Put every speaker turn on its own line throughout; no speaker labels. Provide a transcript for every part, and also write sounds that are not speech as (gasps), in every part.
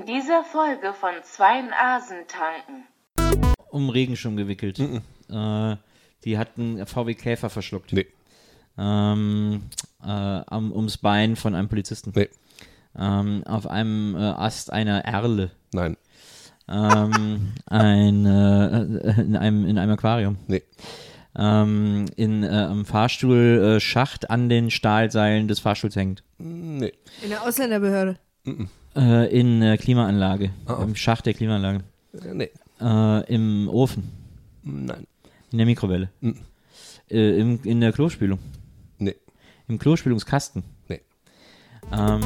dieser Folge von Zweien Asen tanken.
um Regenschirm gewickelt.
Mhm.
Äh, die hatten VW Käfer verschluckt.
Nee,
Ähm, äh, am, ums Bein von einem Polizisten.
nee,
Ähm, auf einem äh, Ast einer Erle.
nein,
Ähm, (laughs) ein, äh, in, einem, in einem Aquarium.
nee,
Ähm, in, äh, am Fahrstuhlschacht äh, Schacht an den Stahlseilen des Fahrstuhls hängt.
nee.
In der Ausländerbehörde.
Äh, in äh, Klimaanlage.
Ah, oh.
Im Schacht der Klimaanlage.
Äh, Nee,
Äh, Im Ofen.
nein,
In der Mikrowelle.
Mhm.
Äh, im, in der Klospülung.
nee,
Im Klospülungskasten.
nee.
Ähm,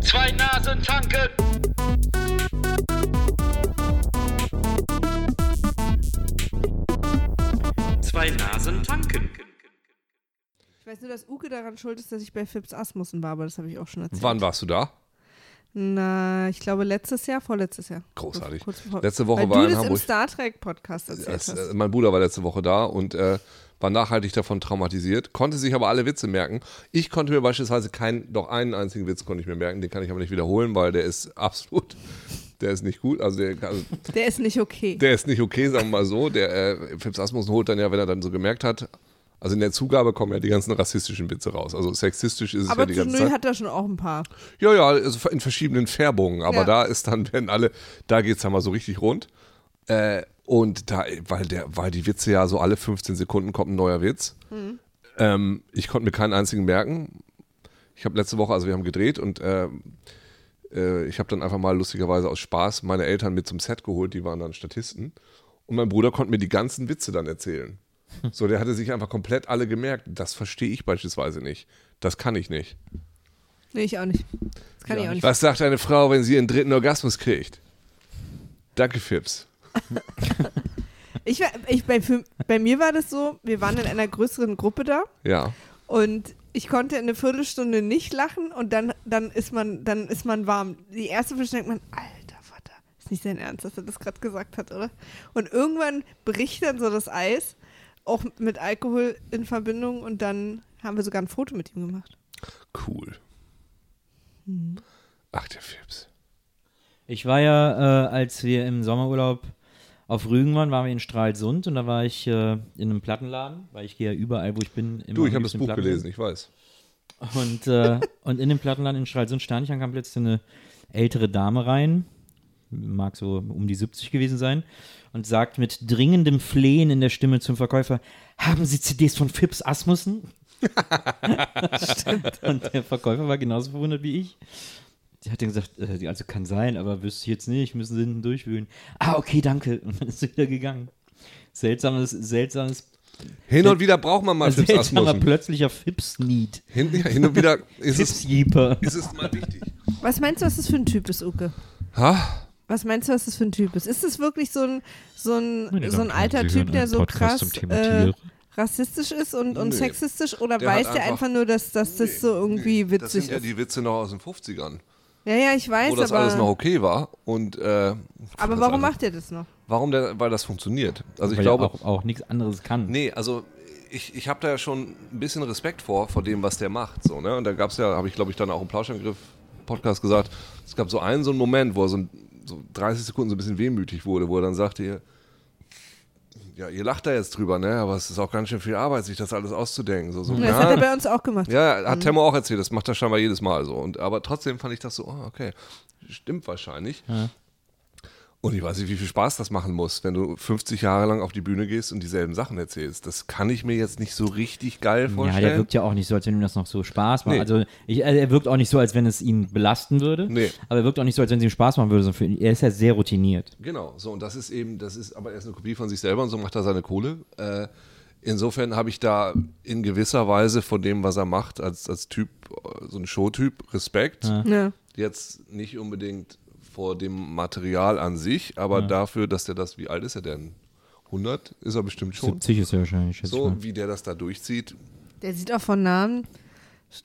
Zwei Nasen tanken. Zwei Nasen tanken.
Ich weiß nur, dass Uke daran schuld ist, dass ich bei Phipps Asmussen war, aber das habe ich auch schon erzählt.
Wann warst du da?
Na, ich glaube letztes Jahr, vorletztes Jahr.
Großartig.
Kurz bevor-
Letzte Woche
weil
war
du
in
das im
Hamburg.
Star Trek Podcast erzählt
Das,
hast.
äh, mein Bruder war letzte Woche da und äh, war nachhaltig davon traumatisiert, konnte sich aber alle Witze merken. Ich konnte mir beispielsweise keinen, doch einen einzigen Witz konnte ich mir merken, den kann ich aber nicht wiederholen, weil der ist absolut, (laughs) der ist nicht gut, also der, also
Der ist nicht okay.
der ist nicht okay, sagen wir mal so. Der äh, Phipps Asmussen holt dann ja, wenn er dann so gemerkt hat, also in der Zugabe kommen ja die ganzen rassistischen Witze raus. Also sexistisch ist es ja
aber
die
zu
ganze
Null
Zeit.
hat er schon auch ein paar.
Ja, ja, also in verschiedenen Färbungen, aber
Ja.
da ist dann, wenn alle, da geht's dann mal so richtig rund. Äh, und da, weil der, weil die Witze ja so alle 15 Sekunden kommt ein neuer Witz. Ähm, ich konnte mir keinen einzigen merken. Ich habe letzte Woche, also wir haben gedreht und ähm, äh, ich habe dann einfach mal lustigerweise aus Spaß meine Eltern mit zum Set geholt, die waren dann Statisten. Und mein Bruder konnte mir die ganzen Witze dann erzählen. So, der hatte sich einfach komplett alle gemerkt. Das verstehe ich beispielsweise nicht. Das kann ich nicht.
Nee, ich auch nicht. Das kann ich auch nicht.
Was sagt eine Frau, wenn sie ihren dritten Orgasmus kriegt? Danke, Fips.
Ich, war- ich, bei, Phil- bei mir war das so, wir waren in einer größeren Gruppe da
Ja.
und ich konnte eine Viertelstunde nicht lachen und dann, dann, ist, man, dann ist man warm. Die erste Viertelstunde denkt man, alter Vater, ist nicht sein Ernst, dass er das gerade gesagt hat, oder? Und irgendwann bricht dann so das Eis, auch mit Alkohol in Verbindung und dann haben wir sogar ein Foto mit ihm gemacht.
Cool.
Hm.
Ach, der Fips.
Ich war ja, äh, als wir im Sommerurlaub auf Rügen waren, waren wir in Stralsund und da war ich äh, in einem Plattenladen, weil ich gehe ja überall, wo ich bin, immer
Du, ich
am
habe das
liebsten
Buch
Platten.
gelesen, ich weiß.
Und, äh, und in dem Plattenladen in Stralsund stand ich, dann kam plötzlich eine ältere Dame rein, mag so um die 70 gewesen sein, und sagt mit dringendem Flehen in der Stimme zum Verkäufer, haben Sie CDs von Phipps Asmussen? Stimmt. Und der Verkäufer war genauso verwundert wie ich. Sie hat dann gesagt, äh, die- also kann sein, aber wüsste ich jetzt nicht, müssen Sie hinten durchwühlen. Ah, okay, danke. Und dann ist sie wieder gegangen. Seltsames, seltsames,
Hin und wieder braucht man mal Ah, Fips
seltsamer
Asmussen.
plötzlicher Phipps-Need.
Hin, ja, hin und wieder
(laughs)
ist es,
Phipps-Jeeper.
ist es mal wichtig.
Was meinst du, was das für ein Typ ist, Uke?
Ha?
Was meinst du, was das für ein Typ ist? Ist es wirklich so ein, so ein,
Meine
so ein
Damen und Herren,
alter
Sie
Typ,
hören
der
einen
so
Podcast
krass
zum Thema
äh,
Tiere.
rassistisch ist und, und
Nee.
sexistisch? Oder
Der hat
weiß der
einfach-
einfach nur, dass, dass das so irgendwie
Das
witzig
sind ja die Witze noch aus den 50ern,
ist? Ja, ja, ich weiß,
wo das
aber,
alles noch okay war. Und, äh,
aber
das
warum
einfach-
macht er das noch?
Warum denn? Weil das funktioniert. Also ich
weil
glaube,
er auch, auch nichts anderes kann.
Nee, also ich, ich habe da ja schon ein bisschen Respekt vor, vor dem, was der macht. So, ne? Und da gab es ja, habe ich glaube ich dann auch im Plauschangriff-Podcast gesagt, es gab so einen so einen Moment, wo er so, ein, so 30 Sekunden so ein bisschen wehmütig wurde, wo er dann sagte, ihr, ja, ihr lacht da jetzt drüber, ne? aber es ist auch ganz schön viel Arbeit, sich das alles auszudenken. So, so,
Das hat
ja.
er bei uns auch gemacht.
Ja,
Mhm.
hat Temmo auch erzählt, das macht er scheinbar jedes Mal so. Und, aber trotzdem fand ich das so, oh, okay, stimmt wahrscheinlich. Und ich weiß nicht, wie viel Spaß das machen muss, wenn du 50 Jahre lang auf die Bühne gehst und dieselben Sachen erzählst. Das kann ich mir jetzt nicht so richtig geil
ja,
vorstellen.
der wirkt ja auch nicht so, als wenn ihm das noch so Spaß macht.
Nee.
Also, ich, also er wirkt auch nicht so, als wenn es ihn belasten würde.
Nee.
Aber er wirkt auch nicht so, als wenn es ihm Spaß machen würde. sondern für ihn- Er ist ja sehr routiniert.
Genau, so und das ist eben, das ist, aber er ist eine Kopie von sich selber und so macht er seine Kohle. Äh, insofern habe ich da in gewisser Weise von dem, was er macht, als, als Typ, äh, so ein Showtyp, Respekt.
Ja.
Jetzt nicht unbedingt vor dem Material an sich, aber dafür, dass der das, wie alt ist er denn? 100 ist er bestimmt schon.
70 ist er wahrscheinlich. schätze ich mal.
So wie der das da durchzieht.
Der sieht auch von Namen,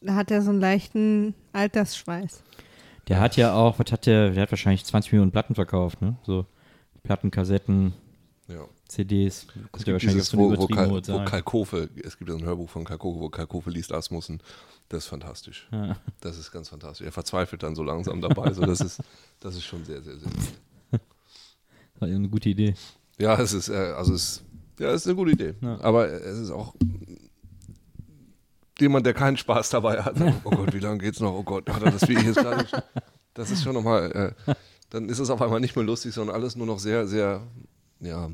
da hat er so einen leichten Altersschweiß.
Der hat ja auch, was hat der, der hat wahrscheinlich 20 Millionen Platten verkauft, ne? So Platten, Kassetten,
Ja.
CDs.
Es
Kommt ja
gibt
wahrscheinlich auf
dieses,
so eine
wo, wo,
übertriebene
Kal, wo
Uhrzeit.
Kalkofe, es gibt so ein Hörbuch von Kalkofe, wo Kalkofe liest Asmussen. Das ist fantastisch.
Ja.
Das ist ganz fantastisch. Er verzweifelt dann so langsam dabei. So, das, ist, das ist schon sehr, sehr, sehr gut.
War ja eine gute Idee.
Ja, es ist, äh, also es, ist- ja, es ist eine gute Idee.
Ja.
Aber es ist auch jemand, der keinen Spaß dabei hat. sagt, Oh Gott, wie lange geht's noch? Oh Gott, hat er das wie ich jetzt gerade. Das ist schon nochmal, äh, dann ist es auf einmal nicht mehr lustig, sondern alles nur noch sehr, sehr, ja.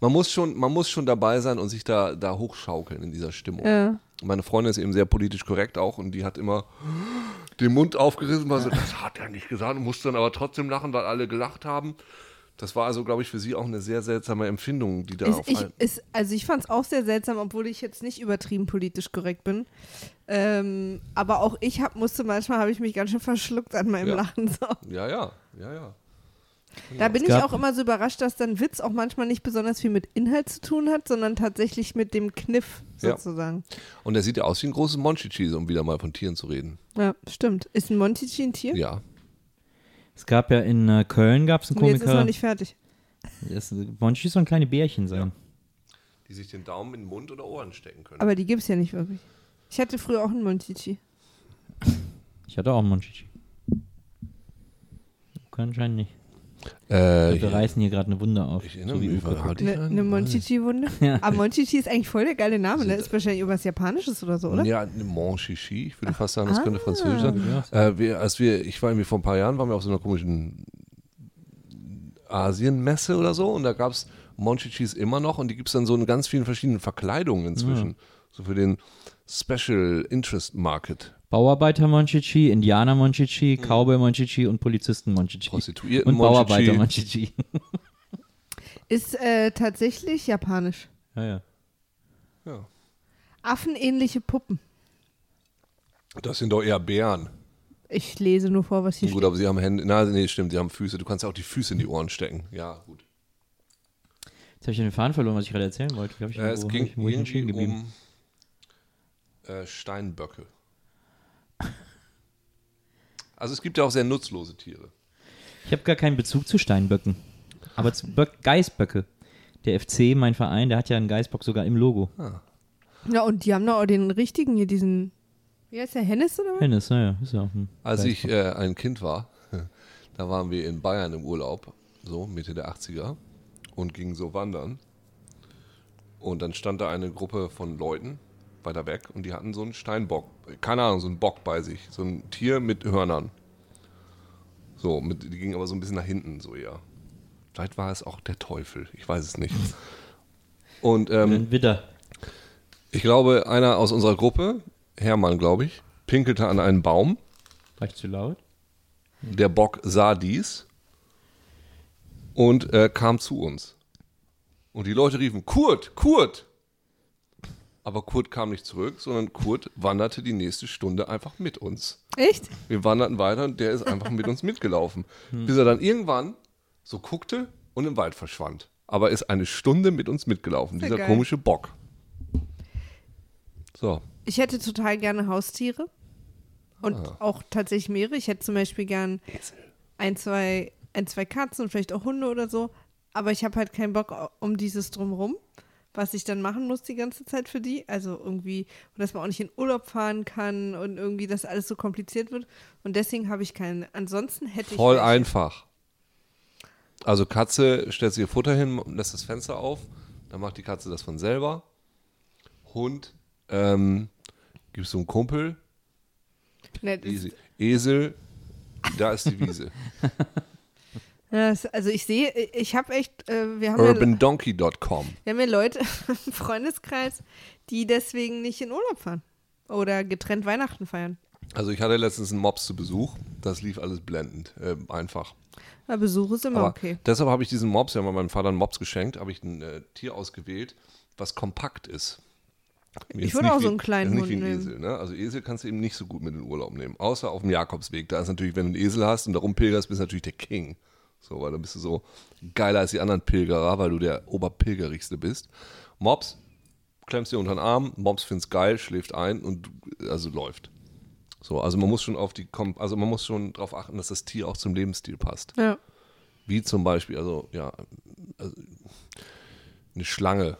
Man muss schon, man muss schon dabei sein und sich da, da hochschaukeln in dieser Stimmung.
Ja.
Meine Freundin ist eben sehr politisch korrekt auch und die hat immer den Mund aufgerissen, war so, das hat er nicht gesagt und musste dann aber trotzdem lachen, weil alle gelacht haben. Das war also, glaube ich, für sie auch eine sehr seltsame Empfindung, die da
Ist,
auf
ich,
ein-
ist, also ich fand es auch sehr seltsam, obwohl ich jetzt nicht übertrieben politisch korrekt bin. Ähm, aber auch ich hab, musste manchmal, habe ich mich ganz schön verschluckt an meinem
Ja.
Lachen. So.
Ja, ja, ja, ja.
Da bin ich
gab-
auch immer so überrascht, dass dann Witz auch manchmal nicht besonders viel mit Inhalt zu tun hat, sondern tatsächlich mit dem Kniff
Ja.
sozusagen.
Und er sieht ja aus wie ein großes Monchichi, um wieder mal von Tieren zu reden.
Ja, stimmt. Ist ein Montici ein Tier?
Ja.
Es gab ja in äh, Köln gab es einen
Und jetzt ist
Komiker.
noch nicht fertig.
Das- Monchi sollen kleine Bärchen sein.
Die sich den Daumen in den Mund oder Ohren stecken können.
Aber die gibt es ja nicht wirklich. Ich hatte früher auch einen Montici.
Ich hatte auch einen Monchi. Kann anscheinend nicht.
äh, ne,
Wir reißen hier gerade eine Wunde auf.
ich erinnere
so wie
mich,
Uke.
war, hatte ich
Eine
einen?
ne,
(laughs)
Monchichi-Wunde?
Ja.
Aber Monchichi ist eigentlich voll der geile Name, ne? Ist wahrscheinlich irgendwas Japanisches oder so, oder?
Ja, eine Monchichi, ich würde fast sagen, das könnte französisch sein. Äh, wir, als wir, ich war irgendwie vor ein paar Jahren, waren wir auf so einer komischen Asienmesse oder so und da gab es Monchichis immer noch und die gibt es dann so in ganz vielen verschiedenen Verkleidungen inzwischen. So für den Special Interest Market.
Bauarbeiter Monchichi, Indianer Monchichi, Cowboy Monchichi und Polizisten Monchichi.
Mhm. Prostituierten
und Bauarbeiter
Monchichi.
Monchichi. (laughs)
Ist äh, tatsächlich japanisch.
ja, ja.
Ja.
Affenähnliche Puppen.
Das sind doch eher Bären.
Ich lese nur vor, was hier
Gut,
steht.
aber sie haben Hände, na, nee, stimmt, sie haben Füße. Du kannst ja auch die Füße in die Ohren stecken. Ja, gut.
Jetzt habe ich den Faden verloren, was ich gerade erzählen wollte. Glaub ich,
Äh, es
wo-
ging
wo ich
irgendwie
stehen geblieben?
um äh, Steinböcke. Also es gibt ja auch sehr nutzlose Tiere. um-
Ich habe gar keinen Bezug zu Steinböcken. Aber zu Böck Geißböcke. Der FC, mein Verein, der hat ja einen Geißbock sogar im Logo.
Ah.
Ja, und die haben doch auch den richtigen hier, diesen. Wie heißt der? Hennis oder was?
Hennes, naja, ist ja auch ein
Als
Geißbock.
ich äh, ein Kind war, (laughs) da waren wir in Bayern im Urlaub, so Mitte der 80er, und gingen so wandern. Und dann stand da eine Gruppe von Leuten weiter weg und die hatten so einen Steinbock, keine Ahnung, so einen Bock bei sich, so ein Tier mit Hörnern. So, mit, die gingen aber so ein bisschen nach hinten, so ja. Vielleicht war es auch der Teufel, ich weiß es nicht. Und
(laughs)
ähm,
Ein Widder.
ich glaube, einer aus unserer Gruppe, Hermann, glaube ich, pinkelte an einen Baum.
War ich zu laut?
Der Bock sah dies und äh, kam zu uns. Und die Leute riefen, Kurt, Kurt! Aber Kurt kam nicht zurück, sondern Kurt wanderte die nächste Stunde einfach mit uns.
Echt?
Wir wanderten weiter und der ist einfach mit uns mitgelaufen.
Hm.
Bis er dann irgendwann so guckte und im Wald verschwand. Aber ist eine Stunde mit uns mitgelaufen,
Sehr
dieser
geil.
komische Bock. So,
Ich hätte total gerne Haustiere. Und auch tatsächlich mehrere. Ich hätte zum Beispiel gern ein zwei, ein, zwei Katzen und vielleicht auch Hunde oder so. Aber ich habe halt keinen Bock au- um dieses Drumrum, was ich dann machen muss die ganze Zeit für die. Also irgendwie, und dass man auch nicht in Urlaub fahren kann und irgendwie, dass alles so kompliziert wird. Und deswegen habe ich keinen. Ansonsten hätte ich. halt
Voll
welche.
einfach. Also Katze stellt sich ihr Futter hin, lässt das Fenster auf, dann macht die Katze das von selber. Hund ähm, gibst du einen Kumpel,
Ne, das-
Esel, Esel da ist die Wiese.
Ja, das- Also ich sehe, ich habe echt, äh, wir haben ja-
Urbandonkey.com.
Wir haben ja Leute (laughs) im Freundeskreis, die deswegen nicht in Urlaub fahren oder getrennt Weihnachten feiern.
Also ich hatte letztens einen Mops zu Besuch, das lief alles blendend, ähm, einfach.
Na, Besuch ist immer
Aber
okay.
deshalb habe ich diesen Mops, ja, meinem Vater einen Mops geschenkt, habe ich ein äh, Tier ausgewählt, was kompakt ist. Jetzt
würde
nicht
auch
wie-
so einen kleinen
jetzt nicht
Hund
wie ein
nehmen.
Esel, ne? Also Esel kannst du eben nicht so gut mit in den Urlaub nehmen, außer auf dem Jakobsweg. Da ist natürlich, wenn du einen Esel hast und da rumpilgerst, bist du natürlich der King. So, weil dann bist du so geiler als die anderen Pilgerer, weil du der Oberpilgerigste bist. Mops klemmst dir unter den Arm, Mops find's geil, schläft ein und du- also läuft. So, also man muss schon auf die Kom- also man muss schon darauf achten, dass das Tier auch zum Lebensstil passt.
Ja.
Wie zum Beispiel, also ja, also, Eine Schlange.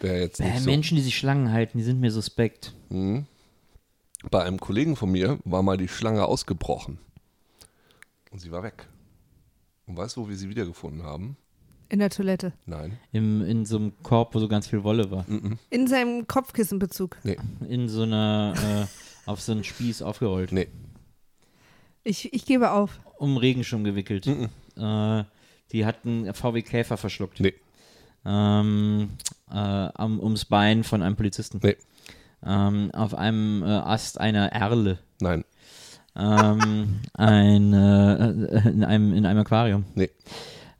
Wäre jetzt
Äh,
nicht so.
Menschen, die sich Schlangen halten, die sind mir suspekt.
Bei einem Kollegen von mir war mal die Schlange ausgebrochen. Und sie war weg. Und weißt du, wo wir sie wiedergefunden haben?
In der Toilette.
Nein.
Im, in so einem Korb, wo so ganz viel Wolle war.
Hm.
In seinem Kopfkissenbezug.
Nee,
In so einer, äh, (laughs) auf so einen Spieß aufgerollt.
nee.
Ich, ich gebe auf.
Um Regenschirm gewickelt.
Mhm.
Äh, die hatten VW Käfer verschluckt.
Nee.
Ähm, äh, am, ums Bein von einem Polizisten.
Nee.
Ähm, auf einem äh, Ast einer Erle.
Nein.
Ähm, ein, äh, in, einem, in einem Aquarium.
Nee.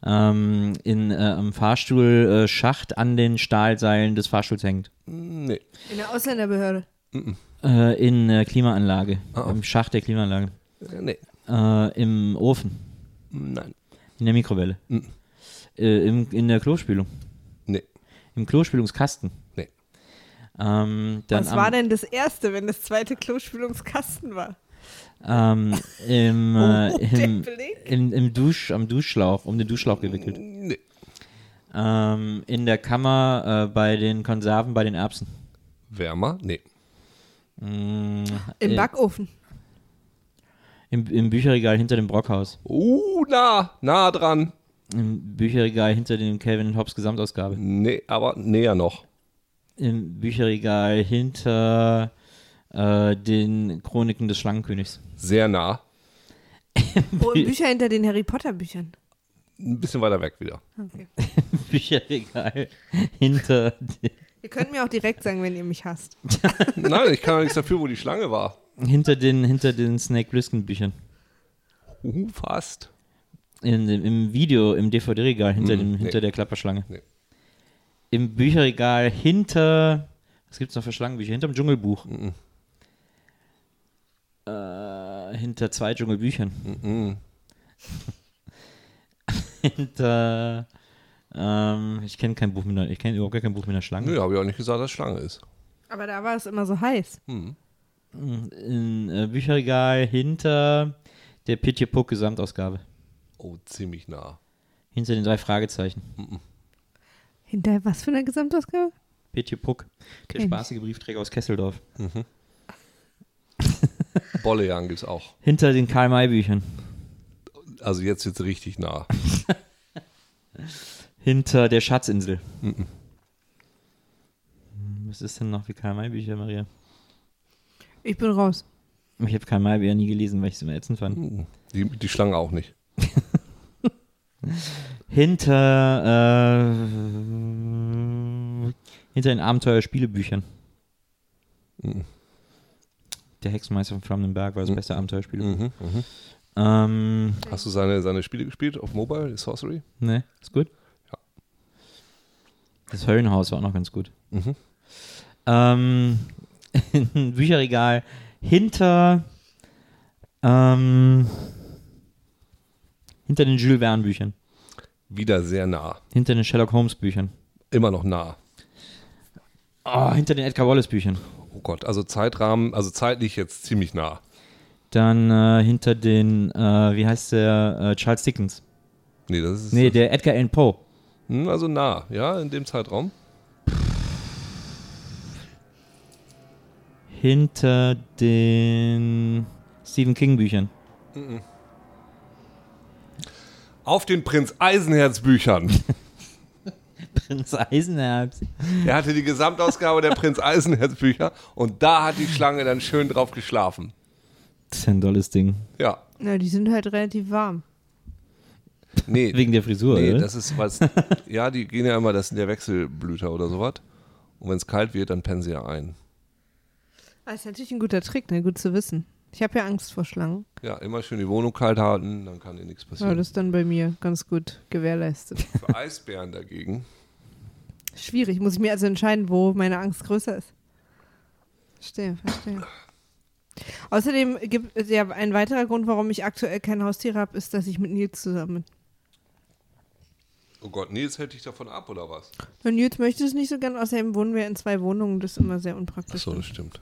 Ähm, in, äh, am Fahrstuhlschacht äh, Schacht an den Stahlseilen des Fahrstuhls hängt.
Nee.
In der Ausländerbehörde.
Äh, in äh, Klimaanlage.
Ah, ah.
Im Schacht der Klimaanlage.
Äh, Nee.
Äh, Im Ofen.
Nein.
In der Mikrowelle.
Mhm.
Äh, im, in der Klospülung.
Nee.
Im Klospülungskasten.
Nee.
Ähm, dann
Was
am,
war denn das erste, wenn das zweite Klospülungskasten war?
Ähm,
(laughs)
im, äh,
Oh, der
im,
Blick.
im, im Dusch, am Duschschlauch, um den Duschschlauch gewickelt.
Nee.
Ähm, in der Kammer äh, bei den Konserven, bei den Erbsen.
Wärmer? Nee.
Mm,
Im
äh, (laughs)
Backofen.
Im, Im Bücherregal hinter dem Brockhaus.
Uh, nah. Nah dran.
Im Bücherregal hinter dem Calvin Hobbs Gesamtausgabe.
Nee, aber näher noch.
Im Bücherregal hinter äh, den Chroniken des Schlangenkönigs. (laughs)
Sehr nah.
Oh, im Bücher hinter den Harry Potter Büchern.
Ein bisschen weiter weg wieder.
Okay.
Bücherregal hinter. den-
Ihr könnt mir auch direkt sagen, wenn ihr mich hasst.
Nein, ich kann ja nichts dafür, wo die Schlange war.
Hinter den, hinter den Snake Blisken Büchern.
Uh, fast.
In, dem- Im Video, im DVD-Regal hinter, dem, hinter
Mhm. nee.
der Klapperschlange.
Nee.
Im Bücherregal hinter. Was gibt's noch für Schlangenbücher? Hinterm Dschungelbuch.
Mhm.
Äh, hinter zwei Dschungelbüchern.
Mhm.
(laughs) hinter. Ähm, ich kenne kein Buch mit einer, ich kenne überhaupt gar kein Buch mit einer Schlange.
Nö, habe ich auch nicht gesagt, dass Schlange ist.
Aber da war es immer so heiß.
In äh, Bücherregal hinter der Pitje Puck Gesamtausgabe.
Oh, ziemlich nah.
Hinter den drei Fragezeichen.
Hinter was für einer Gesamtausgabe?
Pitje Puck, der
Kenn ich.
spaßige Briefträger aus Kesseldorf.
Bollejan gibt's auch.
Hinter den Karl-May-Büchern.
Also jetzt jetzt richtig nah.
Hinter der Schatzinsel. Hm, Was ist denn noch wie Karl-May-Bücher, Maria?
Ich bin raus.
Ich habe Karl-May-Bücher nie gelesen, weil ich es immer ätzend fand.
Die, die Schlange auch nicht.
Hinter, äh, hinter den Abenteuerspielebüchern. Der Hexenmeister von Flammenberg war das beste Abenteuerspielebuch.
Mhm, mhm.
Ähm,
Hast du seine, seine Spiele gespielt auf Mobile, Sorcery?
ne, ist gut.
Ja.
Das Höllenhaus war auch noch ganz gut.
Mhm.
Ähm, (laughs) ein Bücherregal hinter ähm, hinter den Jules Verne Büchern,
Wieder sehr nah.
hinter den Sherlock Holmes Büchern,
Immer noch nah. Ah.
oh, hinter den Edgar Wallace Büchern,
Oh Gott, also Zeitrahmen, also zeitlich jetzt ziemlich nah.
dann äh, hinter den äh, wie heißt der äh, Charles Dickens,
Nee, das ist.
nee der Edgar Allan Poe,
Hm, Also nah, ja, in dem Zeitraum.
hinter den Stephen King Büchern,
Auf den Prinz Eisenherz Büchern.
Prinz Eisenherz,
Er hatte die Gesamtausgabe der Prinz Eisenherz Bücher und da hat die Schlange dann schön drauf geschlafen.
das ist ja ein tolles Ding
Ja.
Na, die sind halt relativ warm.
Nee,
wegen der Frisur,
Nee,
oder?
das ist was.
(laughs)
ja, die gehen ja immer, das sind ja Wechselblüter oder sowas. Und wenn es kalt wird, dann pennen sie ja ein.
Ah, ist natürlich ein guter Trick, ne? Gut zu wissen. Ich habe ja Angst vor Schlangen.
Ja, immer schön die Wohnung kalt halten, dann kann dir nichts
Ja,
passieren.
das ist dann bei mir ganz gut
(laughs)
gewährleistet.
Für Eisbären dagegen.
Schwierig, muss ich mir also entscheiden, wo meine Angst größer ist. Verstehe, verstehe. Außerdem gibt es ja ein weiterer Grund, warum ich aktuell kein Haustier habe, ist, dass ich mit Nils zusammen
Oh Gott, Nils hält dich davon ab, oder was?
bin. Und Nils möchte es nicht so gern, außerdem wohnen wir in zwei Wohnungen, das ist immer sehr unpraktisch.
Achso, das stimmt.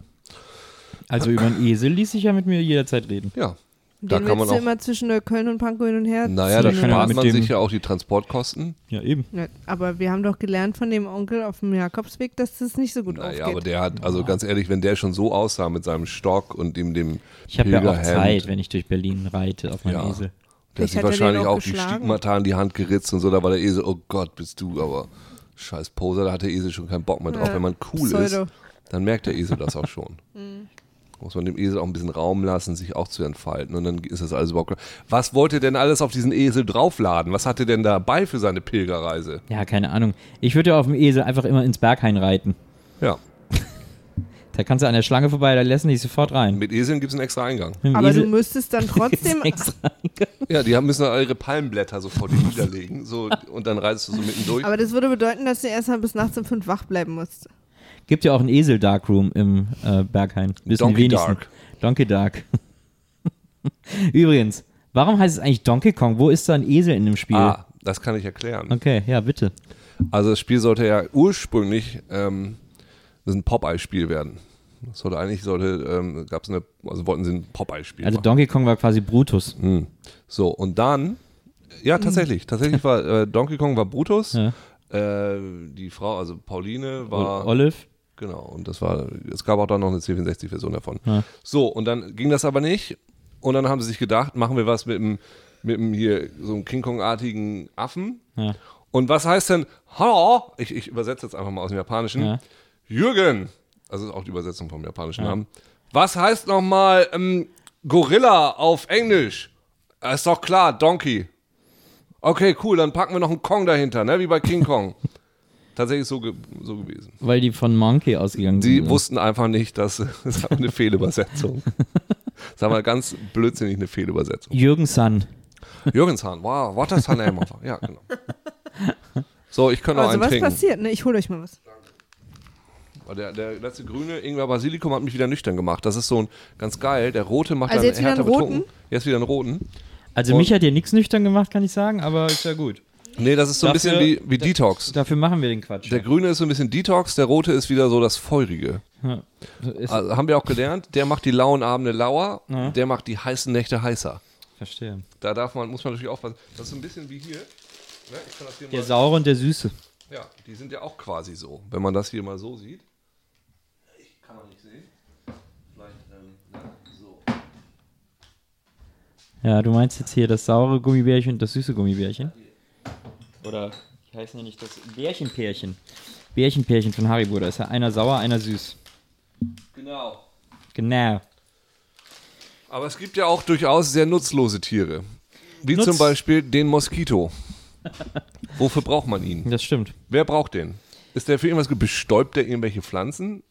Also über einen Esel ließ sich ja mit mir jederzeit reden.
Ja.
Den
Da kann man
willst du
auch-
immer zwischen äh, Köln und Pankow hin und her
Naja, da
ziehen, ne?
kann ja
oder?
spart
mit
man
dem-
sich ja auch die Transportkosten.
Ja, eben.
Ja, Aber wir haben doch gelernt von dem Onkel auf dem Jakobsweg, dass das nicht so gut
Naja, aber
aufgeht.
der hat, also ganz ehrlich, wenn der schon so aussah mit seinem Stock und ihm dem
Ich habe ja auch
Pilgerhemd,
Zeit, wenn ich durch Berlin reite auf meinem
Ja.
Esel.
der hat
Ich
sich
hätte den
wahrscheinlich
auch
auch die
geschlagen.
Stigmata in die Hand geritzt und so, da war der Esel, oh Gott, bist du aber scheiß Poser, da hat der Esel schon keinen Bock mehr drauf.
Ja,
Wenn man cool
Pseudo.
ist, dann merkt der Esel das auch
(laughs)
schon. Muss man dem Esel auch ein bisschen Raum lassen, sich auch zu entfalten und dann ist das alles überhaupt klar. Was wollte denn alles auf diesen Esel draufladen? Was hatte denn dabei für seine Pilgerreise?
Ja, keine Ahnung. Ich würde ja auf dem Esel einfach immer ins Berghain reiten.
Ja,
Da kannst du an der Schlange vorbei, da lassen die dich sofort rein.
mit Eseln gibt es einen extra
(laughs)
Eingang.
Mit dem
Aber du
Esel
müsstest
(laughs)
dann
(laughs)
trotzdem.
ist extra.
Ja, die haben müssen dann ihre Palmblätter so vor dir (laughs) niederlegen so, und dann reitest du so mittendurch.
Aber das würde bedeuten, dass du erstmal bis nachts um fünf wach bleiben musst.
Gibt ja auch einen Esel-Darkroom im äh, Berghain. Wissen
Donkey
die wenigsten.
Dark.
Donkey Dark. (laughs) Übrigens, warum heißt es eigentlich Donkey Kong? Wo ist da ein Esel in dem Spiel?
ah, das kann ich erklären.
Okay, ja, bitte.
Also das Spiel sollte ja ursprünglich ähm, das ein Popeye-Spiel werden. Das sollte eigentlich, sollte, ähm, gab's eine, also wollten sie ein Popeye-Spiel
Also
machen.
Donkey Kong war quasi Brutus.
So, und dann, ja, tatsächlich, tatsächlich war äh, Donkey Kong war Brutus,
Ja.
äh, die Frau, also Pauline war,
O- Olive.
genau, und das war, es gab auch dann noch eine C64-Version davon. So, und dann ging das aber nicht, und dann haben sie sich gedacht, machen wir was mit dem, mit dem hier, so einem King Kong-artigen Affen.
Ja.
Und was heißt denn, hallo, ich, ich übersetze jetzt einfach mal aus dem Japanischen,
Ja.
Jürgen, also ist auch die Übersetzung vom japanischen Namen, was heißt nochmal ähm, Gorilla auf Englisch? Ah, Ist doch klar, Donkey. Okay, cool, dann packen wir noch einen Kong dahinter, ne? wie bei
(laughs)
King Kong. Tatsächlich so, ge so gewesen.
Weil die von Monkey ausgegangen
Die
sind.
wussten einfach nicht, dass (laughs) das war eine Fehlübersetzung. Sag mal, ganz blödsinnig eine Fehlübersetzung.
Jürgen Sun.
Jürgenshahn, wow, what a name of. Ja, genau. So, ich kann noch
Also
einen
was
trinken.
passiert? Ne, ich hole euch mal was.
Oh, Der, der letzte grüne Ingwer Basilikum hat mich wieder nüchtern gemacht. Das ist so ein ganz geil. Der rote macht
Also
dann
jetzt wieder
härter
einen roten?
betrunken. Jetzt wieder einen roten.
Also
Und-
mich hat dir nichts nüchtern gemacht, kann ich sagen, aber ist ja gut.
Nee, das ist so ein
Dafür-
bisschen wie, wie
da-
Detox.
Dafür machen wir den Quatsch.
Der grüne ist so ein bisschen Detox, der rote ist wieder so das Feurige.
Ja. Ist,
Also, haben wir auch gelernt, der macht die lauen Abende lauer, der macht die heißen Nächte heißer.
verstehe.
Da darf man, muss man natürlich aufpassen. Das ist so ein bisschen wie hier. Ne? Ich kann das hier
Der
mal,
saure und der süße.
ja, die sind ja auch quasi so. Wenn man das hier mal so sieht. Ich kann man nicht sehen. Vielleicht, ähm, ne? so.
Ja, du meinst jetzt hier das saure Gummibärchen und das süße Gummibärchen? Oder ich heiße ja nicht das Bärchenpärchen. Bärchenpärchen von Haribo, da ist ja einer sauer, einer süß.
Genau.
Genau.
Aber es gibt ja auch durchaus sehr nutzlose Tiere. Wie
Nutz-
zum Beispiel den Moskito. (laughs) Wofür braucht man ihn?
Das stimmt.
Wer braucht den? Ist der für irgendwas gut? Bestäubt der irgendwelche Pflanzen?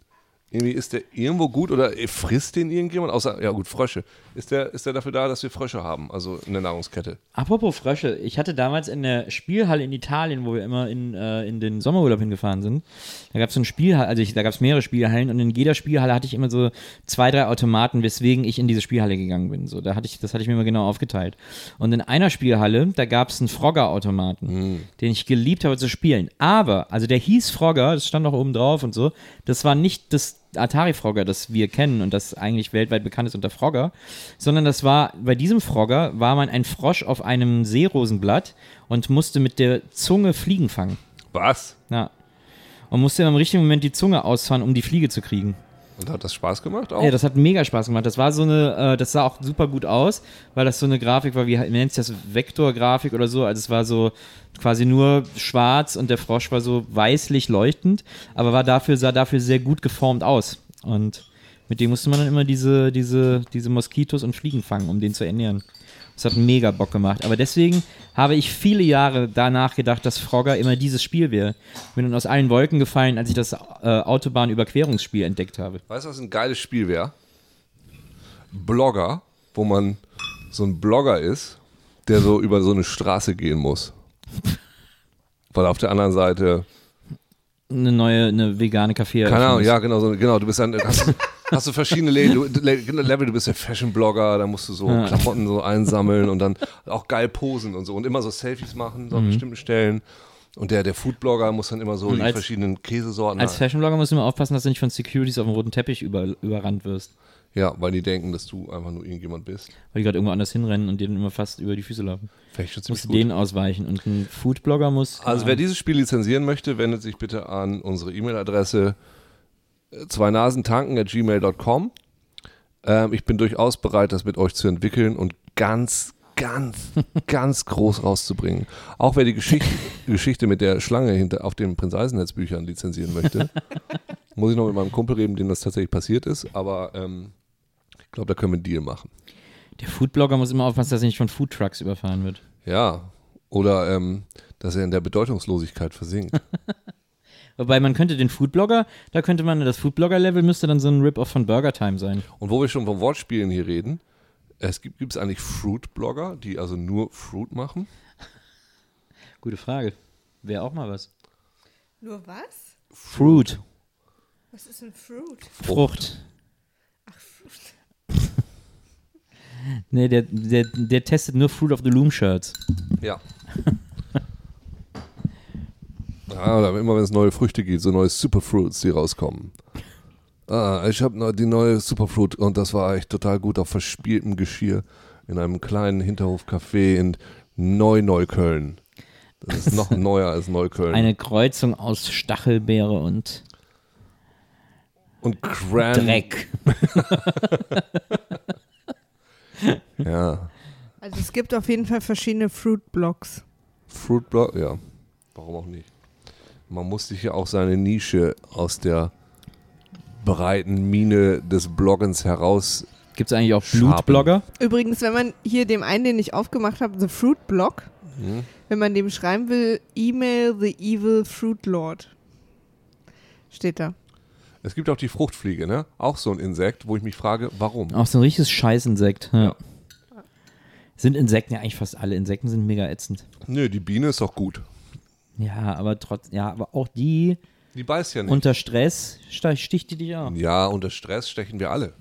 Irgendwie ist der irgendwo gut oder äh, frisst den irgendjemand? Außer, ja gut, Frösche. Ist der, ist der dafür da, dass wir Frösche haben, also in der Nahrungskette?
Apropos Frösche, ich hatte damals in der Spielhalle in Italien, wo wir immer in, äh, in den Sommerurlaub hingefahren sind, da gab es so eine Spielhalle, also ich, da gab es mehrere Spielhallen und in jeder Spielhalle hatte ich immer so zwei, drei Automaten, weswegen ich in diese Spielhalle gegangen bin. So, da hatte ich, das hatte ich mir immer genau aufgeteilt. Und in einer Spielhalle, da gab es einen Frogger-Automaten, den ich geliebt habe zu spielen. Aber, also der hieß Frogger, das stand auch oben drauf und so, das war nicht das Atari Frogger, das wir kennen und das eigentlich weltweit bekannt ist unter Frogger, sondern das war, bei diesem Frogger war man ein Frosch auf einem Seerosenblatt und musste mit der Zunge Fliegen fangen.
Was?
Ja. Und musste im richtigen Moment die Zunge ausfahren, um die Fliege zu kriegen.
Und hat das Spaß gemacht auch?
Ja, das hat mega Spaß gemacht. Das war so eine, äh, das sah auch super gut aus, weil das so eine Grafik war, wie nennt sich das, Vektorgrafik oder so. Also es war so quasi nur schwarz und der Frosch war so weißlich leuchtend, aber war dafür, sah dafür sehr gut geformt aus. Und mit dem musste man dann immer diese, diese, diese Moskitos und Fliegen fangen, um den zu ernähren. Das hat mega Bock gemacht. Aber deswegen habe ich viele Jahre danach gedacht, dass Frogger immer dieses Spiel wäre. Bin dann aus allen Wolken gefallen, als ich das äh, Autobahnüberquerungsspiel entdeckt habe.
Weißt du, was ein geiles Spiel wäre? Blogger, wo man so ein Blogger ist, der so über so eine Straße gehen muss. Weil auf der anderen Seite
eine neue, eine vegane Kaffee.
Keine Ahnung,
eröffnen
ja, genau, so, genau. Du bist dann, hast, hast du verschiedene Le du, Le Level, du bist der Fashion-Blogger, da musst du so Klamotten
Mhm.
so einsammeln und dann auch geil posen und so und immer so Selfies machen, so an bestimmten Stellen. Und der, der Foodblogger muss dann immer so
Und
die
Mhm, als-
verschiedenen Käsesorten.
Als Fashionblogger musst du immer aufpassen, dass du nicht von Securities auf dem roten Teppich über, überrannt wirst.
ja, weil die denken, dass du einfach nur irgendjemand bist.
Weil die gerade irgendwo anders hinrennen und denen immer fast über die Füße laufen.
Vielleicht schon ziemlich
Musst du
gut.
denen ausweichen. Und ein Foodblogger muss.
also wer dieses Spiel lizenzieren möchte, wendet sich bitte an unsere E-Mail-Adresse äh, zweinasentanken.gmail.com. Ähm, ich bin durchaus bereit, das mit euch zu entwickeln und ganz, ganz, ganz groß rauszubringen. Auch wer die Geschichte, Geschichte mit der Schlange hinter, auf den Prinz Eisenherz-Büchern lizenzieren möchte, muss ich noch mit meinem Kumpel reden, dem das tatsächlich passiert ist. Aber ähm, ich glaube, da können wir einen Deal machen.
Der Foodblogger muss immer aufpassen, dass er nicht von Foodtrucks überfahren wird.
Ja, oder ähm, dass er in der Bedeutungslosigkeit versinkt.
Wobei man könnte den Foodblogger, da könnte man, das Foodblogger-Level müsste dann so ein Rip-Off von Burger Time sein.
Und wo wir schon von Wortspielen hier reden, es gibt gibt's eigentlich Fruit-Blogger, die also nur Fruit machen?
Gute Frage. Wäre auch mal was.
Nur was?
Fruit.
Was ist ein Fruit?
Frucht. (laughs) Nee, der, der, der testet nur Fruit of the Loom Shirts. (laughs)
Ja. Ja, oder immer wenn es neue Früchte gibt, so neue Superfruits, die rauskommen. Ah, ich habe die neue Superfruit und das war echt total gut auf verspieltem Geschirr in einem kleinen Hinterhofcafé in Neu-Neukölln. Das
(laughs)
ist noch neuer als Neukölln.
Eine Kreuzung aus Stachelbeere und
und Cran
Dreck.
Ja.
Also es gibt auf jeden Fall verschiedene Fruit-Blocks.
Fruit Blog, ja. Warum auch nicht? Man muss sich ja auch seine Nische aus der breiten Mine des Bloggens heraus.
Gibt es eigentlich auch
Schaben.
Blutblogger?
Übrigens, wenn man hier dem einen, den ich aufgemacht habe, The Fruit Block,
Mhm.
wenn man dem schreiben will, E-Mail The Evil Fruit Lord. Steht da.
Es gibt auch die Fruchtfliege, ne? Auch so ein Insekt, wo ich mich frage, warum?
Auch so ein richtiges Scheißinsekt. Ja.
Ja.
Sind Insekten ja eigentlich fast alle. Insekten sind mega ätzend.
Nö, die Biene ist doch gut.
Ja, aber trotz, ja, aber auch die
Die beißt ja nicht.
unter Stress sta- sticht die dich auch.
ja, unter Stress stechen wir alle.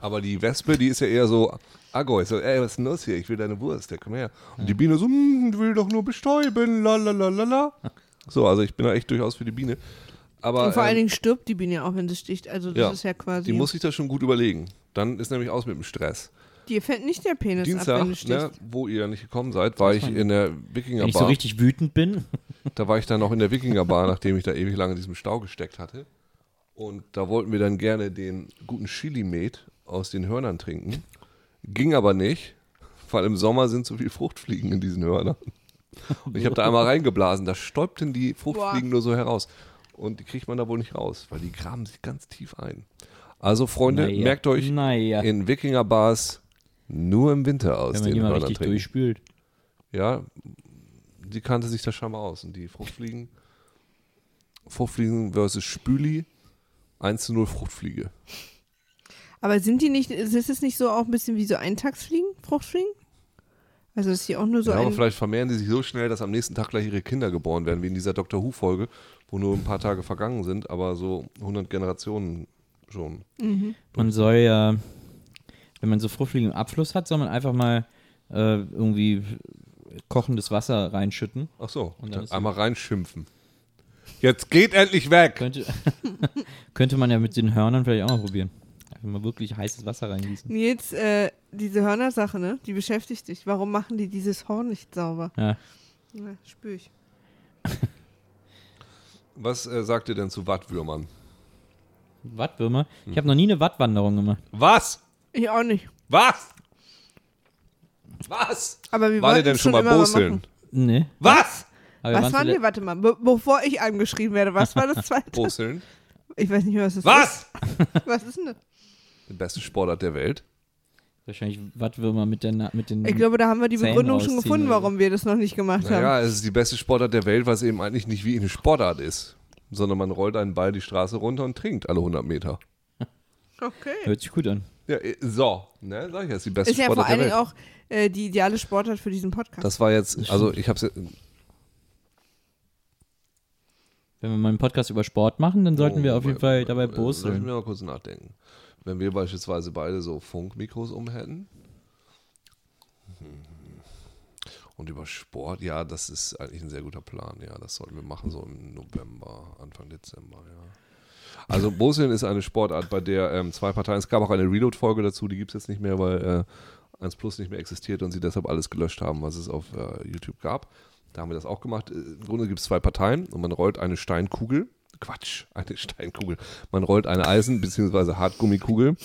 Aber die Wespe, die ist ja eher so, Agoi, so, ey, was ist denn los hier? Ich will deine Wurst, ja, komm her. Und die Biene so, "Mm, will doch nur bestäuben, la la la la la. So, also ich bin da echt durchaus für die Biene. Aber,
Und vor
ähm,
allen Dingen stirbt die Biene auch, wenn sie sticht. Also das
Ja.
ist ja quasi.
Die muss sich das schon gut überlegen. Dann ist nämlich aus mit dem Stress.
dir fällt nicht der Penis ab,
Dienstag,
wenn du stichst.
ne, wo ihr nicht gekommen seid, war ich in der
Wenn ich so
Wikingerbar.
richtig wütend bin.
da war ich dann auch in der Wikingerbar, (laughs) nachdem ich da ewig lange in diesem Stau gesteckt hatte. Und da wollten wir dann gerne den guten Chili-Met aus den Hörnern trinken. Ging aber nicht, weil im Sommer sind so viele Fruchtfliegen in diesen Hörnern. Und ich habe da einmal reingeblasen, da stäubten die Fruchtfliegen nur so heraus. Und die kriegt man da wohl nicht raus, weil die graben sich ganz tief ein. Also, Freunde,
Naja.
merkt euch,
Naja.
in Wikingerbars nur im Winter aus
Wenn man
den
die mal
Hörnern
richtig
trinken.
durchspült.
Ja, die kannte sich da scheinbar aus. Und die Fruchtfliegen, Fruchtfliegen versus Spüli, 1 zu 0 Fruchtfliege.
Aber sind die nicht, ist es nicht so auch ein bisschen wie so Eintagsfliegen, Fruchtfliegen? Also ist die auch nur so
ja, aber
ein.
Genau, vielleicht vermehren die sich so schnell, dass am nächsten Tag gleich ihre Kinder geboren werden, wie in dieser Doctor Who-Folge, wo nur ein paar Tage vergangen sind, aber so 100 Generationen schon.
Man soll ja, wenn man so Fruchtfliegen im Abfluss hat, soll man einfach mal äh, irgendwie kochendes Wasser reinschütten.
Ach so,
Und dann
dann
ist sie-
einmal reinschimpfen. Jetzt geht endlich weg!
Könnte, (laughs) könnte man ja mit den Hörnern vielleicht auch mal probieren. Einfach mal wirklich heißes Wasser reingießen.
Nils, äh, diese Hörnersache, ne? Die beschäftigt dich. Warum machen die dieses Horn nicht sauber?
Ja.
Ja, spür ich.
Was äh, sagt ihr denn zu Wattwürmern?
Wattwürmer.
Hm.
Ich habe noch nie eine Wattwanderung gemacht.
Was?
Ich auch nicht.
Was? Was?
Aber wir
War ihr
wollten
denn
es
schon mal
immer
Boseln?
machen.
Nee.
Was?
Aber wir
Was waren
zule-
die? Warte mal, be bevor ich angeschrieben werde, was war
(laughs)
das zweite?
Boseln?
Ich weiß nicht mehr, was das
Was? Hm.
ist. Was ist denn das?
Der beste Sportart der Welt.
Wahrscheinlich Wattwürmer mit, der Na- mit den.
Ich glaube, da haben wir die
Zähne
Begründung schon
rausziehen
gefunden,
oder so.
warum wir das noch nicht gemacht haben.
Naja, es ist die beste Sportart der Welt, weil es eben eigentlich nicht wie eine Sportart ist, sondern man rollt einen Ball die Straße runter und trinkt alle 100 Meter.
Okay.
Hört sich gut an.
Ja, äh, so, ne, sag ich jetzt, die beste
Ist ja vor
Sportart
allen
der
Dingen
Welt.
auch äh, die ideale Sportart für diesen Podcast.
das war jetzt, also ich hab's, jetzt-
Wenn wir mal einen Podcast über Sport machen, dann
Oh,
sollten wir auf jeden Fall dabei
äh, Lass
boseln.
mich mal kurz nachdenken. Wenn wir beispielsweise beide so Funkmikros um hätten Und über Sport, ja, das ist eigentlich ein sehr guter Plan. Ja, das sollten wir machen, so im November, Anfang Dezember, ja. Also Boseln ist eine Sportart, bei der ähm, zwei Parteien, es gab auch eine Reload-Folge dazu, die gibt es jetzt nicht mehr, weil äh, 1 Plus nicht mehr existiert und sie deshalb alles gelöscht haben, was es auf äh, YouTube gab. Da haben wir das auch gemacht. Äh, Im Grunde gibt es zwei Parteien und man rollt eine Steinkugel. Quatsch, (laughs) eine Steinkugel. Man rollt eine Eisen- bzw. Hartgummikugel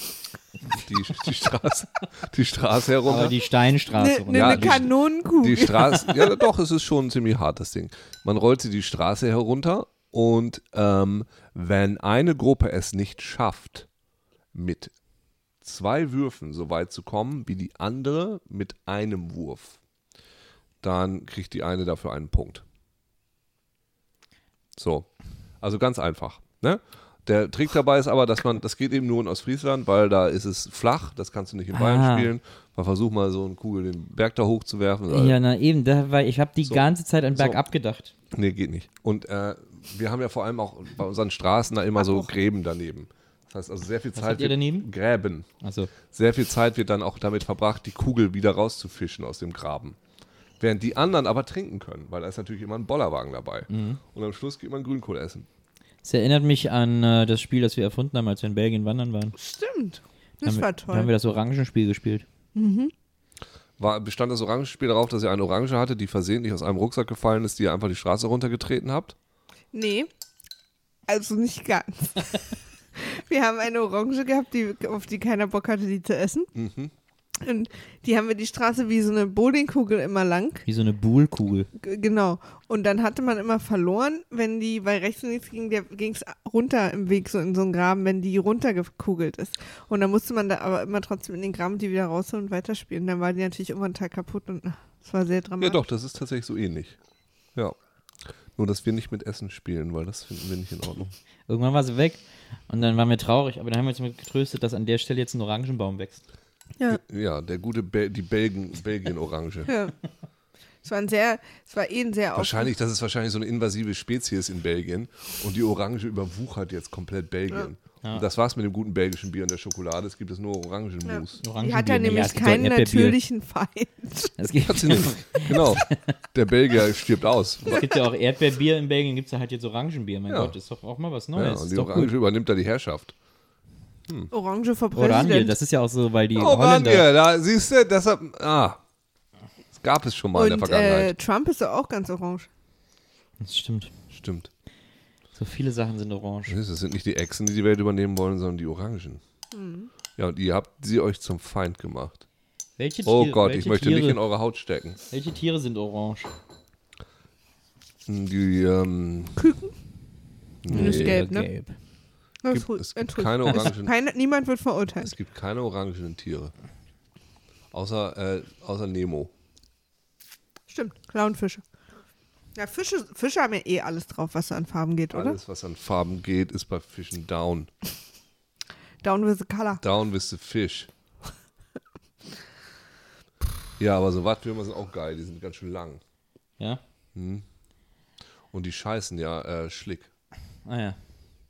die, die, Straße, die Straße herum.
Aber die Steinstraße.
Eine
runter.
ne,
Ja,
ne
die-
Kanonenkugel.
Die Straße, ja doch, es ist schon ziemlich hart, das Ding. Man rollte die Straße herunter und ähm, wenn eine Gruppe es nicht schafft, mit zwei Würfen so weit zu kommen wie die andere mit einem Wurf, dann kriegt die eine dafür einen Punkt. So. Also ganz einfach. Ne? Der Trick dabei ist aber, dass man, das geht eben nur in Ostfriesland, weil da ist es flach, das kannst du nicht in Bayern
Ah.
spielen. Man versucht mal so einen Kugel den Berg da hochzuwerfen. Äh,
Ja, na eben, da, weil ich habe die ganze Zeit an Bergab gedacht.
Nee, geht nicht. Und äh, wir haben ja vor allem auch bei unseren Straßen da immer so Gräben daneben. Das heißt also sehr viel Zeit.
habt ihr
wird-
daneben?
Gräben.
Also,
Sehr viel Zeit wird dann auch damit verbracht, die Kugel wieder rauszufischen aus dem Graben. Während die anderen aber trinken können, weil da ist natürlich immer ein Bollerwagen dabei.
Mhm.
Und am Schluss geht man Grünkohl essen.
es erinnert mich an äh, das Spiel, das wir erfunden haben, als wir in Belgien wandern waren.
Stimmt.
haben
Das
wir,
war
Da haben wir
toll.
das Orangenspiel gespielt.
War, bestand das Orangenspiel darauf, dass ihr eine Orange hatte, die versehentlich aus einem Rucksack gefallen ist, die ihr einfach die Straße runtergetreten habt?
Nee. Also
(laughs)
nicht ganz. wir haben eine Orange gehabt, die, auf die keiner Bock hatte, die zu essen.
Mhm.
Und die haben wir die Straße wie so eine Bowlingkugel immer lang.
Wie so eine Buhlkugel.
G- Genau. Und dann hatte man immer verloren, wenn die, weil rechts und links ging es runter im Weg, so in so einen Graben, wenn die runtergekugelt ist. Und dann musste man da aber immer trotzdem in den Graben die wieder rausholen und weiterspielen. Dann war die natürlich irgendwann total kaputt und es war sehr
ne?
Ja,
dramatisch.
doch, das ist tatsächlich so ähnlich. Ja. Nur, dass wir nicht mit Essen spielen, weil das finden wir nicht in Ordnung.
Irgendwann war sie weg und dann waren wir traurig, aber dann haben wir uns damit getröstet, dass an der Stelle jetzt ein Orangenbaum wächst.
Ja.
Ja, der gute Bel die Belgen
(laughs)
Belgien-Orange.
ja. äh, Es war ein sehr, es war eh ein sehr
wahrscheinlich, das ist wahrscheinlich so eine invasive Spezies in Belgien und die Orange überwuchert jetzt komplett Belgien. Und das war's mit dem guten belgischen Bier und der Schokolade. Es gibt jetzt nur Orangenmus.
Orangenbier,
Die hat ja
nee,
nämlich
es gibt
keinen
doch Erdbeerbier.
natürlichen Feind.
(laughs)
(laughs)
Es gibt,
Hat
(laughs)
sie nicht. Genau. Der Belgier stirbt aus.
es gibt ja auch Erdbeerbier in Belgien, gibt es ja halt jetzt Orangenbier. Mein
Ja.
Gott, ist doch auch mal was
Ja,
Neues.
und
ist
die
doch
Orange
gut.
übernimmt da die Herrschaft.
Orange vor Präsident.
Oranje, das ist ja auch so, weil die Holländer.
Orange, Oh, da siehst du, deshalb. Ah. Das gab es schon mal in der
und äh,
Vergangenheit.
Trump ist doch auch ganz orange.
Das stimmt.
Stimmt.
So viele Sachen sind orange.
Das sind nicht die Echsen, die die Welt übernehmen wollen, sondern die Orangen.
Mhm.
Ja, und ihr habt sie euch zum Feind gemacht.
Welche Tiere,
Oh Gott,
welche
ich möchte
Tiere,
nicht in eure Haut stecken.
Welche Tiere sind orange?
Die, ähm,
Küken?
nee,
ist gelb, ne? Das
Gibt,
hu-
es
ein
gibt
Hu-
keine orangen,
Keine, niemand wird verurteilt.
es gibt keine orangenen Tiere. Außer, äh, außer Nemo.
Stimmt, Clownfische. Ja, Fische, Fische haben ja eh alles drauf, was so an Farben geht, oder?
Alles, was an Farben geht, ist bei Fischen down.
Down with the color.
Down with
(laughs)
the fish. Ja, aber so Wattwürmer sind auch geil. Die sind ganz schön lang.
Ja?
Und die scheißen ja äh, schlick.
Ah ja.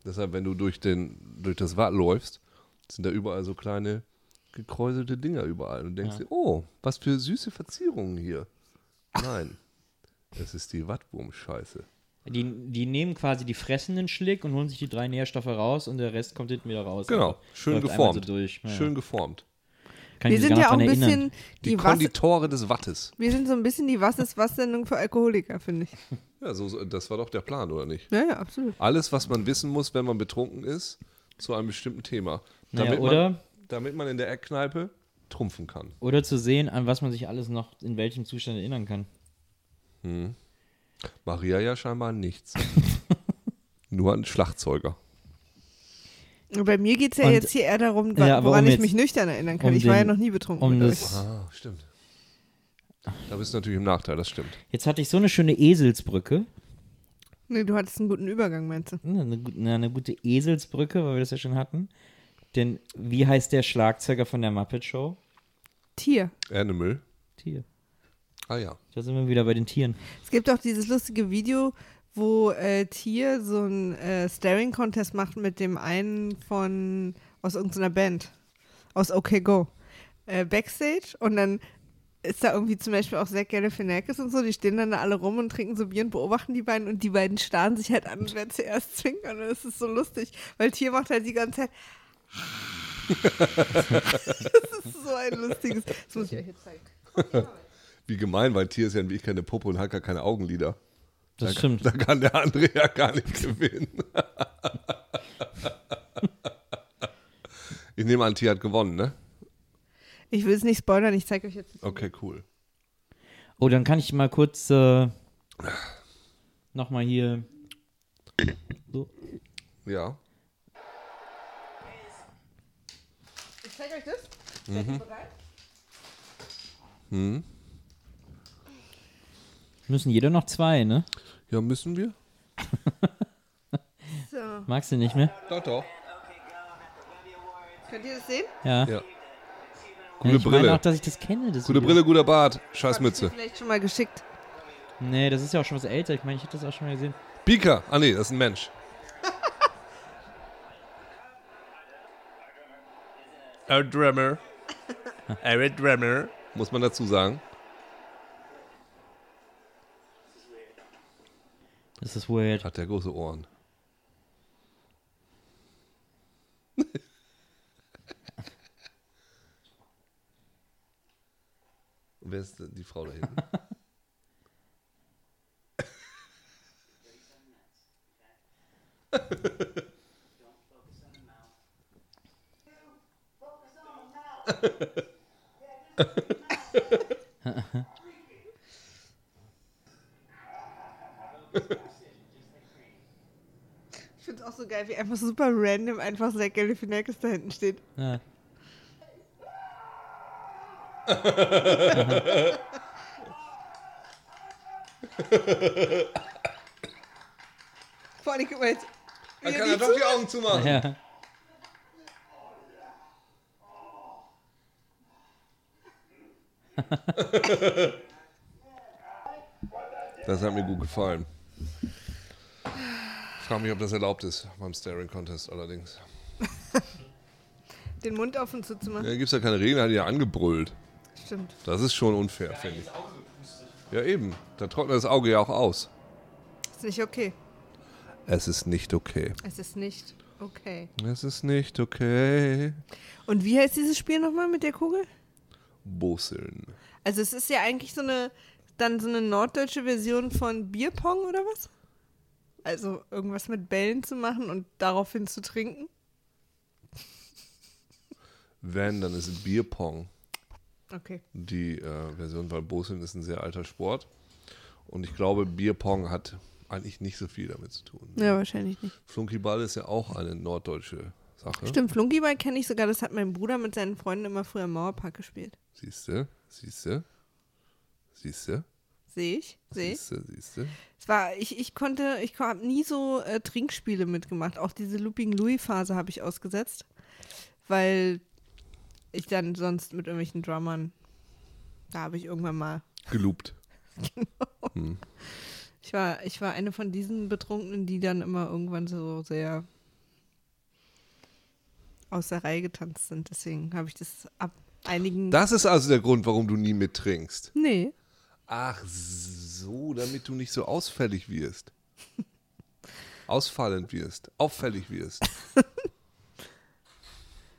Deshalb, wenn du durch, den, durch das Watt läufst, sind da überall so kleine gekräuselte Dinger überall. Und du denkst dir, oh, was für süße Verzierungen hier. Nein, es ist die Wattwurmscheiße.
Die, die nehmen quasi die fressenden Schlick und holen sich die drei Nährstoffe raus und der Rest kommt hinten wieder raus.
Genau,
Also
schön
läuft einmal
geformt.
So durch. Ja,
Schön
ja.
geformt.
Kann ich
Wir
mich
sind
gar
ja auch
noch
ein
dran
bisschen
Die,
die was,
Konditore des Wattes.
Wir sind so ein bisschen die Was ist was-Sendung für Alkoholiker, finde ich.
Ja, so, so, das war doch der Plan, oder nicht?
Ja, ja, absolut.
Alles, was man wissen muss, wenn man betrunken ist, zu einem bestimmten Thema.
Naja,
Man,
oder?
damit man in der Eckkneipe trumpfen kann.
Oder zu sehen, an was man sich alles noch in welchem Zustand erinnern kann.
Maria ja scheinbar an (laughs) nichts. Nur an Schlagzeuger.
Und bei mir geht es ja
Und-
jetzt hier eher darum,
Ja,
wa-
aber
woran
um
ich
jetzt-
mich nüchtern erinnern kann.
um
ich war ja
den-
noch nie betrunken.
Um
mit
das,
Ah, stimmt. Da bist du natürlich im Nachteil, das stimmt.
jetzt hatte ich so eine schöne Eselsbrücke.
euch. nee, du hattest einen guten Übergang, meinst du?
Hm, Eine, gut- eine, eine gute Eselsbrücke, weil wir das ja schon hatten. Denn wie heißt der Schlagzeuger von der Muppet Show?
Tier.
Animal.
Tier.
Ah ja.
Da sind wir wieder bei den Tieren.
Es gibt auch dieses lustige Video, wo äh, Tier so einen äh, Staring-Contest macht mit dem einen von aus irgendeiner Band. Aus OK Go. Äh, Backstage und dann ist da irgendwie zum Beispiel auch sehr gerne Finelkes und so, die stehen dann da alle rum und trinken so Bier und beobachten die beiden und die beiden starren sich halt an, wer zuerst trinkt und das ist so lustig, weil Tier macht halt die ganze Zeit (laughs) Das ist so ein lustiges, das muss ich euch jetzt zeigen.
Wie gemein, weil Tier ist ja in Wirklichkeit eine Puppe und hat gar keine Augenlider.
Das stimmt.
Da kann der andere ja gar nicht gewinnen. Ich nehme an, Tier hat gewonnen, ne?
Ich will es nicht spoilern, ich zeige euch jetzt.
Okay, cool.
Oh, dann kann ich mal kurz äh, nochmal hier. So.
Ja.
Ich zeige euch das. Seid
Mhm.
ihr bereit?
Müssen jeder noch zwei, ne?
Ja, müssen wir?
So,
Magst du nicht mehr?
Doch, doch.
könnt ihr das sehen?
Ja.
Ja.
ja.
Gute
ich
Brille.
meine auch, dass ich das kenne. Das
Gute
Video.
Brille, guter Bart, scheiß
Hab ich dir
Mütze.
vielleicht schon mal geschickt.
Nee, das ist ja auch schon was älter. Ich meine, ich hätte das auch schon mal gesehen.
Beaker. Ah, nee, das ist ein Mensch. A (laughs) Drummer. A Drummer. Muss man dazu sagen.
Das ist weird.
Hat der große Ohren. (laughs) Und wer ist denn die Frau da hinten?
Ich finde es auch so geil, wie einfach super random einfach Zach Galifianakis da hinten steht.
Ja.
Vor allem, guck mal jetzt. wie
Dann
er
kann
die
er doch die Augen zumachen.
ja.
Das hat mir gut gefallen. Ich frage mich, ob das erlaubt ist beim Staring Contest allerdings.
zu- Den Mund auf und zu zu machen.
Ja, gibt es ja keine Regeln, hat die ja angebrüllt.
Stimmt.
Das ist schon unfair, finde ich. Ja, eben. Da trocknet das Auge ja auch aus.
Ist nicht okay.
Es ist nicht okay.
Es ist nicht okay.
Es ist nicht okay.
Und wie heißt dieses Spiel nochmal mit der Kugel?
Busseln.
Also es ist ja eigentlich so eine, dann so eine norddeutsche Version von Bierpong oder was? Also irgendwas mit Bällen zu machen und daraufhin zu trinken.
Wenn, dann ist Bierpong
Okay.
die äh, Version, weil Busseln ist ein sehr alter Sport. Und ich glaube, Bierpong hat eigentlich nicht so viel damit zu tun.
Ja, wahrscheinlich nicht.
Flunkyball ist ja auch eine norddeutsche Sache.
Stimmt, Flunkyball kenne ich sogar, das hat mein Bruder mit seinen Freunden immer früher im Mauerpark gespielt.
Siehste, siehste, siehste,
Sehe ich, sehe ich.
siehste, siehste.
Es war, ich, ich konnte, ich habe nie so äh, Trinkspiele mitgemacht. Auch diese Looping Louis-Phase habe ich ausgesetzt, weil ich dann sonst mit irgendwelchen Drummern, da habe ich irgendwann mal,
Geloopt.
ich war, ich war eine von diesen Betrunkenen, die dann immer irgendwann so sehr aus der Reihe getanzt sind. Deswegen habe ich das ab einigen.
Das ist also der Grund, warum du nie mittrinkst.
nee,
Ach so, damit du nicht so ausfällig wirst. (laughs) Ausfallend wirst, auffällig wirst. (laughs)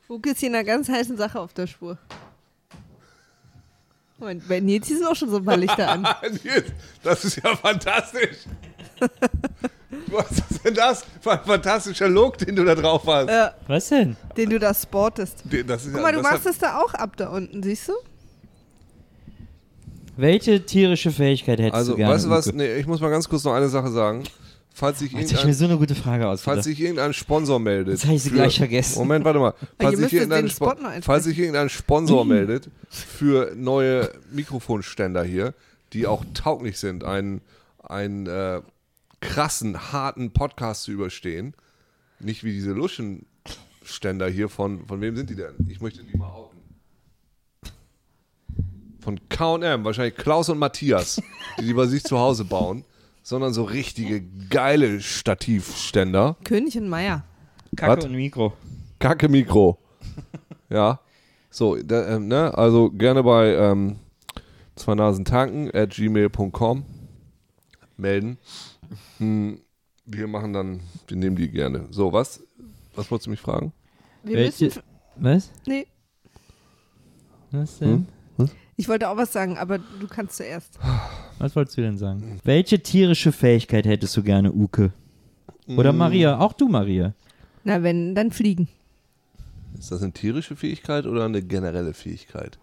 Wuck ist hier einer ganz heißen Sache auf der Spur. Und bei Nils sind auch schon so ein paar Lichter
(laughs)
an.
Nils, das ist ja (laughs) fantastisch. Was ist denn das für ein fantastischer Look, den du da drauf hast?
Was denn?
den du da sportest.
Das ist
Guck
ja-
mal, du
das
machst
hat-
es da auch ab da unten, siehst du?
Welche tierische Fähigkeit hättest
Also,
du gerne?
weißt du was?
Uke?
Nee, ich muss mal ganz kurz noch eine Sache sagen. Falls ich
Jetzt hab ich mir
irgendein,
so eine gute Frage ausgedacht.
falls sich irgendein Sponsor meldet.
Jetzt hab ich sie
für-
gleich vergessen.
Moment,
(laughs)
warte mal. Falls
ihr
sich
müsst
irgendein,
den Mhm. Spot noch
Spo
einsprechen.
falls sich irgendein Sponsor meldet für neue Mikrofonständer hier, die auch tauglich sind, einen, einen äh, krassen, harten Podcast zu überstehen. Nicht wie diese Luschen-Ständer hier von, von wem sind die denn? Ich möchte die mal outen. Von K&M, wahrscheinlich Klaus und Matthias, die die bei sich zu Hause bauen, sondern so richtige geile Stativständer.
König und Meier.
Kacke
was?
und Mikro.
Kacke Mikro. ja. So, da, ähm, ne? also gerne bei ähm, Zwei Nasen tanken at gmail.com. Melden. Hm, wir machen dann, wir nehmen die gerne. So, was? Was wolltest du mich fragen?
Wir
Welche-
müssen.
Was?
Nee,
Was denn?
Hm?
ich wollte auch was sagen, aber du kannst zuerst.
Was wolltest du denn sagen? Welche tierische Fähigkeit hättest du gerne, Uke? Oder
Hm.
Maria? Auch du, Maria.
Na, wenn, dann fliegen.
Ist das eine tierische Fähigkeit oder eine generelle Fähigkeit?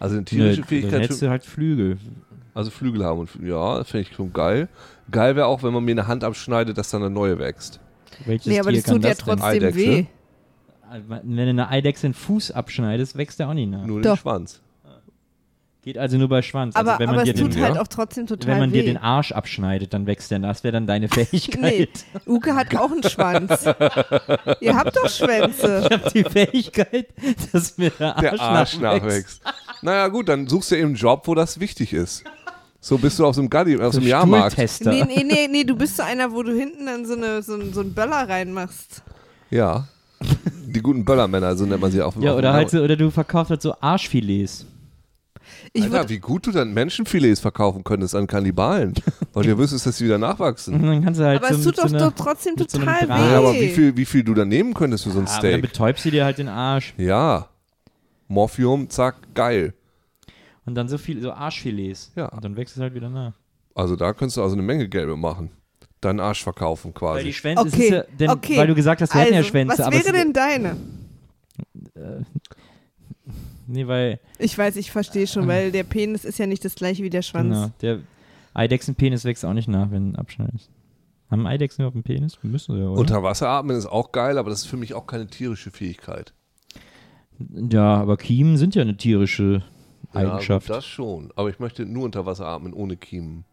Also eine
Nö,
tierische
Dann
Fähigkeit,
hättest du
für,
halt Flügel.
also Flügel haben und ja, das finde ich schon geil. Geil wäre auch, wenn man mir eine Hand abschneidet, dass dann eine neue wächst.
Welches
Nee, aber
Tier
das tut
kann
ja
das denn? ne? Äh,
trotzdem
Eidechse?
weh.
Wenn du eine Eidechse den Fuß abschneidest, wächst der auch nicht nach.
Nur den
Doch.
Schwanz.
Geht also nur bei Schwanz.
Aber,
also wenn man
aber
dir
es tut
den,
Ja.
halt auch trotzdem total
wenn man
weh.
dir den Arsch abschneidet, dann wächst der nach. Das wäre dann
(laughs)
deine
Nee,
Fähigkeit.
Uke hat auch einen
(laughs)
Schwanz. Ihr habt doch Schwänze.
Ich habe die Fähigkeit, dass mir der Arsch,
Der Arsch nachwächst. Naja, gut, dann suchst du eben einen Job, wo das wichtig ist. So bist du auf so einem Gulli, auf so einem Jahrmarkt.
Stuhltester.
Nee, nee, nee, nee, du bist so einer, wo du hinten dann so, eine, so, ein- so einen Böller reinmachst.
Ja. Die guten Böllermänner, so nennt man sie auch.
Ja, oder
auf dem
halt
Jahrmarkt.
so, oder du verkaufst halt so Arschfilets.
Ich
Alter,
würde
wie gut du dann Menschenfilets verkaufen könntest
(laughs)
an Kannibalen, weil du ja wüsstest, dass sie wieder nachwachsen.
Und dann kannst du halt
aber
so,
es tut
so
doch,
eine,
doch trotzdem
mit so einem
total
Draht.
weh.
Ja, aber wie viel, wie viel du dann nehmen könntest für so ein
Ah, aber dann
Steak?
betäubst du dir halt den Arsch.
Ja. Morphium, zack, geil.
Und dann so viel, so Arschfilets.
Ja.
Und dann wächst es halt wieder nach.
Also da könntest du also eine Menge Gelbe machen. Deinen Arsch verkaufen
Weil die
quasi.
Schwänze, es ist
Okay,
ja, denn,
okay.
weil du gesagt hast, wir
also,
hätten ja Schwänze.
was
aber
wäre
es,
denn deine?
Nee, weil,
Ich weiß, ich verstehe schon, weil der Penis ist ja nicht das gleiche wie der Schwanz.
Ah. genau, der Eidechsenpenis wächst auch nicht nach, wenn du abschneidest. Haben Eidechsen überhaupt einen Penis? Müssen sie ja, oder?
Unter Wasser atmen ist auch geil, aber das ist für mich auch keine tierische Fähigkeit.
ja, aber Kiemen sind ja eine tierische Eigenschaft.
Ja, gut, das schon. Aber ich möchte nur unter Wasser atmen, ohne Kiemen.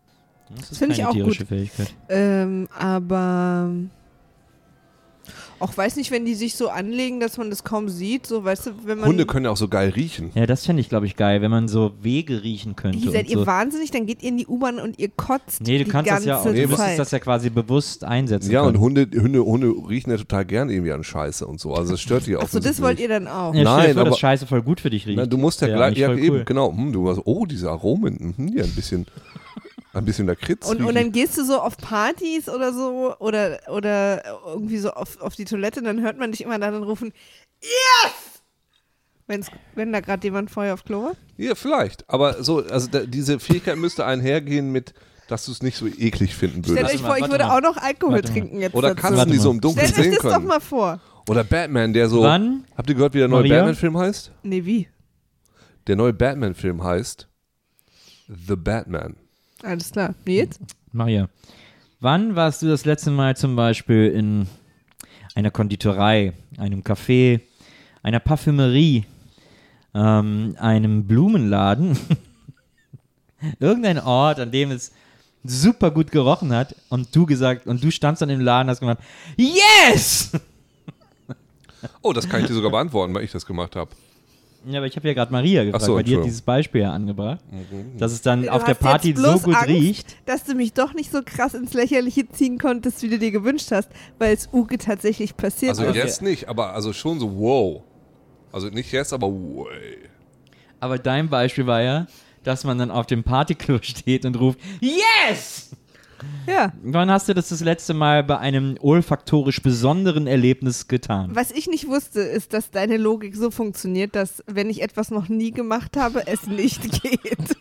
das ist
find ich
keine
auch
tierische
gut.
Fähigkeit.
Ähm, aber auch weiß nicht, wenn die sich so anlegen, dass man das kaum sieht, so weißt du, wenn man
Hunde können ja auch so geil riechen.
Ja, das fände ich, glaube ich, geil, wenn man so Wege riechen könnte.
Ihr seid
und so.
ihr wahnsinnig, dann geht ihr in die U-Bahn und ihr kotzt
Nee, du
die
kannst das
ganze
ja auch, du müsstest
Zeit.
das ja quasi bewusst einsetzen.
Ja, und
können.
Hunde, Hunde, Hunde riechen ja total gern irgendwie an Scheiße und so. Also das stört
(laughs)
die auch.
Achso, das wollt ihr dann auch.
Ja, stell dir
Nein,
vor,
aber-
dass Scheiße voll gut für dich riecht.
Na, du musst ja
Wär
gleich,
eigentlich
ja
voll
eben,
cool.
genau. Hm, du hast, oh, diese Aromen. Hm, ja, ein bisschen, ein bisschen Lakritz.
Und,
riechen.
und dann gehst du so auf Partys oder so oder, oder irgendwie so auf, auf die Toilette und dann hört man dich immer dann rufen, yes! Wenn's, wenn da gerade jemand vorher auf Klo war.
Ja, vielleicht. Aber so, also da, diese Fähigkeit müsste einhergehen mit, dass du es nicht so eklig finden
Stellt
würdest.
euch
mal,
vor, ich
warte
würde
mal.
auch noch Alkohol
Warte mal.
trinken jetzt
Oder
dazu.
Katzen,
Warte
die
mal.
so im Dunkeln
Stellt euch
sehen
das doch
können.
mal vor.
Oder Batman, der so.
Wann?
Habt ihr gehört, wie der neue
Maria?
Batman-Film heißt?
Nee, wie?
Der neue Batman-Film heißt The Batman.
Alles klar. Nils?
Maria, wann warst du das letzte Mal zum Beispiel in einer Konditorei, einem Café, einer Parfümerie, ähm, einem Blumenladen, (laughs) irgendein Ort, an dem es super gut gerochen hat und du gesagt und du standst dann im Laden und hast gemacht, yes!
Oh, das kann ich dir sogar beantworten, weil ich das gemacht habe.
Ja, aber ich habe ja gerade Maria gefragt,
so,
weil die hat
Entschuldigung. Mhm.
dieses Beispiel ja angebracht, dass es dann
Du
auf der
hast
Party
jetzt
so
bloß
gut
Angst,
riecht.
Dass du mich doch nicht so krass ins Lächerliche ziehen konntest, wie du dir gewünscht hast, weil es Uke tatsächlich passiert
Also
ist.
jetzt nicht, aber also schon so wow. Also nicht jetzt, aber wow.
Aber dein Beispiel war ja, dass man dann auf dem Partyklo (laughs) steht und ruft, yes!
Ja.
Wann hast du das das letzte Mal bei einem olfaktorisch besonderen Erlebnis getan?
Was ich nicht wusste, ist, dass deine Logik so funktioniert, dass wenn ich etwas noch nie gemacht habe, es nicht (laughs) geht.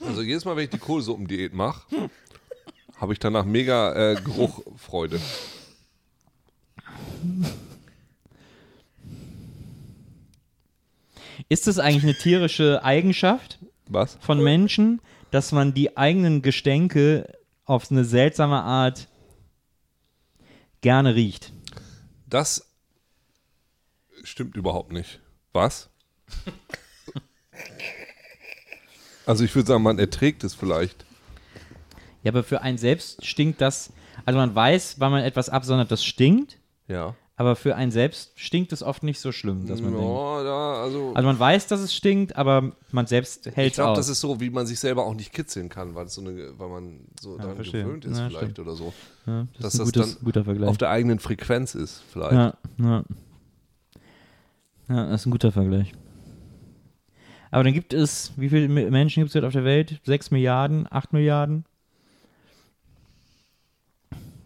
Also jedes Mal, wenn ich die Kohlsuppendiät mache, habe ich danach mega äh, Geruchfreude.
Ist das eigentlich eine tierische Eigenschaft
Was?
von Menschen, dass man die eigenen Gestänke auf eine seltsame Art gerne riecht?
Das stimmt überhaupt nicht. Was? Also ich würde sagen, man erträgt es vielleicht.
Ja, aber für einen selbst stinkt das, also man weiß, wann man etwas absondert, das stinkt,
Ja.
aber für einen selbst stinkt es oft nicht so schlimm, dass man denkt.
Ja, da, also,
Also man weiß, dass es stinkt, aber man selbst hält
ich
es aus.
glaube, das ist so, wie man sich selber auch nicht kitzeln kann, weil, es so eine, weil man so daran
verstehe.
gewöhnt ist
Ja,
vielleicht
stimmt.
oder so.
ja, ne? das
dass
ist ein
das
gutes,
dann
guter Vergleich.
Auf der eigenen Frequenz ist vielleicht.
ja, ja. ja, das ist ein guter Vergleich. Aber dann gibt es, wie viele Mi- Menschen gibt es heute auf der Welt? Sechs Milliarden, acht Milliarden?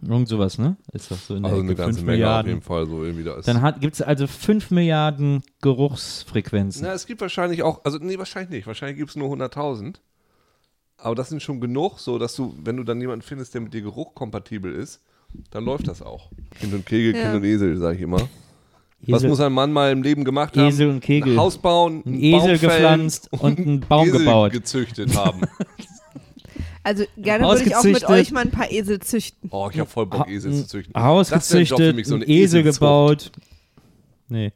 Irgend sowas, ne? Ist doch so in der
Also
Ecke.
eine ganze
Fünf
Menge auf
Milliarden.
jeden Fall, so irgendwie da ist.
Dann gibt es also fünf Milliarden Geruchsfrequenzen.
Na, es gibt wahrscheinlich auch, also nee, wahrscheinlich nicht. Wahrscheinlich gibt es nur 100.000. Aber das sind schon genug, so dass du, wenn du dann jemanden findest, der mit dir Geruch kompatibel ist, dann läuft das auch. Kind und Kegel,
Ja.
Kind und Esel, sage ich immer. Was
Esel-
muss ein Mann mal im Leben gemacht haben?
Esel und Kegel.
Ein Haus bauen,
Ein
einen
Esel
Baum fällen
gepflanzt und einen Baum
Esel
gebaut. (laughs)
gezüchtet haben.
Also gerne würde ich auch mit
Ausgezüchtet.
euch mal ein paar Esel züchten.
Oh, ich habe voll Bock, Esel zu züchten.
Ein Haus
Das wär ein Job
gezüchtet,
für mich, so
ein
eine
hm, Esel
Eselzucht.
gebaut. Nee.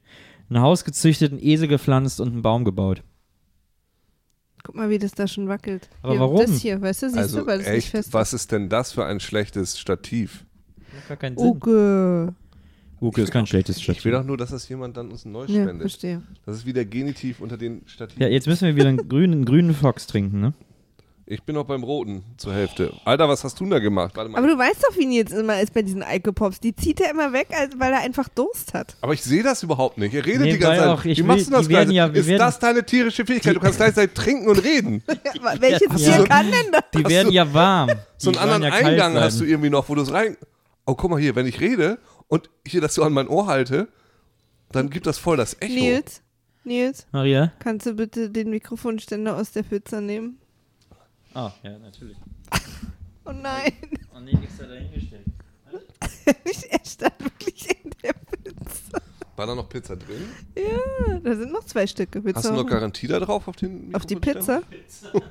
Ein Haus gezüchtet, ein Esel gepflanzt und einen Baum gebaut.
Guck mal, wie das da schon wackelt.
Aber
hier,
warum?
Das hier, weißt du, siehst
Also
du, weil das nicht
echt,
fest ist.
was ist denn das für ein schlechtes Stativ?
Gar keinen
Uke.
Uke ist kein schlechtes
Oh Ich will
Stativ.
doch nur, dass das jemand dann uns neu
Ja,
spendet.
verstehe.
das ist wie der Genitiv unter den Stativen.
Ja, jetzt müssen wir wieder einen grünen, einen grünen Fox trinken, ne?
Ich bin noch beim Roten zur Hälfte. Alter, was hast du denn da gemacht? Warte mal.
Aber
Aber,
du weißt doch, wie Nils immer ist bei diesen Alkopops. Die zieht er immer weg, als- weil er einfach Durst hat. (laughs)
ich sehe das überhaupt nicht. Ihr redet
Nee,
die
weil
ganze Zeit.
auch, ich
Wie
will-
machst du das
die werden
gleichzeitig?
ja- wir
Ist
werden-
das deine tierische Fähigkeit? Du kannst gleichzeitig trinken und
(laughs)
reden.
Ja, aber welches
Ja.
Tier
So-
kann denn das?
Die
Hast
werden
du-
ja warm.
(laughs) So einen
Die sollen
anderen
ja kalt
Eingang hast du
bleiben.
irgendwie noch, wo du es rein. Oh, guck mal hier, wenn ich rede und hier das so an mein Ohr halte, dann gibt das voll das Echo.
Nils, Nils,
Maria?
kannst du bitte den Mikrofonständer aus der Pfütze nehmen?
Ah, ja, natürlich.
Oh nein, (laughs)
Oh nee, extra dahingestellt.
nicht er stand wirklich in der Pfütze.
War da noch Pizza drin?
Ja, da sind noch zwei Stücke. Willst
Hast du
noch-
noch Garantie da drauf auf den
auf die
Mikrofonständer?
Pizza? (laughs)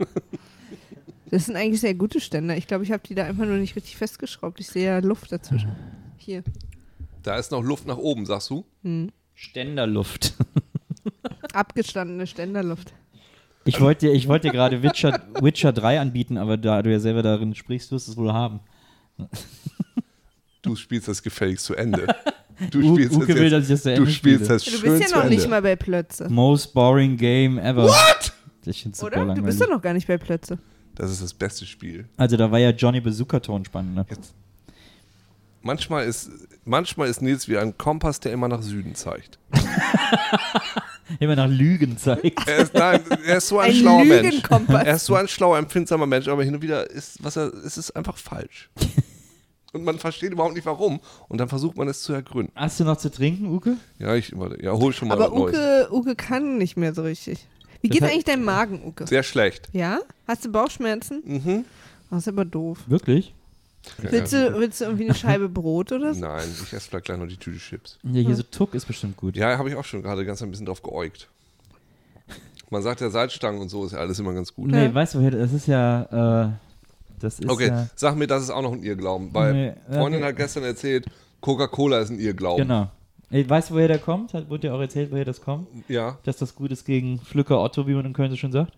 Das sind eigentlich sehr gute Ständer. Ich glaube, ich habe die da einfach nur nicht richtig festgeschraubt. Ich sehe ja Luft dazwischen. Hier.
Da ist noch Luft nach oben, sagst du?
Ständerluft. (laughs)
Abgestandene Ständerluft.
Ich wollte dir, ich wollte dir gerade Witcher, Witcher 3 anbieten, aber da du ja selber darin sprichst, wirst du es wohl haben.
Du spielst das gefälligst zu
(laughs)
Ende. Du
U-
spielst
Uke
das
will,
jetzt,
dass ich das zu
du
Ende
spielst
spiele.
das
Du
schön
bist
zu
ja noch
Ende.
nicht mal bei Plötze.
Most boring game ever. What? Das ist super
Oder? Du
langweilig.
bist doch noch gar nicht bei Plötze.
Das ist das beste Spiel.
Also da war ja Johnny Bazookaton spannend, ne?
Jetzt. Manchmal ist, manchmal ist Nils wie ein Kompass, der immer nach Süden zeigt.
Immer nach Lügen
(laughs)
zeigt.
Er ist, nein, er ist so ein,
Ein
schlauer Mensch.
Lügenkompass.
Er ist so ein schlauer, empfindsamer Mensch, aber hin und wieder ist, was er, ist es einfach
(laughs)
falsch. Und man versteht überhaupt nicht warum. Und dann versucht man es zu ergründen.
Hast du noch zu trinken, Uke?
Ja, ich warte, ja, hol schon mal
Aber
was Neues.
Uke, Uke kann nicht mehr so richtig. Wie geht
hat-
eigentlich deinem Magen, Uke?
Sehr schlecht.
Ja? Hast du Bauchschmerzen? Mhm. Das ist aber doof.
Wirklich?
Willst du, willst du irgendwie
(laughs)
eine Scheibe Brot oder so?
Nein, ich esse vielleicht gleich noch die Tüte Chips.
Ja,
Hm.
hier so Tuck ist bestimmt gut.
Ja, habe ich auch schon gerade ganz ein bisschen drauf geäugt. Man sagt ja Salzstangen und so ist ja alles immer ganz gut.
Nee,
Ja.
weißt du, das ist ja, äh, das ist
Okay,
ja,
sag mir, das ist auch noch ein Irrglauben, weil
Nee, okay.
Freundin hat gestern erzählt, Coca-Cola ist ein Irrglauben.
genau. Ey, Weißt du, woher der kommt? Hat, wurde dir auch erzählt, woher das kommt?
Ja,
Dass das gut ist gegen Flücker Otto, wie man in Köln so schön sagt?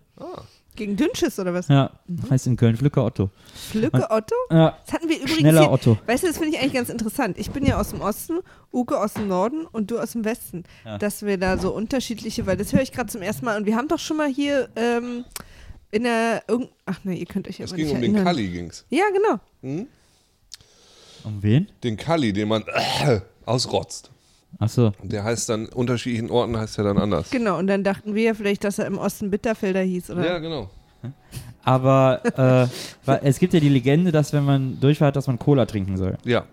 Gegen Dünnschiss oder was?
Ja, heißt in Köln Flücker Otto.
Flücke Otto?
Ja,
Das hatten wir übrigens.
Schneller
hier,
Otto.
Weißt du, das finde ich eigentlich ganz interessant. Ich bin ja aus dem Osten, Uke aus dem Norden und du aus dem Westen. Dass wir da so unterschiedliche, weil das höre ich gerade zum ersten Mal. Und wir haben doch schon mal hier ähm, in der. irgend- Ach ne, ihr könnt euch ja
es
mal
ging
nicht
um den
erinnern.
Kalli, ging's.
Ja, genau.
um wen?
Den Kalli, den man (coughs) ausrotzt.
Achso,
Der heißt dann, unterschiedlichen Orten heißt er dann anders.
Genau. Und dann dachten wir ja vielleicht, dass er im Osten Bitterfelder hieß, oder?
Ja, genau.
aber
(laughs)
äh, weil es gibt ja die Legende, dass wenn man Durchfall hat, dass man Cola trinken soll.
Ja,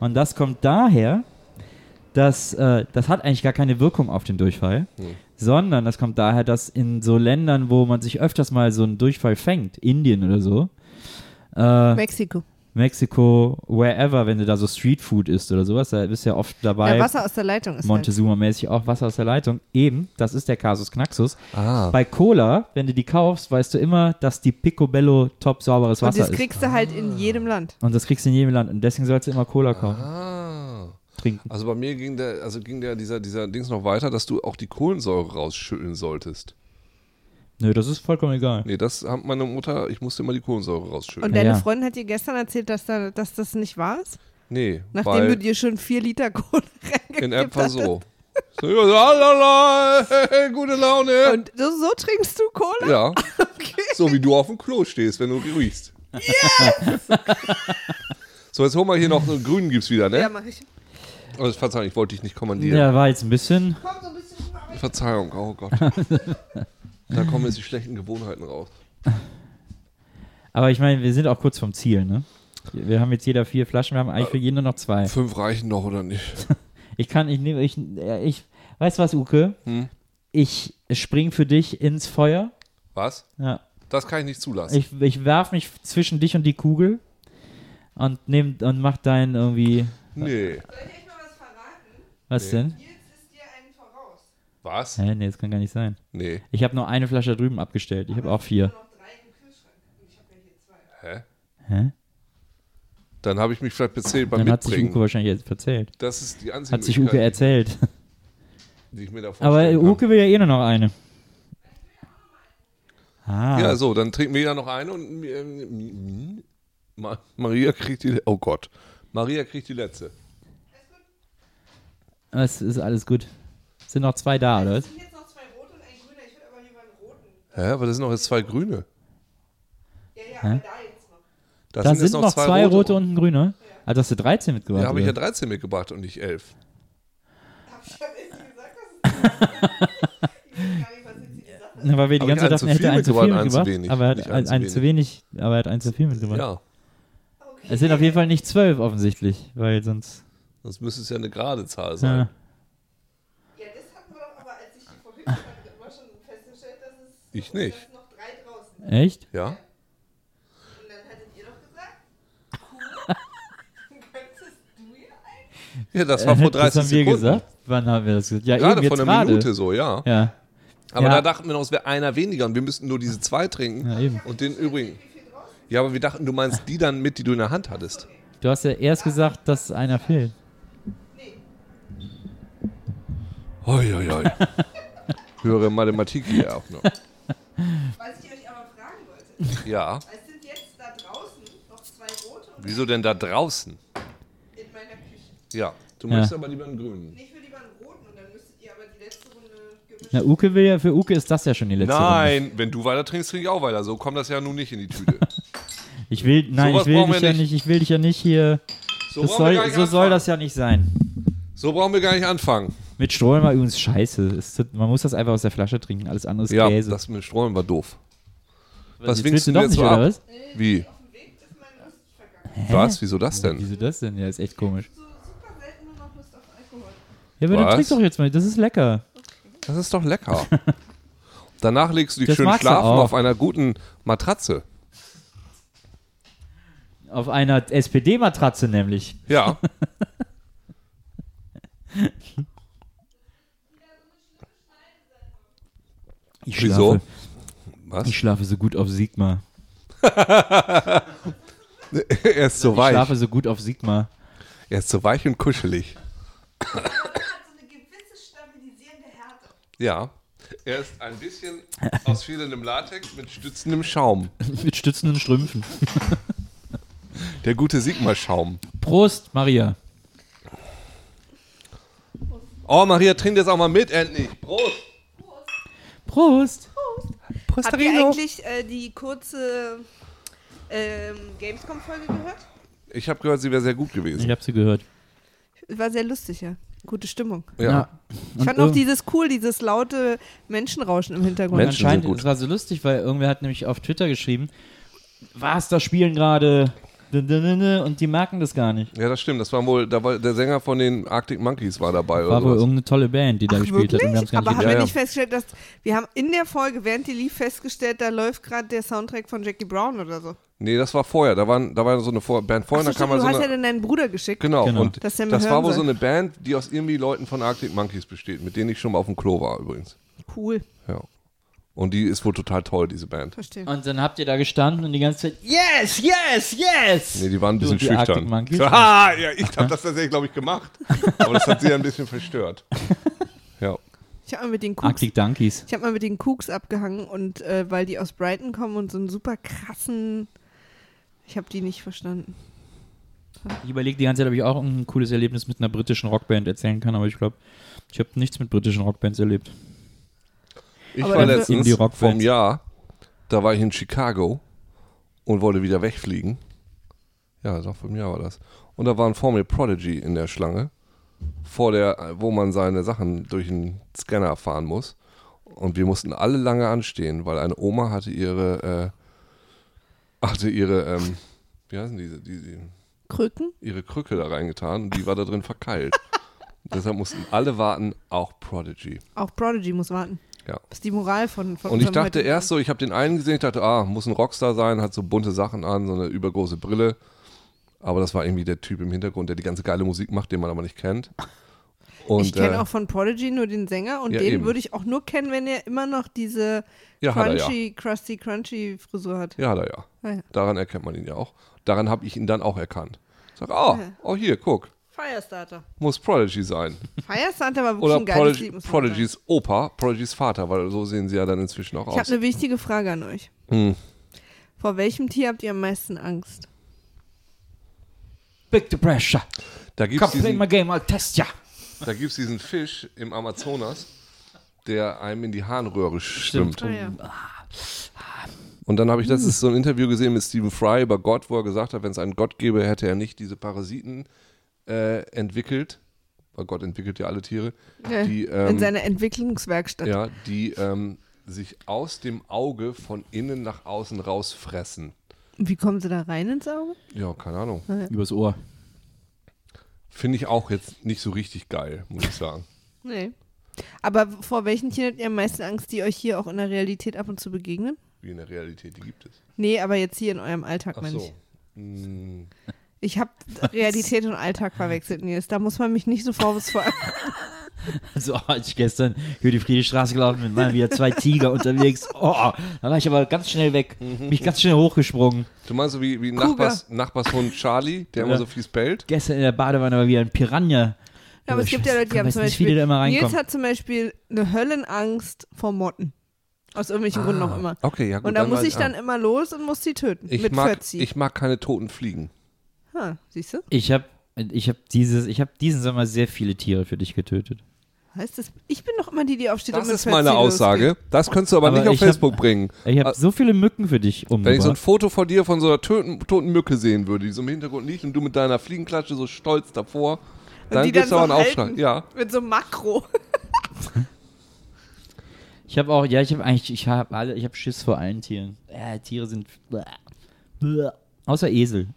Und das kommt daher, dass äh, das hat eigentlich gar keine Wirkung auf den Durchfall, sondern das kommt daher, dass in so Ländern, wo man sich öfters mal so einen Durchfall fängt, Indien oder so, äh,
Mexiko.
Mexiko, wherever, wenn du da so Streetfood isst oder sowas, da bist du ja oft dabei.
Ja, Wasser aus der Leitung ist. Halt.
Montezuma-mäßig auch Wasser aus der Leitung. Eben, das ist der Kasus Knaxus.
Ah.
Bei Cola, wenn du die kaufst, weißt du immer, dass die Picobello top sauberes
Und
Wasser
das
ist.
kriegst du halt in jedem Land.
Und das kriegst du in jedem Land. Und deswegen sollst du immer Cola kaufen,
Ah.
trinken.
Also bei mir ging der, also ging der dieser, dieser Dings noch weiter, dass du auch die Kohlensäure rausschütteln solltest.
Nö, das ist vollkommen egal.
Nee, das hat meine Mutter, ich musste immer die Kohlensäure rausschütteln.
Und
Ja,
deine
ja.
Freundin hat dir gestern erzählt, dass, da, dass das nicht wahr ist?
nee,
Nachdem
weil
du dir schon vier Liter Kohle (laughs) reingekippt
in etwa
hattest.
so. so ja, la, la, la, hey, hey, gute Laune.
Und so, so trinkst du Cola?
ja. So wie du auf dem Klo stehst, wenn du riechst. Yes! so, jetzt holen wir hier noch so einen grünen gibt's wieder, ne?
Ja, mach ich.
Oh, das- Verzeihung, ich wollte dich nicht kommandieren.
Ja, war jetzt ein bisschen.
Verzeihung, oh Gott. Da kommen jetzt die schlechten Gewohnheiten raus.
Aber ich meine, wir sind auch kurz vom Ziel, ne? Wir haben jetzt jeder vier Flaschen, wir haben eigentlich für jeden nur noch zwei.
Fünf reichen noch oder nicht?
Ich kann, ich nehme, ich, äh, ich, weißt du was, Uke?
Hm?
Ich spring für dich ins Feuer.
Was?
Ja.
Das kann ich nicht zulassen.
Ich, ich werf mich zwischen dich und die Kugel und nehm und mach deinen irgendwie,
nee.
Soll ich euch mal was verraten?
was
Nee.
denn?
Nils ist dir einen voraus.
Was?
Hä, nee, das kann gar nicht sein.
Nee.
Ich habe nur eine Flasche da drüben abgestellt. Ich habe auch vier.
Noch drei im Kühlschrank. Und ich habe ja hier zwei.
Hä?
Hä?
Dann habe ich mich vielleicht bezählt beim
Dann hat sich Uke
Mitbringen.
wahrscheinlich jetzt erzählt.
Das ist die einzige
Hat sich Uke
Möglichkeit,
erzählt.
die ich mir da
Aber
vorstellen kann.
Uke will ja eh nur noch eine. Ah,
Ja, so, dann trinken wir ja noch eine und ähm, Ma Maria kriegt die. Oh Gott. Maria kriegt die letzte.
es ist alles gut. Sind noch zwei da, oder? was?
Ich jetzt noch zwei rote und ein grüner. Ich will aber lieber einen roten.
Hä, aber das sind noch jetzt zwei grüne.
Ja, ja, aber da jetzt noch.
Das
Da sind, noch zwei, rote, und ein grüner. Also hast du 13 mitgebracht.
Da habe ich ja
oder?
13 mitgebracht und nicht 11.
Hab ich ja nicht gesagt, dass es Ich weiß gar nicht, was jetzt hier die Sache ist.
Na, weil wir die
Hab
ganze
ich
Zeit dachten, er
einen zu
hätte einen zu viel
viel mitgebracht, einen zu
mitgebracht.
wenig.
Aber er hat
Nicht
einen, zu wenig, aber er hat einen zu viel mitgebracht.
Ja,
Okay.
Es sind auf jeden Fall nicht zwölf offensichtlich, weil sonst.
das müsste es ja eine gerade Zahl sein.
Ja.
Ja, das hatten wir doch aber, als ich die vorhin hatte, immer schon festgestellt, dass es.
Ich nicht.
dass noch drei draußen. sind.
Echt?
Ja?
Und dann hattet ihr doch gesagt,
(laughs)
cool. Könntest du ja eigentlich.
Ja, das war vor 30
(laughs) das haben wir
Sekunden.
gesagt. Wann haben wir das gesagt? Ja,
Gerade
eben
vor
jetzt
einer
gerade.
Minute so, ja.
Ja.
Aber
Ja.
da dachten wir noch, es wäre einer weniger und wir müssten nur diese zwei trinken
Ja, eben.
und den übrigen. Ja, aber wir dachten, du meinst die dann mit, die du in der Hand hattest.
Du hast ja erst gesagt, dass einer fehlt.
Oi,
(laughs)
oi, oi. Höhere Mathematik hier auch noch.
Was ich euch aber fragen wollte,
Ja.
es sind jetzt da draußen noch zwei rote und
Wieso denn da draußen?
in meiner Küche.
Ja. Du
Ja.
möchtest aber lieber einen grünen.
Ich will lieber einen roten und dann müsstet ihr aber die letzte Runde gemischt.
Na, Uke will ja, für Uke ist das ja schon die letzte Runde.
Nein, wenn du weiter trinkst, trinke ich auch weiter. So kommt das ja nun nicht in die Tüte.
Ich will, nein, ich
Sowas
will
brauchen
dich
wir
ja
nicht.
nicht, ich will dich ja nicht hier.
So,
Das
brauchen wir gar
soll,
nicht
so soll
anfangen.
das ja nicht sein.
so brauchen wir gar nicht anfangen.
Mit Strohhalm war übrigens scheiße. Es tut- man muss das einfach aus der Flasche trinken. Alles andere ist
Ja,
Käse.
das mit Streuen war doof. Was
Jetzt willst
winkst du
du doch
denn
nicht,
jetzt so
oder
ab?
was?
Wie?
Auf dem Weg ist meine Lust vergangen.
Was? Wieso das denn?
Wieso das denn? Ja, ist echt komisch.
So super selten nur noch Lust auf Alkohol.
Ja, aber dann
Was?
trink doch jetzt mal. Das ist lecker.
Das ist doch lecker. (laughs) Danach legst du dich
Das
schön
magst du
schlafen
auch.
auf einer guten Matratze.
Auf einer SPD-Matratze nämlich.
Ja.
Ich
Wieso?
Schlafe,
Was?
ich schlafe so gut auf Sigma.
(laughs) Er ist so
Ich
weich.
schlafe so gut auf Sigma.
Er ist so weich und kuschelig.
Hat so eine gewisse stabilisierende Härte.
Ja. Er ist ein bisschen aus fehlendem Latex mit stützendem Schaum.
Mit stützenden Strümpfen.
Der gute Sigma-Schaum.
Prost, Maria.
Oh, Maria, trink jetzt auch mal mit, endlich. Prost.
Prost.
Habt ihr eigentlich äh, die kurze ähm, Gamescom-Folge gehört?
Ich habe gehört, sie wäre sehr gut gewesen.
Ich hab sie gehört.
War sehr lustig, ja. Gute Stimmung.
ja.
Ich fand auch dieses cool, dieses laute Menschenrauschen im Hintergrund.
Und
Menschen sind
anscheinend,
gut.
es war so lustig, weil irgendwer hat nämlich auf Twitter geschrieben, was, da spielen gerade dun, dun, dun, dun, und die merken das gar nicht.
Ja, das stimmt. Das war wohl, da war der Sänger von den Arctic Monkeys war dabei
War
oder
wohl
sowas.
irgendeine tolle Band, die da gespielt hat. Und wir haben's
Wirklich?
gar
Aber
nicht
haben
gemerkt.
wir
Ja,
nicht festgestellt, dass wir haben in der Folge, während die lief, festgestellt, da läuft gerade der Soundtrack von Jackie Brown oder so.
Nee, das war vorher. Da, waren, da war so eine Vor Band vorher.
Achso,
da kam
stimmt,
mal
du
so
hast ja
eine,
dann deinen Bruder geschickt.
genau.
Genau.
Und
Dass
das,
der mir
war
hören
wohl
soll.
so eine Band, die aus irgendwie Leuten von Arctic Monkeys besteht, mit denen ich schon mal auf dem Klo war übrigens.
Cool,
Ja. Und die ist wohl total toll, diese Band.
verstehe.
Und dann habt ihr da gestanden und die ganze Zeit, yes, yes, yes.
Nee, die waren ein
Du
bisschen
und die Arctic
schüchtern.
Monkeys?
Haha, (laughs) ja, ich habe das tatsächlich, glaube ich, gemacht. Aber das hat sie ja ein
(laughs)
bisschen verstört. Ja.
Ich habe mal mit den Kucks,
Arctic Donkeys.
ich hab mal mit den Kucks abgehangen und äh, weil die aus Brighton kommen und so einen super krassen, ich habe die nicht verstanden.
Ich überlege die ganze Zeit, ob ich auch ein cooles Erlebnis mit einer britischen Rockband erzählen kann, aber ich glaube, ich habe nichts mit britischen Rockbands erlebt.
Ich
Aber
war
dafür-
letztens
Indie-Rock-Fans.
vom Jahr, da war ich in Chicago und wollte wieder wegfliegen. Ja, das war vom Jahr war das. Und da waren vor mir Prodigy in der Schlange, vor der, wo man seine Sachen durch den Scanner fahren muss. Und wir mussten alle lange anstehen, weil eine Oma hatte ihre, äh, hatte ihre, ähm, wie heißen diese, die, die,
Krücken?
ihre Krücke da reingetan und die war da drin verkeilt. Deshalb mussten alle warten, auch Prodigy.
Auch Prodigy muss warten.
Ja.
Das ist die Moral von, von
Und ich
unserem
dachte
heutigen-
erst so, ich habe den einen gesehen, ich dachte, ah, muss ein Rockstar sein, hat so bunte Sachen an, so eine übergroße Brille. Aber das war irgendwie der Typ im Hintergrund, der die ganze geile Musik macht, den man aber nicht kennt. Und,
ich kenne
äh,
auch von Prodigy nur den Sänger und
Ja,
den
eben.
würde ich auch nur kennen, wenn er immer noch diese
Ja, hat er ja.
crunchy, crusty, crunchy Frisur hat.
Ja, da ja.
Ah ja.
Daran erkennt man ihn ja auch. Daran habe ich ihn dann auch erkannt. Ich sag, ah, oh hier, guck,
Firestarter.
muss Prodigy sein.
Firestarter war wirklich
Oder
ein geiles
Prodigy,
Lied, muss man sagen.
Prodigy's Opa, Prodigy's Vater, weil so sehen sie ja dann inzwischen auch
Ich ne habe
aus.
eine wichtige Frage an euch.
Hm.
Vor welchem Tier habt ihr am meisten Angst?
Big the pressure.
Da gibt es
Come play
diesen,
my game, I'll test ya.
da gibt's diesen Fisch im Amazonas, der einem in die Harnröhre schwimmt.
Stimmt.
Ah, ja.
Und dann habe ich letztens
Hm.
so ein Interview gesehen mit Stephen Fry über Gott, wo er gesagt hat, wenn es einen Gott gäbe, hätte er nicht diese Parasiten äh, entwickelt. Weil Gott entwickelt ja alle Tiere.
Ja,
Die,
In
ähm,
seiner Entwicklungswerkstatt.
ja, die ähm, sich aus dem Auge von innen nach außen rausfressen.
Und Wie kommen sie da rein ins Auge?
Ja, keine Ahnung.
Übers Ohr.
Finde ich auch jetzt nicht so richtig geil, muss ich sagen.
Nee. Aber vor welchen Tieren habt ihr am meisten Angst, die euch hier auch in der Realität ab und zu begegnen?
Wie in der Realität, die gibt es.
Nee, aber jetzt hier in eurem Alltag,
Ach
meine
so.
ich.
Hm,
Ich habe Realität und Alltag verwechselt, Nils. Da muss man mich nicht
(laughs)
so vorwurfsvoll.
(laughs) Also als ich gestern über die Friedrichstraße gelaufen bin, waren wieder zwei Tiger
(laughs)
unterwegs. Oh, da war ich aber ganz schnell weg.
Mhm.
Bin ich ganz schnell hochgesprungen.
Du meinst so wie, wie
Kruger.
Nachbars, Nachbarshund Charlie, der immer
Ja.
so viel spellt?
Gestern in der Badewanne war wieder ein Piranha.
Ja, aber es
ich
gibt ja
weiß-
Leute, die haben
weiß
zum
nicht, wie
Beispiel.
die da immer
Nils
reinkommen.
hat zum Beispiel eine Höllenangst vor Motten. Aus irgendwelchen Gründen auch immer.
Ah, Okay, ja gut.
und da muss
weiß
ich dann
ah.
immer los und muss die töten.
ich
mit
mag,
40.
ich mag keine toten Fliegen.
ha, siehst du?
Ich habe ich hab dieses, ich habe diesen Sommer sehr viele Tiere für dich getötet.
Heißt das, ich bin doch immer die, die aufsteht
Das
und mit
ist meine
40
Aussage.
losgeht.
Das könntest du aber,
Aber
nicht auf
ich hab-
Facebook bringen.
Ich habe
Ah.
so viele Mücken für dich
Wenn ich so ein
umgebracht.
Foto von dir von so einer töten, toten Mücke sehen würde, die so im Hintergrund liegt und du mit deiner Fliegenklatsche so stolz davor, dann
die
gibt es
dann
aber
so
einen Aufschlag.
halten.
Ja.
Mit so einem Makro. (laughs)
Ich habe auch, ja, ich habe eigentlich, ich habe alle, ich habe Schiss vor allen Tieren. Äh, Tiere sind, bäh, bäh. außer Esel.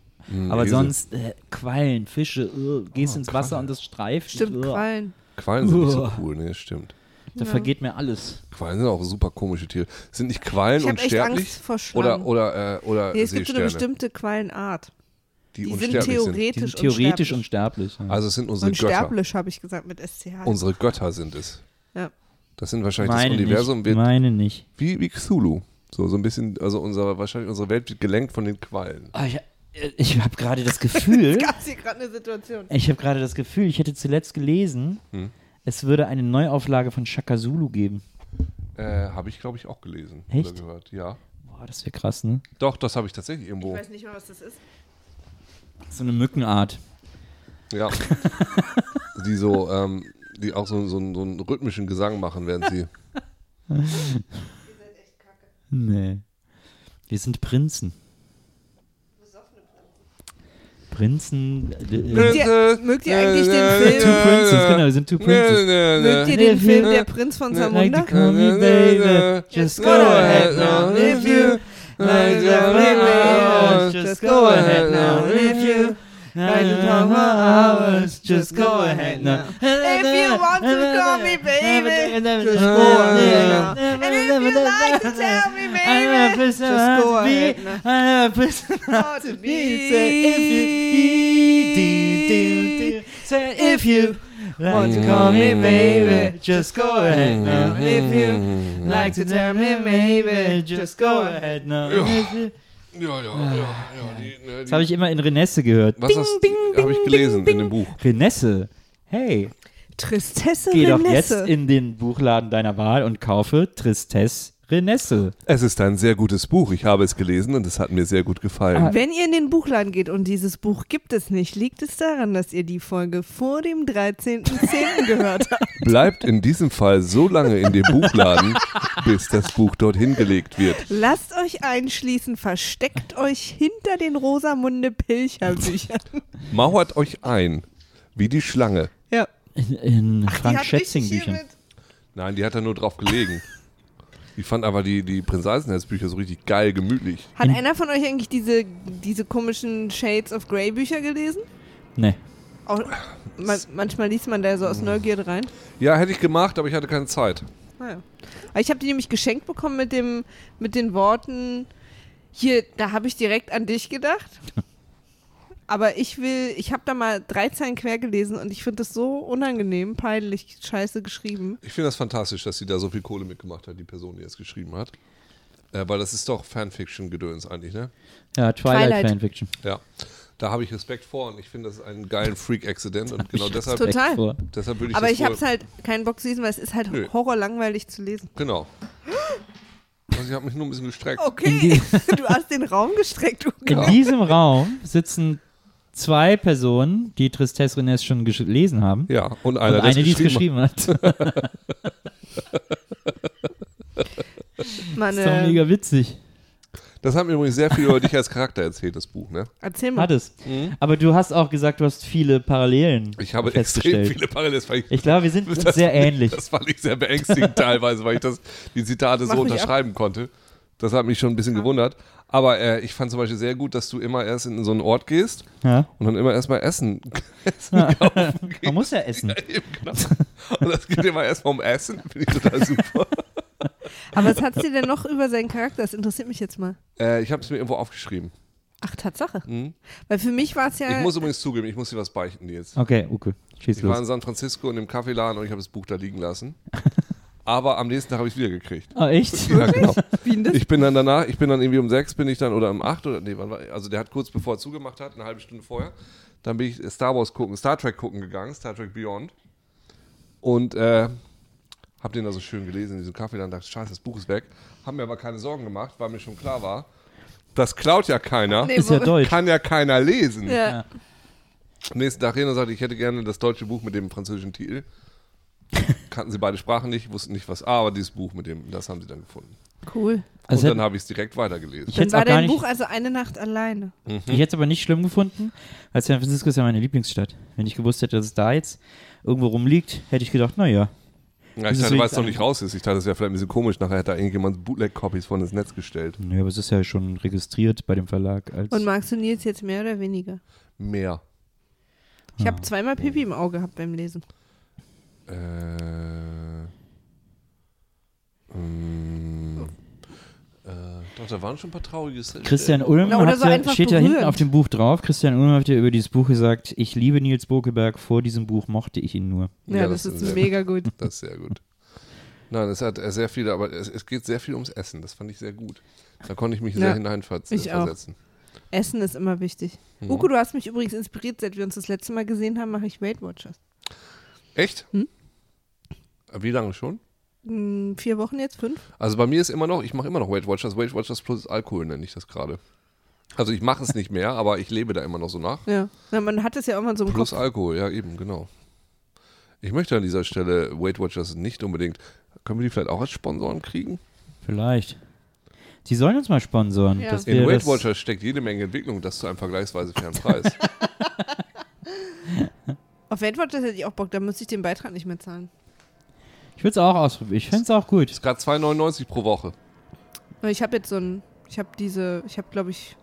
Aber
Hm, Esel. Oh,
sonst äh, Quallen, Fische, äh, gehst ins Wasser und das streift.
Stimmt,
äh,
Quallen.
Quallen sind nicht so
Uah.
cool, ne, stimmt.
Da vergeht mir alles.
Quallen sind auch super komische Tiere. Sind nicht Quallen
Ich hab echt
unsterblich?
Angst vor Schlangen.
Oder, oder, äh, oder
Nee, es gibt so eine
Seesterne,
bestimmte Quallenart.
die,
Die, sind
unsterblich sind.
Die
theoretisch
sind theoretisch
unsterblich.
unsterblich. ja.
Also es sind unsere Götter.
Unsterblich, habe ich gesagt, mit SCH.
Unsere Götter sind es.
Ja.
Das sind wahrscheinlich
meine
das Universum
nicht,
wird
meine nicht.
wie, wie Cthulhu. So, so ein bisschen, also unser, wahrscheinlich unsere Welt wird gelenkt von den Quallen.
Ah, ich ich habe gerade (laughs) das Gefühl,
Gab es hier gerade eine Situation?
ich habe gerade das Gefühl, ich hätte zuletzt gelesen,
Hm.
es würde eine Neuauflage von Shaka Zulu geben.
Äh, habe ich, glaube ich, auch gelesen
Echt?
oder gehört. Ja.
Boah, das wäre krass, ne?
Doch, das habe ich tatsächlich irgendwo.
Ich weiß nicht mehr, was das ist.
So eine Mückenart.
Ja.
(laughs)
die so, ähm, die auch so, so, einen- so einen rhythmischen Gesang machen, während
(laughs)
sie.
Nee. Wir sind Prinzen. Prinzen. äh, Äh,
Mögt ihr, mögt ihr eigentlich
Äh,
den
two
Film?
Princes, genau, wir sind two Princes.
Mögt ihr
Princes.
den
Nee,
Film
wir-
Der Prinz von
Like to
Zamunda?
call me baby, just go ahead now, if you like to call me hours, just go ahead now, if you like to call me hours, just go ahead now.
If you want to call me baby,
just
go ahead now. And if you like to tell me
I'm a
baby, just
person how
go
to be,
ahead now.
I'm a person how to be, say if you, do, do, do, say if you want to call
Mm-hmm.
me baby, just go ahead now, if you
Mm-hmm.
like to tell me maybe, just go ahead now.
Ja, ja, ja. ja die, ne, die,
Das habe Ah. ich immer in Renesse gehört.
was hast du? Habe ich gelesen in dem Buch.
Renesse. Hey,
Tristesse
geh doch jetzt
Renesse.
in den Buchladen deiner Wahl und kaufe Tristesse Renesse.
Es ist ein sehr gutes Buch. Ich habe es gelesen und es hat mir sehr gut
Ah,
gefallen.
Wenn ihr in den Buchladen geht und dieses Buch gibt es nicht, liegt es daran, dass ihr die Folge vor
(laughs)
dem 13.10. gehört habt.
Bleibt in diesem Fall so lange in dem Buchladen, bis das Buch dorthin gelegt wird.
Lasst euch einschließen, versteckt euch hinter den Rosamunde Pilcher-Büchern.
Mauert euch ein, wie die Schlange.
Ja.
In, in
Die
(laughs) Frank
hat richtig
Schätzing
viel
Büchern.
mit-
Nein, die hat da nur drauf gelegen. Ich fand aber die, die Prinz Eisenherz-Bücher so richtig geil, gemütlich.
Hat
In-
einer von euch eigentlich diese, diese komischen Shades of Grey Bücher gelesen?
Nee.
Auch, man, manchmal liest man da so aus Neugierde rein.
Ja, hätte ich gemacht, aber ich hatte keine Zeit.
Naja. Aber ich habe die nämlich geschenkt bekommen mit, dem, mit den Worten, hier, da habe ich direkt an dich gedacht. Aber ich will, ich habe da mal 13 quer gelesen und ich finde das so unangenehm, peinlich, scheiße geschrieben.
Ich finde das fantastisch, dass sie da so viel Kohle mitgemacht hat, die Person, die es geschrieben hat. Äh, weil das ist doch Fanfiction-Gedöns eigentlich, ne?
Ja, Twilight,
Twilight.
Fanfiction.
Ja. Da habe ich Respekt vor und ich finde, das ist einen geilen Freak-Exzident und genau deshalb,
Total.
Weg vor.
deshalb würde ich
Aber
das
ich
wohl-
habe es halt keinen Bock zu lesen, weil es ist halt
Nö.
horrorlangweilig zu lesen.
Genau. (gasps) Also ich habe mich nur ein bisschen gestreckt.
Oh.
Okay, (laughs) du hast den Raum gestreckt, Uke.
In diesem Raum sitzen zwei Personen, die Tristesse Rennes schon gesch- gelesen haben.
Ja, und
Und
einer, der
eine, die es
geschrieben
geschrieben hat.
(laughs)
Das
Mann,
ist doch
äh,
mega witzig.
hat. Das hat mir übrigens sehr viel über dich als Charakter erzählt, das Buch, ne?
erzähl mal.
Hat es. Aber du hast auch gesagt, du hast viele Parallelen
Hm. Ich habe extrem
festgestellt.
viele Parallelen. Das fand ich,
ich glaube, wir sind uns
(laughs) das
sehr
fand ich-
ähnlich.
Das fand ich
(laughs)
sehr beängstigend teilweise, weil ich das, die Zitate
Mach
so
mich
unterschreiben konnte. Das hat mich schon ein bisschen gewundert. Aber äh, ich fand zum Beispiel sehr gut, dass du immer erst in so einen Ort gehst
Ja?
und dann immer erstmal Essen, (laughs) essen
Ja.
kaufen gehst.
Man muss ja essen.
Eben, genau. Und das geht immer erstmal um Essen, finde ich
(laughs)
total super.
Aber was hat sie denn noch über seinen Charakter? Das interessiert mich jetzt mal.
äh, ich habe es mir irgendwo aufgeschrieben.
Ach, Tatsache. Weil für mich war es ja.
Äh.
Ich muss übrigens zugeben, ich muss dir was beichten jetzt.
Okay, okay. Schieß
Ich war in
los.
San Francisco in dem Kaffeeladen und ich habe das Buch da liegen lassen. Aber am nächsten Tag habe ich es wieder gekriegt.
Oh,
(laughs)
echt?
Ja, genau.
Wie denn das?
Ich bin dann danach, ich bin dann irgendwie um sechs bin ich dann oder um acht oder nee, wann war, also der hat kurz bevor er zugemacht hat, eine halbe Stunde vorher, dann bin ich Star Wars gucken, Star Trek gucken gegangen, Star Trek Beyond und äh, hab den da so schön gelesen in diesem Kaffee, dann dachte ich, scheiße, das Buch ist weg, haben mir aber keine Sorgen gemacht, weil mir schon klar war, das klaut ja keiner,
(laughs)
Nee,
Ist ja
wo-
deutsch.
kann ja keiner lesen.
Ja.
Am nächsten Tag hin und sagte, ich hätte gerne das deutsche Buch mit dem französischen
(laughs)
Titel. Kannten sie beide Sprachen nicht, wussten nicht was. A, aber dieses Buch mit dem, das haben sie dann gefunden.
Cool.
Also
und dann
hätte,
habe ich es direkt weitergelesen.
ich hätte
Dann
es
war
auch gar
dein
nicht,
Buch also eine Nacht alleine.
ich hätte es aber nicht schlimm gefunden, weil San Francisco ist ja meine Lieblingsstadt. Wenn ich gewusst hätte, dass es da jetzt irgendwo rumliegt, hätte ich gedacht, naja.
Ja, ich
ist
dachte, weil es
wenigstens
noch nicht raus ist. Ich dachte, das wäre vielleicht ein bisschen komisch. Nachher hat da irgendjemand Bootleg-Copies von ins Netz gestellt.
Naja, aber es ist ja schon registriert bei dem Verlag als.
Und magst du Nils jetzt mehr oder weniger?
Mehr.
Ich habe zweimal Pipi im Auge gehabt beim Lesen.
Äh, ähm, äh, doch, da waren schon ein paar traurige Szenen.
Christian Ulm
Ja, oder
hat
so
ja,
einfach
steht ja
berührend.
hinten auf dem Buch drauf. Christian Ulm hat ja über dieses Buch gesagt, ich liebe Nils Bokeberg, vor diesem Buch mochte ich ihn nur.
Ja, das, ist
sehr
mega gut.
Gut. Das ist sehr gut. Nein, es hat äh, sehr viele, aber es, es geht sehr viel ums Essen. Das fand ich sehr gut. Da konnte ich mich sehr
Ja,
hineinversetzen.
ich auch.
versetzen.
Essen ist immer wichtig. Uko, du hast mich übrigens inspiriert, seit wir uns das letzte Mal gesehen haben, mache ich Weight Watchers.
Echt? Äh, Wie lange schon?
Hm, vier Wochen jetzt? Fünf?
Also bei mir ist immer noch, ich mache immer noch Weight Watchers. Weight Watchers plus Alkohol nenne ich das gerade. Also ich mache es nicht mehr, aber ich lebe da immer noch so nach.
Ja. Na, man hat es ja irgendwann so im
Plus
Kopf.
Alkohol, ja eben, genau. Ich möchte an dieser Stelle Weight Watchers nicht unbedingt. Können wir die vielleicht auch als Sponsoren kriegen?
Vielleicht. Sie sollen uns mal sponsoren.
Ja.
Dass
In
wir
Weight
das,
Watchers steckt jede Menge Entwicklung, das zu einem vergleichsweise fairen Preis.
(laughs) Auf Weight Watchers hätte ich auch Bock, da müsste ich den Beitrag nicht mehr zahlen.
Ich würde es auch ausprobieren. Ich fände es auch gut.
ist gerade 2,99 pro Woche.
Weil ich habe jetzt so ein, ich habe diese, ich habe glaube ich,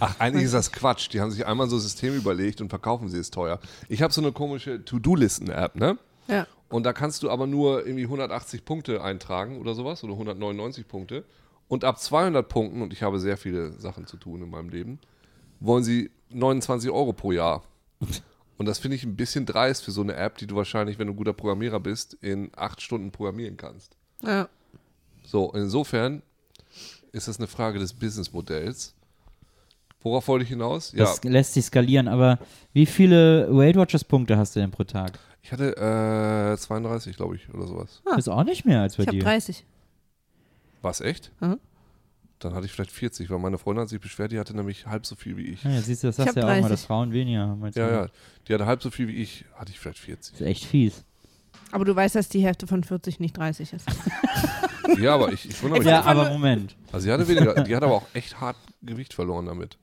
Ach, eigentlich ist das Quatsch. Die haben sich einmal so ein System überlegt und verkaufen sie es teuer. Ich habe so eine komische To-Do-Listen-App, ne?
ja.
Und da kannst du aber nur irgendwie 180 Punkte eintragen oder sowas oder 199 Punkte. Und ab 200 Punkten, und ich habe sehr viele Sachen zu tun in meinem Leben, wollen sie 29 Euro pro Jahr. Und das finde ich ein bisschen dreist für so eine App, die du wahrscheinlich, wenn du ein guter Programmierer bist, in acht Stunden programmieren kannst.
ja.
So, insofern ist das eine Frage des Businessmodells. Worauf wollte ich hinaus? Ja,
Das lässt sich skalieren, aber wie viele Weight Watchers Punkte hast du denn pro Tag?
ich hatte äh, 32, glaube ich, oder sowas.
Das ist auch nicht mehr als bei
Ich habe
dir.
30.
Was echt?
Mhm.
Dann hatte ich vielleicht 40, weil meine Freundin hat sich beschwert, die hatte nämlich halb so viel wie ich.
Ah, ja, siehst du, das
Ich
sagst du
hab
ja auch mal,
30.
dass Frauen weniger haben als
Ja,
Männer.
ja, die hatte halb so viel wie ich, hatte ich vielleicht
(laughs)
40.
Das ist echt fies.
Aber du weißt, dass die Hälfte von 40 nicht 30 ist.
Ja, aber ich, ich wundere mich.
Ja, aber Moment.
Also sie hatte weniger, die hat aber auch echt hart Gewicht verloren damit.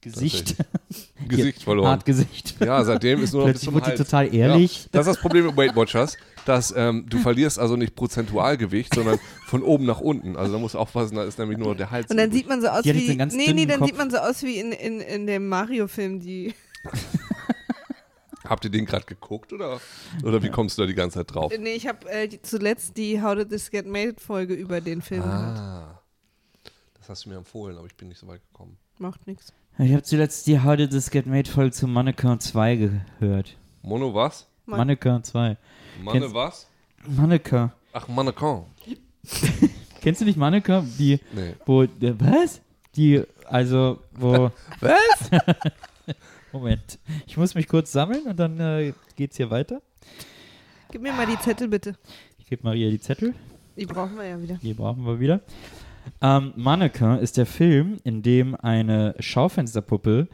Gesicht.
(laughs) Gesicht verloren.
Hart Gesicht.
Ja, seitdem ist nur noch bis
Plötzlich
zum
wurde die
Hals.
total ehrlich.
Ja, das ist das Problem mit Weight Watchers, dass ähm, du verlierst also nicht prozentual Gewicht, sondern von oben nach unten. Also da musst du aufpassen, da ist nämlich nur der Hals.
Und dann
übrig.
sieht man so aus
Die hat jetzt
wie.
einen ganz
Nee, nee,
dünnen
dann
Kopf.
sieht man so aus wie in, in, in dem Mario-Film, die.
Habt ihr den gerade geguckt oder, oder wie kommst du da die ganze Zeit drauf?
Nee, ich habe äh, die- zuletzt die How Did This Get Made-Folge über den Film gehört.
Ah, das hast du mir empfohlen, aber ich bin nicht so weit gekommen.
Macht nichts.
Ich habe zuletzt die How Did This Get Made Folge zu Mannequin 2 gehört.
Mono was?
Man-
Mannequin 2.
Manne
Kennst-
was?
Mannequin.
Ach, Mannequin.
Kennst du nicht Mannequin? Die,
Nee.
wo, der, was? Die, also, wo,
(laughs) Was?
(laughs) Moment. Ich muss mich kurz sammeln und dann äh, geht's hier weiter.
Gib mir mal die Zettel bitte.
Ich gebe Maria die Zettel.
Die brauchen wir ja wieder.
Die brauchen wir wieder. Ähm, Mannequin ist der Film, in dem eine Schaufensterpuppe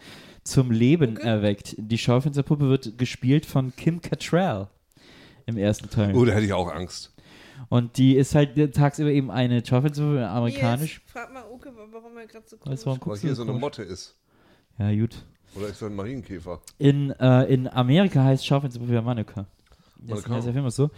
zum Leben erweckt. Die Schaufensterpuppe wird gespielt von Kim Cattrall im ersten Teil.
Oh, da hätte ich auch Angst.
Und die ist halt tagsüber eben eine Schaufensterpuppe, amerikanisch.
Frag mal Uke, warum er gerade so
Weißt du, warum
Weil
guckst
hier
du so
so eine
komisch?
Motte ist.
Ja, gut.
Oder ist das ein Marienkäfer?
In, äh, in Amerika heißt Schaufensterpuppe ja Mannequin. Das
Mannequin.
heißt der Film auch so.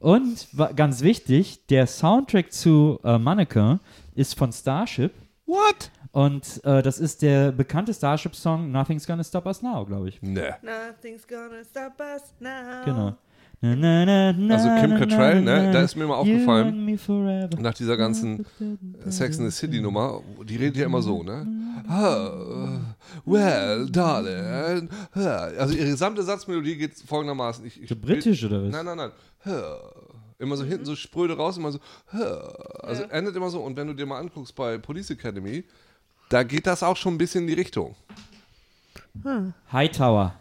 Und wa- ganz wichtig, der Soundtrack zu äh, Mannequin ist von Starship.
What?
Und äh, das ist der bekannte Starship-Song Nothing's Gonna Stop Us Now, glaube ich.
Ne.
Nothing's gonna stop us now.
Genau. Na, na, na, na,
Also Kim
na,
Cattrall,
na,
ne?
na,
Da ist mir mal
you
aufgefallen.
and me forever.
Nach dieser ganzen äh, Sex in the City Nummer, die redet ja immer so, ne?
Mhm.
Oh, well, darling. huh. Also ihre gesamte Satzmelodie geht folgendermaßen. Ich, ich
So britisch oder was?
Nein, nein, nein. Huh. Immer so
Mhm.
hinten so spröde raus, immer so. huh. Also endet immer so. Und wenn du dir mal anguckst bei Police Academy, da geht das auch schon ein bisschen in die Richtung.
Hightower.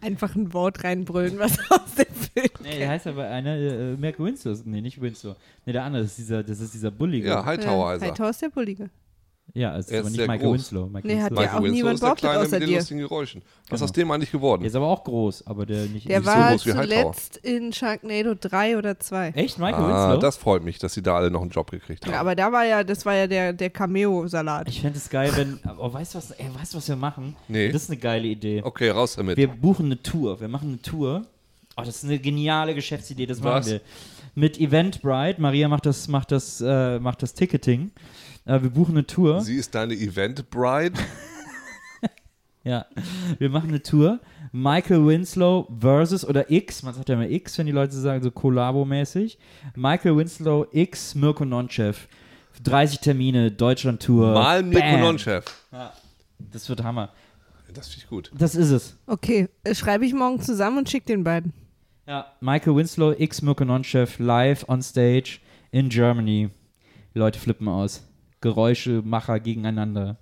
Einfach ein Wort reinbrüllen, was (laughs) aus dem Film.
Nee, der heißt aber einer, äh, äh, Merk Winslow. Nee, nicht Winslow. Nee, der andere, das ist dieser, das ist dieser Bullige.
Ja, Hightower heißt er.
Hightower ist Äh, der Bullige.
Ja, es ist
Er
aber
ist
nicht
sehr
Michael
groß.
Winslow. Michael
Nee, hat
Winslow.
der auch niemand
ist der
behauptet,
Kleine
außer
mit den
dir.
lustigen Geräuschen. Was
Genau.
aus dem eigentlich
Der
geworden?
ist aber auch groß, aber der nicht.
Der
Nicht so
war
groß wie Hightower.
zuletzt in Sharknado 3 oder 2.
Echt, Michael
Ah,
Winslow?
das freut mich, dass sie da alle noch einen Job gekriegt haben.
Ja, aber da war ja, das war ja der, der Cameo-Salat.
Ich fände es geil, wenn. Oh, weißt du, was, ey, weißt, du, was wir machen?
Nee.
Das ist eine geile Idee.
Okay, raus damit.
Wir buchen eine Tour. Wir machen eine Tour. Oh, das ist eine geniale Geschäftsidee, das machen
Was?
wir. Mit Eventbrite. Maria macht das, macht das, äh, macht das Ticketing. Äh, wir buchen eine Tour.
Sie ist deine
(laughs)
Event-Bride.
Ja, wir machen eine Tour. Michael Winslow versus oder X, man sagt ja immer X, wenn die Leute sagen, so kollabomäßig. Michael Winslow X Mirko Nonchev. 30 Termine, Deutschland-Tour.
Mal Mirko
Bam.
Non-Chef.
Das wird Hammer.
Das finde ich gut.
Das ist es.
Okay, äh, schreibe ich morgen zusammen und schick den beiden.
Ja, Michael Winslow X Mirko Nonchev live on stage in Germany. Die Leute flippen aus. Geräuschemacher gegeneinander.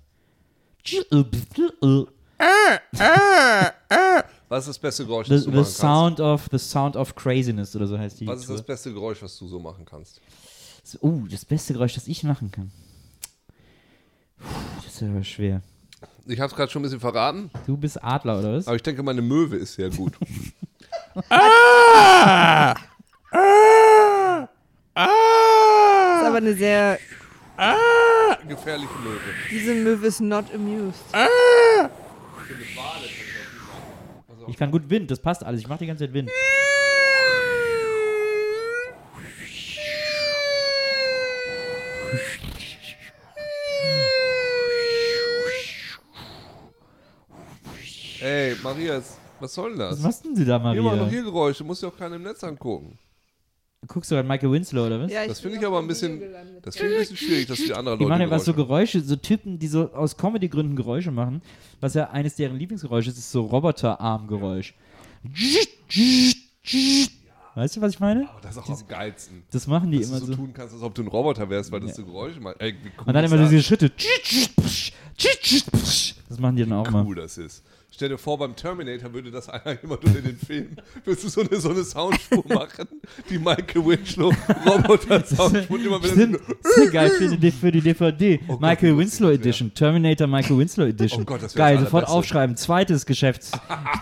Was ist das beste Geräusch,
The,
das du
the
machen kannst?
sound of the sound of craziness oder so heißt die.
Was ist
Tour.
das beste Geräusch, was du so machen kannst?
So, Oh, das beste Geräusch, das ich machen kann. Puh, das ist aber schwer.
Ich habe es gerade schon ein bisschen verraten,
Du bist Adler, oder was?
aber ich denke, meine Möwe ist sehr gut.
(laughs)
Das ist aber eine sehr.
Gefährliche Möwe.
Diese Möwe ist not amused.
Ich kann gut Wind, das passt alles. Ich mache die ganze Zeit Wind.
Ey, Marias, was soll denn
Was
das?
machst denn du da,
Hier machen doch
Maria?
hier Geräusche, muss ja auch keiner im Netz angucken.
Guckst du an Michael Winslow, oder was?
Das finde ich aber ein bisschen, das finde ich ein bisschen schwierig, dass die anderen
Die
Leute
machen ja was so
Geräusche
Geräusche, so Typen, die so aus Comedy-Gründen Geräusche machen. Was ja eines deren Lieblingsgeräusche ist, ist so Roboterarmgeräusch. Weißt du, was ich meine?
machen. Das ist auch am geilsten.
Das machen die
Dass du
immer
so,
so.
tun kannst, als ob du ein Roboter wärst, weil das so Geräusche macht. Ey, wie cool
Und dann
ist
immer
das?
diese Schritte. Das machen die dann auch mal.
cool das ist. Stell dir vor, beim Terminator würde das (laughs) einer immer unter den Film, würdest du so eine, so
(laughs)
eine Soundspur machen, die Michael Winslow Roboter-Soundspur, immer wenn
Stimmt,
er
das ist geil für die, für die DVD.
Oh Gott,
Michael
wie lustig
Winslow
das wär.
Edition, Terminator Michael Winslow Edition.
Oh Gott, das wär
geil,
das
sofort
Allerbeste.
aufschreiben. Zweites Geschäfts,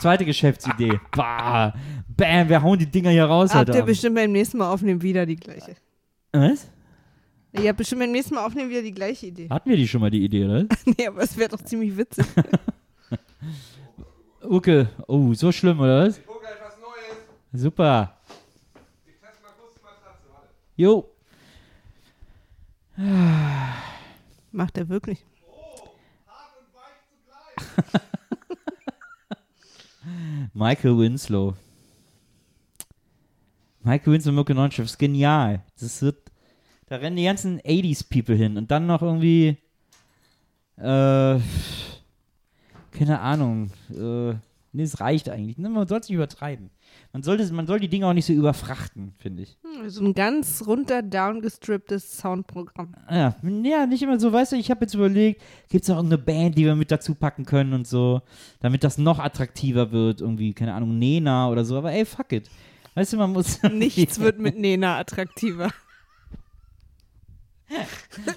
zweite Geschäftsidee. Bah, bam, wir hauen die Dinger hier raus
Habt
heute
ihr
Abend.
bestimmt beim nächsten Mal aufnehmen wieder die gleiche.
Was?
Ich habe bestimmt beim nächsten Mal aufnehmen wieder die gleiche Idee.
Hatten wir die schon mal, die Idee, oder?
(laughs) nee, aber es wäre doch ziemlich
(laughs)
witzig.
Uke, oh, so schlimm, oder was?
Guck gleich was Neues.
Super.
Ich teste mal kurz die Matratze. Warte.
Jo.
Macht er wirklich.
Michael Winslow. Michael Winslow und Mirko Nonchev ist genial. Das wird, da rennen die ganzen 80s-People hin und dann noch irgendwie, äh, keine Ahnung, äh, nee, es reicht eigentlich. Ne, Man soll es nicht übertreiben. Man, sollte, man soll die Dinge auch nicht so überfrachten, finde ich.
Hm, So ein ganz runter,
(laughs)
downgestripptes Soundprogramm.
Ja, ja, nicht immer so, weißt du, ich habe jetzt überlegt, gibt es noch irgendeine Band, die wir mit dazu packen können und so, damit das noch attraktiver wird, irgendwie, keine Ahnung, Nena oder so, aber ey, fuck it. Weißt du, man muss.
Nichts wird mit Nena attraktiver.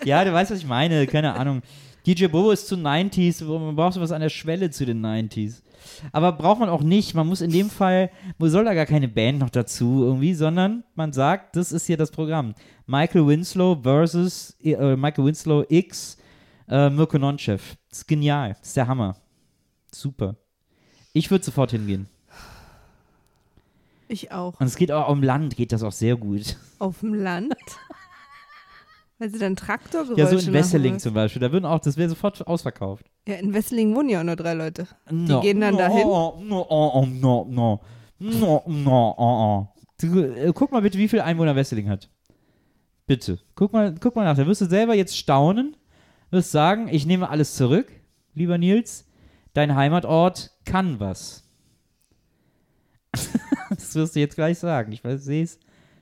Ja, du weißt, was ich meine, keine Ahnung. DJ Bobo ist zu 90s, wo- man braucht sowas an der Schwelle zu den 90s. Aber braucht man auch nicht, man muss in dem Fall, man soll da gar keine Band noch dazu irgendwie, sondern man sagt, das ist hier das Programm. Michael Winslow versus äh, Michael Winslow X äh, Mirko Nonchev. Das ist genial, das ist der Hammer. Super. Ich würde sofort hingehen.
Ich auch.
Und es geht auch im Land, geht das auch sehr gut.
Auf dem Land? Weil sie dann Traktorgeräusche
Ja, so in
machen
Wesseling
oder?
zum Beispiel, da würden auch, das wäre sofort ausverkauft.
Ja, in Wesseling wohnen ja auch nur drei Leute. Die
No.
gehen dann
No,
dahin.
No, oh, no, no. No, no, oh, oh. Du, äh, Guck mal bitte, wie viel Einwohner Wesseling hat. Bitte. Guck mal, guck mal nach. Da wirst du selber jetzt staunen. Wirst sagen, ich nehme alles zurück, lieber Nils. Dein Heimatort kann was. (laughs) das wirst du jetzt gleich sagen. Ich weiß, seh's.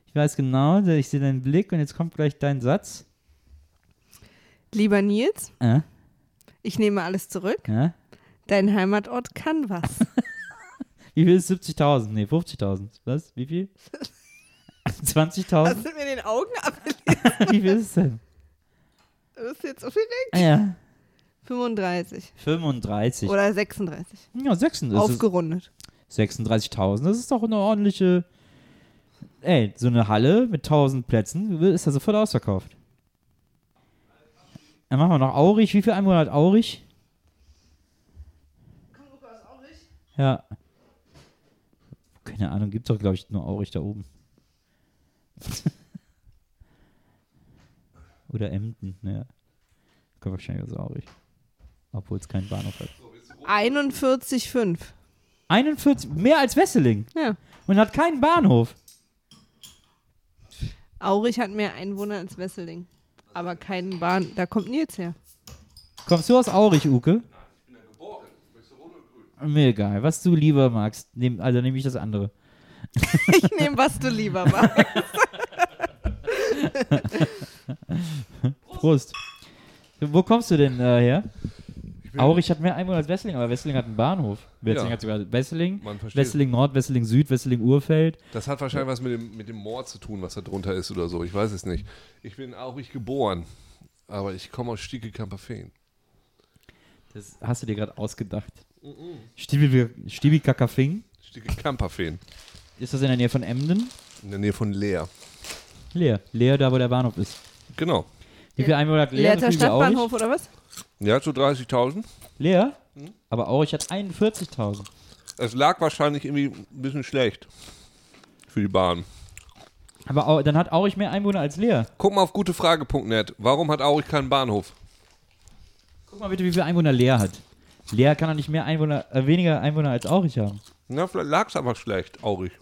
Ich weiß genau, ich sehe deinen Blick und jetzt kommt gleich dein Satz.
Lieber Nils,
Äh,
ich nehme alles zurück.
äh?
Dein Heimatort kann was.
Wie viel ist 70.000? Nee, 50.000. Was? Wie
(laughs)
viel? 20.000?
Hast du mir den Augen abgelegt?
Wie viel ist es denn? Ah,
Bist du jetzt aufgeregt?
Ja.
35
35.
oder 36.
ja, 36.
Aufgerundet.
36.000, das ist doch eine ordentliche. Ey, so eine Halle mit 1000 Plätzen ist ja sofort ausverkauft. Dann machen wir noch Aurich. Wie viel Einwohner hat Aurich? Ja. Keine Ahnung, gibt doch, glaube ich, nur Aurich da oben. (laughs) Oder Emden, ja. Kommt wahrscheinlich aus Aurich. Obwohl es keinen Bahnhof hat.
41,5.
41, mehr als Wesseling.
Ja.
und hat keinen Bahnhof.
Aurich hat mehr Einwohner als Wesseling. Aber keinen Bahn. Da kommt Nils her.
Kommst du aus Aurich, Uke? Mir egal, was du lieber magst. Nehm, also nehme ich das andere.
Ich nehme, was du lieber magst.
Prost. Wo kommst du denn äh, her? Aurich hat mehr Einwohner als Wesseling, aber Wesseling hat einen Bahnhof. Wesseling
Ja.
hat sogar Wesseling,
Man versteht.
Wesseling Nord, Wesseling Süd, Wesseling Urfeld.
Das hat wahrscheinlich was mit dem, mit dem Moor zu tun, was da drunter ist oder so. Ich weiß es nicht. Ich bin auch nicht geboren, aber ich komme aus Stiekekamperfeen.
Das hast du dir gerade ausgedacht. Stibi, Stibi Kakafing.
Stiekekamperfeen.
Ist das in der Nähe von Emden?
In der Nähe von Leer.
Leer. Leer, da wo der Bahnhof ist.
Genau.
Wie viel Einwohner hat Leer?
Leerter Stadtbahnhof oder was?
Ja, so 30.000.
Leer? Aber Aurich hat 41.000.
Es lag wahrscheinlich irgendwie ein bisschen schlecht für die Bahn.
Aber Au- dann hat Aurich mehr Einwohner als Leer.
Guck mal auf gutefrage.net. Warum hat Aurich keinen Bahnhof?
Guck mal bitte, wie viele Einwohner Leer hat. Leer kann doch nicht mehr Einwohner, äh, weniger Einwohner als Aurich haben.
Na, vielleicht lag es einfach schlecht, Aurich.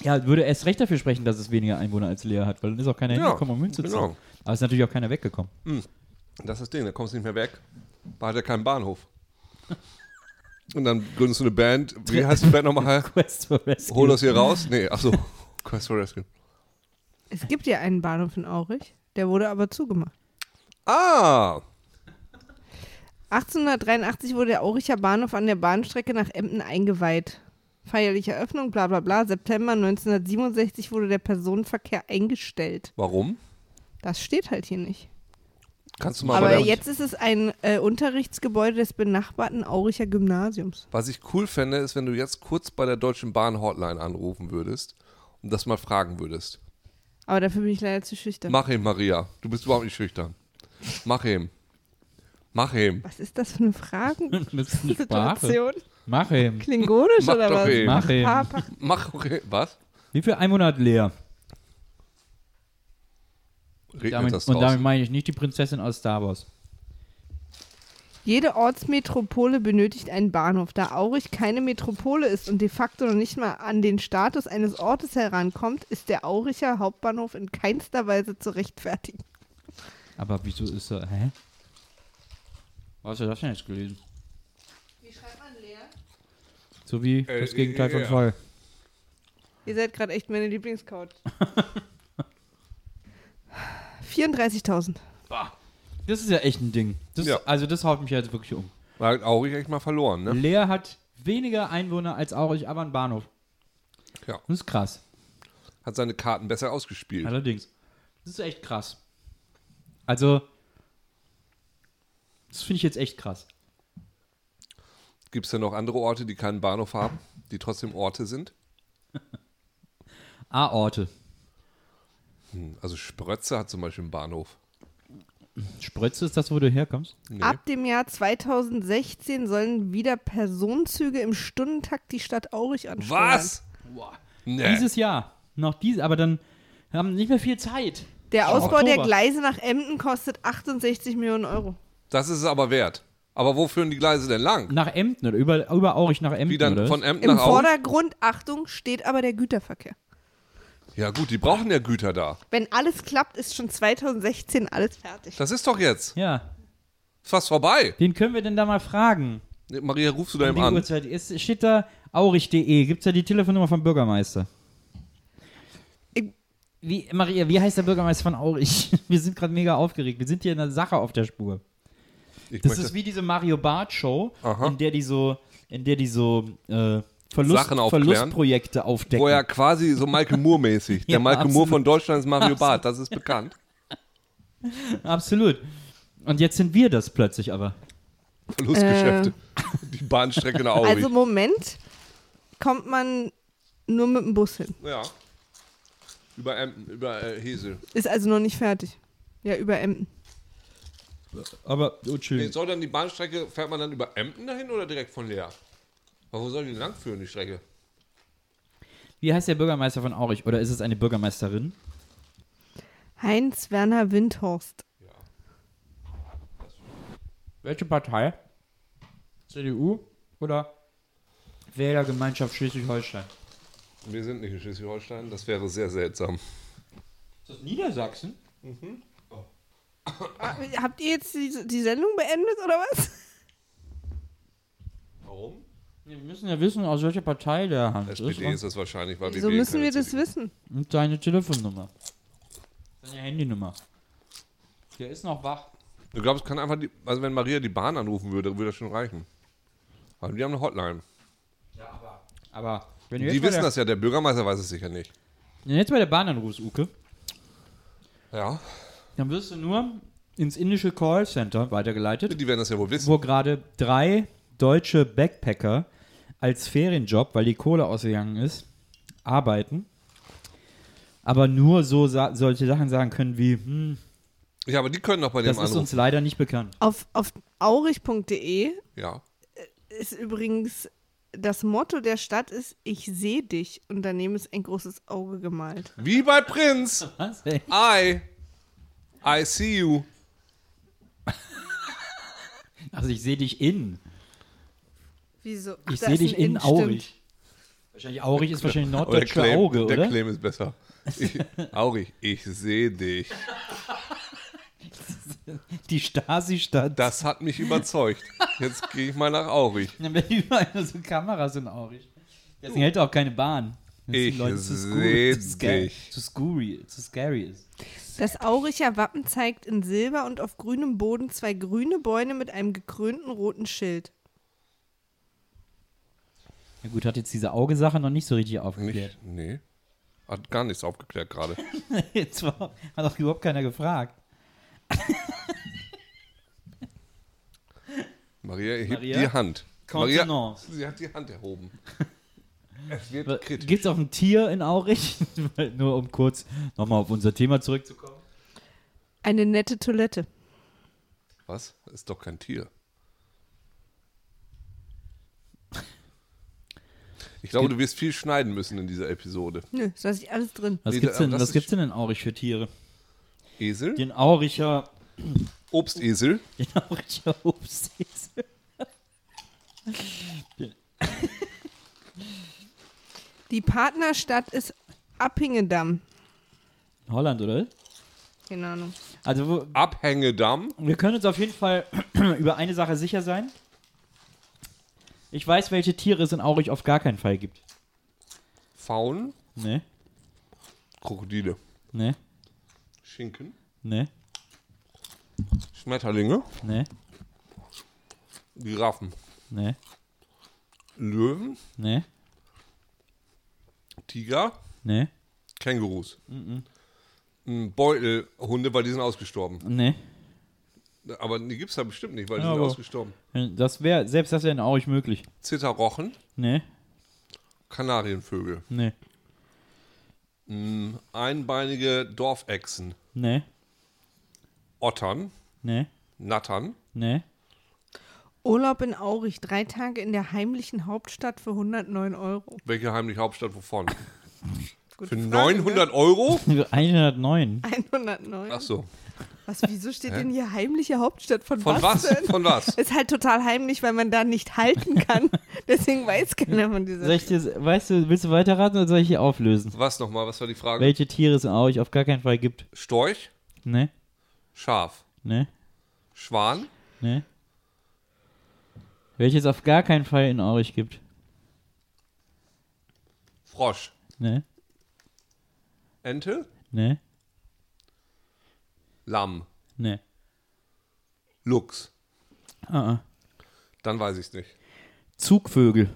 Ja, würde erst recht dafür sprechen, dass es weniger Einwohner als Leer hat, weil dann ist auch keiner
Ja,
hingekommen, um Münze zu
genau.
ziehen. Aber ist natürlich auch keiner weggekommen. (laughs)
Das ist das Ding, da kommst du nicht mehr weg. Da hat er
(laughs)
keinen Bahnhof. Und dann gründest du eine Band. Wie heißt die Band nochmal?
Quest for Rescue.
Hol das hier raus? Nee, achso. (laughs) Quest for Rescue.
Es gibt ja einen Bahnhof in Aurich. Der wurde aber zugemacht.
Ah!
1883 wurde der Auricher Bahnhof an der Bahnstrecke nach Emden eingeweiht. Feierliche Eröffnung, bla bla bla. September 1967 wurde der Personenverkehr eingestellt.
Warum?
Das steht halt hier nicht.
Kannst du mal
Aber
bei der-
jetzt ist es ein äh, Unterrichtsgebäude des benachbarten Auricher Gymnasiums.
Was ich cool fände, ist, wenn du jetzt kurz bei der Deutschen Bahn Hotline anrufen würdest und das mal fragen würdest.
Aber dafür bin ich leider zu schüchtern.
Mach ihm, Maria. Du bist überhaupt nicht schüchtern. Mach ihm. Mach ihm.
was ist das für eine Fragen?
Das ist eine Sprache.
Situation?
Mach ihm.
Klingonisch
Mach
oder
doch eh. eben.
was?
Mach eben.
Papa.
Mach okay. Was?
Wie viel Einwohner hat Lea?
Regnet
Damit,
das
und damit
draus.
meine ich nicht die Prinzessin aus Star Wars.
Jede Ortsmetropole benötigt einen Bahnhof. Da Aurich keine Metropole ist und de facto noch nicht mal an den Status eines Ortes herankommt, ist der Auricher Hauptbahnhof in keinster Weise zu rechtfertigen.
Aber wieso ist er. Hä? Was hast du das denn jetzt gelesen?
Wie schreibt man leer?
So wie
Äh,
das Gegenteil von
ja.
voll.
Ihr seid gerade echt meine Lieblingscouch. (laughs) 34.000.
Das ist ja echt ein Ding. Das,
Ja.
Also, das haut mich jetzt wirklich um.
Da hat Aurich echt mal verloren, ne?
Leer hat weniger Einwohner als Aurich, aber ein Bahnhof.
Ja.
Das ist krass.
Hat seine Karten besser ausgespielt.
Allerdings. Das ist echt krass. Also, das finde ich jetzt echt krass.
Gibt es denn noch andere Orte, die keinen Bahnhof haben, die trotzdem Orte sind?
A-Orte.
Also Sprötze hat zum Beispiel einen Bahnhof.
Sprötze ist das, wo du herkommst?
Nee.
Ab dem Jahr 2016 sollen wieder Personenzüge im Stundentakt die Stadt Aurich ansteuern.
Was? Nee.
Dieses Jahr. Noch dieses, aber dann haben wir nicht mehr viel Zeit.
Der
Schon
Ausbau der
Oktober.
Gleise nach Emden kostet 68 Millionen Euro.
das ist es aber wert. Aber wo führen die Gleise denn lang?
Nach Emden oder über, über Aurich nach Emden.
Wie dann
oder?
von Emden
Im
nach Aurich?
Vordergrund, Achtung, steht aber der Güterverkehr.
Ja gut, die brauchen ja Güter da.
Wenn alles klappt, ist schon 2016 alles fertig.
Das ist doch jetzt.
ja.
Ist fast vorbei.
Wen können wir denn da mal fragen?
Nee, Maria, rufst du da
Um
eben
die
an?
Uhrzeit. Ist, steht da aurich.de. Gibt es da die Telefonnummer vom Bürgermeister?
Ich-
Wie, Maria, wie heißt der Bürgermeister von Aurich? (laughs) Wir sind gerade mega aufgeregt. Wir sind hier in der Sache auf der Spur.
Ich
Das
möchte-
ist wie diese Mario Barth Show,
Aha.
in der die so, in der die so äh, Verlust,
Sachen aufklären.
Verlustprojekte aufdecken.
Wo ja quasi so Michael
(laughs)
Moore mäßig. Der
Ja,
Michael Moore
absolut.
von Deutschland
(laughs)
ist Mario Barth, das ist bekannt.
Absolut. Und jetzt sind wir das plötzlich aber.
Verlustgeschäfte.
Äh.
Die Bahnstrecke nach Aurich.
Also im Moment kommt man nur mit dem Bus hin.
ja. Über, Emden, über äh, Hesel.
Ist also noch nicht fertig. Ja, über Emden.
Aber oh,
Nee,
schön.
Hm.
soll dann die Bahnstrecke, fährt man dann über Emden dahin oder direkt von Leer? Aber wo soll die denn langführen, die Strecke?
Wie heißt der Bürgermeister von Aurich? Oder ist es eine Bürgermeisterin?
Heinz Werner Windhorst.
Welche Partei? CDU oder Wählergemeinschaft Schleswig-Holstein?
Wir sind nicht in Schleswig-Holstein, das wäre sehr seltsam.
Ist das Niedersachsen?
Habt ihr jetzt die, die Sendung beendet oder was?
Warum?
Wir müssen ja wissen, aus welcher Partei der Hans
SPD
ist
ist das wahrscheinlich, weil
Wieso
wählen
müssen
keine
wir das
CDU.
wissen?
und, und seine Telefonnummer. Seine Handynummer. Der ist noch wach.
Du glaubst, es kann einfach die, also wenn Maria die Bahn anrufen würde, würde das schon reichen. Aber die haben eine Hotline.
Ja, aber. Aber wenn du
Die
jetzt, bei
wissen
der,
das ja, der Bürgermeister weiß es sicher nicht.
wenn du jetzt bei der Bahn anrufst, Uke,
Ja,
dann wirst du nur ins indische Callcenter weitergeleitet,
die werden das ja wohl wissen.
wo gerade drei deutsche Backpacker als Ferienjob, weil die Kohle ausgegangen ist, arbeiten. Aber nur so sa solche Sachen sagen können wie, hm,
Ja, aber die können doch bei dem
das ist uns
anrufen.
leider nicht bekannt.
Auf, auf aurich.de
Ja.
ist übrigens das Motto der Stadt ist, ich sehe dich. Und daneben ist ein großes Auge gemalt.
Wie bei Prinz.
Was? Ey?
I. I see you.
Also ich sehe dich in.
Wieso?
Ich sehe dich in Aurich. Wahrscheinlich Aurich ist wahrscheinlich norddeutsche Auge,
der
oder?
Claim ist besser. Ich, Aurich, ich sehe dich.
Die Stasi-Stadt. (laughs)
Das hat mich überzeugt. Jetzt gehe ich mal nach Aurich.
Dann werden überall nur so Kameras in Aurich. Deswegen hält auch keine Bahn. Das
Ich
sind Leute zu scu-
seh
zu sca-
dich.
Zu scary, zu scary ist.
Das Auricher Wappen zeigt in Silber und auf grünem Boden zwei grüne Bäume mit einem gekrönten roten Schild.
Na gut, hat jetzt diese Augesache noch nicht so richtig aufgeklärt.
Nicht, nee. Hat gar nichts aufgeklärt gerade.
jetzt war, hat auch überhaupt keiner gefragt.
Maria hebt
Maria?
die Hand. Maria,
Contenance.
sie hat die Hand erhoben. Es wird kritisch.
Gibt es auch ein Tier in Aurich? (laughs) Weil Nur um kurz nochmal auf unser Thema zurückzukommen.
Eine nette Toilette.
Was? Ist doch kein Tier. Ich glaube, du wirst viel schneiden müssen in dieser Episode.
Nö, da ist alles drin.
Was
Nee,
gibt's
da-
denn,
das
was
ist-
gibt's denn in Aurich für Tiere?
Esel?
Den Auricher,
Obstesel?
den Auricher (laughs) Obstesel.
Die Partnerstadt ist Appingedamm.
Holland, oder?
Keine Ahnung.
Also wo,
Abhängedamm?
wir können uns auf jeden Fall (clears throat) über eine Sache sicher sein. Ich weiß, welche Tiere es in Aurich auf gar keinen Fall gibt.
Faun?
Ne?
Krokodile?
Ne?
Schinken?
Ne?
Schmetterlinge?
Ne?
Giraffen?
Ne?
Löwen?
Ne?
Tiger?
Ne?
Kängurus?
Mhm.
Mm, Beutelhunde, weil die sind ausgestorben.
Ne?
Aber die gibt es da bestimmt nicht, weil die
Ja,
sind
aber-
ausgestorben.
Äh, Das wäre, selbst das wäre in Aurich möglich.
Zitterrochen?
Ne?
Kanarienvögel?
Ne?
Einbeinige Dorfechsen?
Ne?
Ottern?
Ne?
Nattern?
Ne? (laughs)
Urlaub in Aurich, drei Tage in der heimlichen Hauptstadt für 109 Euro.
Welche heimliche Hauptstadt wovon? Für
Gute
ne?
Frage,
900 Euro?
109.
Ne? 109.
Achso.
Was, wieso steht denn hier heimliche Hauptstadt von,
Von was?
denn?
Von was?
Ist halt total heimlich, weil man da nicht
(laughs)
halten kann. Deswegen weiß keiner von dieser.
Soll ich dir, weißt du, willst du weiterraten oder soll ich hier auflösen?
Was nochmal? Was war die Frage?
Welche Tiere es in Aurich auf gar keinen Fall gibt?
Storch,
Ne?
Schaf,
Ne?
Schwan,
Ne? Welche es auf gar keinen Fall in Aurich gibt?
Frosch,
Ne?
Ente,
Ne?
Lamm,
Ne?
Luchs.
Ah, ah.
Dann weiß ich es nicht.
Zugvögel.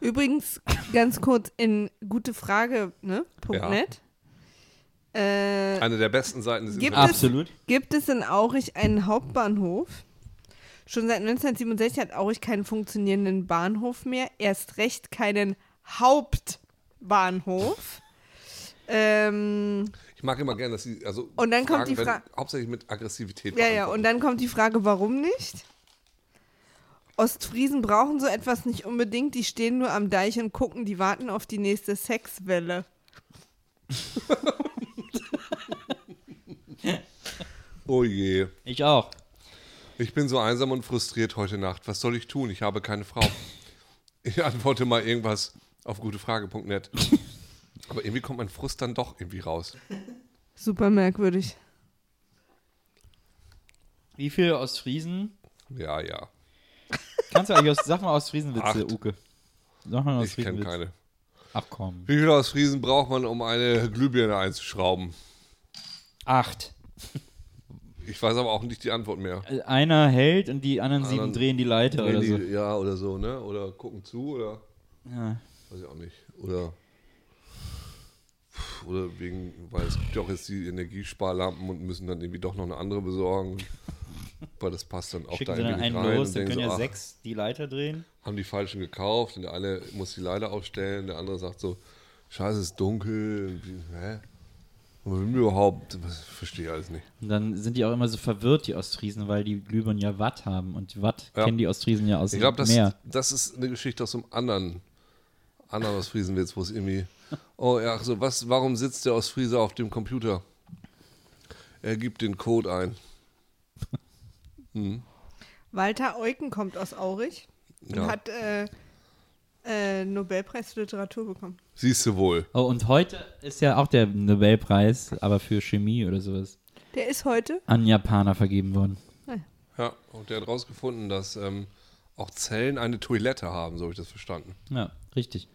Übrigens, ganz kurz in gute Frage, ne?
Ja.
.net. Äh,
Eine der besten Seiten des
Gibt
Internets.
es- gibt es in Aurich einen Hauptbahnhof? Schon seit 1967 hat Aurich keinen funktionierenden Bahnhof mehr. Erst recht keinen Hauptbahnhof. ähm,
Ich mag immer gerne, dass sie. Also
Und dann kommt die
werden
Fra-
Hauptsächlich mit Aggressivität.
Ja, ja, und
beantwortet.
dann kommt die Frage, warum nicht? Ostfriesen brauchen so etwas nicht unbedingt, die stehen nur am Deich und gucken, die warten auf die nächste Sexwelle.
Oh je.
Ich auch.
Ich bin so einsam und frustriert heute Nacht. Was soll ich tun? Ich habe keine Frau. Ich antworte mal irgendwas auf gutefrage.net. Aber irgendwie kommt mein Frust dann doch irgendwie raus.
Super merkwürdig.
Wie viele Ostfriesen?
Ja, ja.
Kannst du eigentlich aus, sag mal Ostfriesenwitze,
Acht.
Uke. Sag mal
Ich kenne
Ostfriesenwitze.
keine.
Ach komm.
Wie viel aus Friesen braucht man, um eine Glühbirne einzuschrauben?
Acht.
Ich weiß aber auch nicht die Antwort mehr.
Äh, Einer hält und die anderen sieben
Anderen-
drehen die Leiter
Wenn
oder
die-
so.
Ja, oder so, ne? Oder gucken zu oder
Ja.
weiß ich auch nicht. Oder oder wegen, weil es gibt ja auch jetzt die Energiesparlampen und müssen dann irgendwie doch noch eine
(laughs)
andere besorgen. Weil das passt dann auch
Schicken
da
sie dann
irgendwie
einen
nicht rein
los, dann
und denken
können
so,
ja
ach,
sechs die Leiter drehen.
haben die falschen gekauft und der eine muss die Leiter aufstellen, der andere sagt so, scheiße, es ist dunkel, wie- hä? Und wenn wir überhaupt, was- verstehe ich alles nicht.
Und dann sind die auch immer so verwirrt, die Ostfriesen, weil die Glühbirnen ja Watt haben. Und Watt
Ja.
kennen die Ostfriesen ja aus
Ich glaube,
dem
das,
Meer.
das ist eine Geschichte aus einem anderen, anderen Ostfriesenwitz, wo es irgendwie. Oh ja, so, was, warum sitzt der Ostfriese auf dem Computer? Er gibt den Code ein.
Walter Eucken kommt aus Aurich und
Ja.
hat äh, äh, Nobelpreis für Literatur bekommen.
Siehst du wohl.
Oh, und heute ist ja auch der Nobelpreis, aber für Chemie oder sowas,
Der ist heute
an Japaner vergeben worden.
Ja, und der hat rausgefunden, dass ähm, auch Zellen eine Toilette haben, so habe ich das verstanden.
Ja, richtig.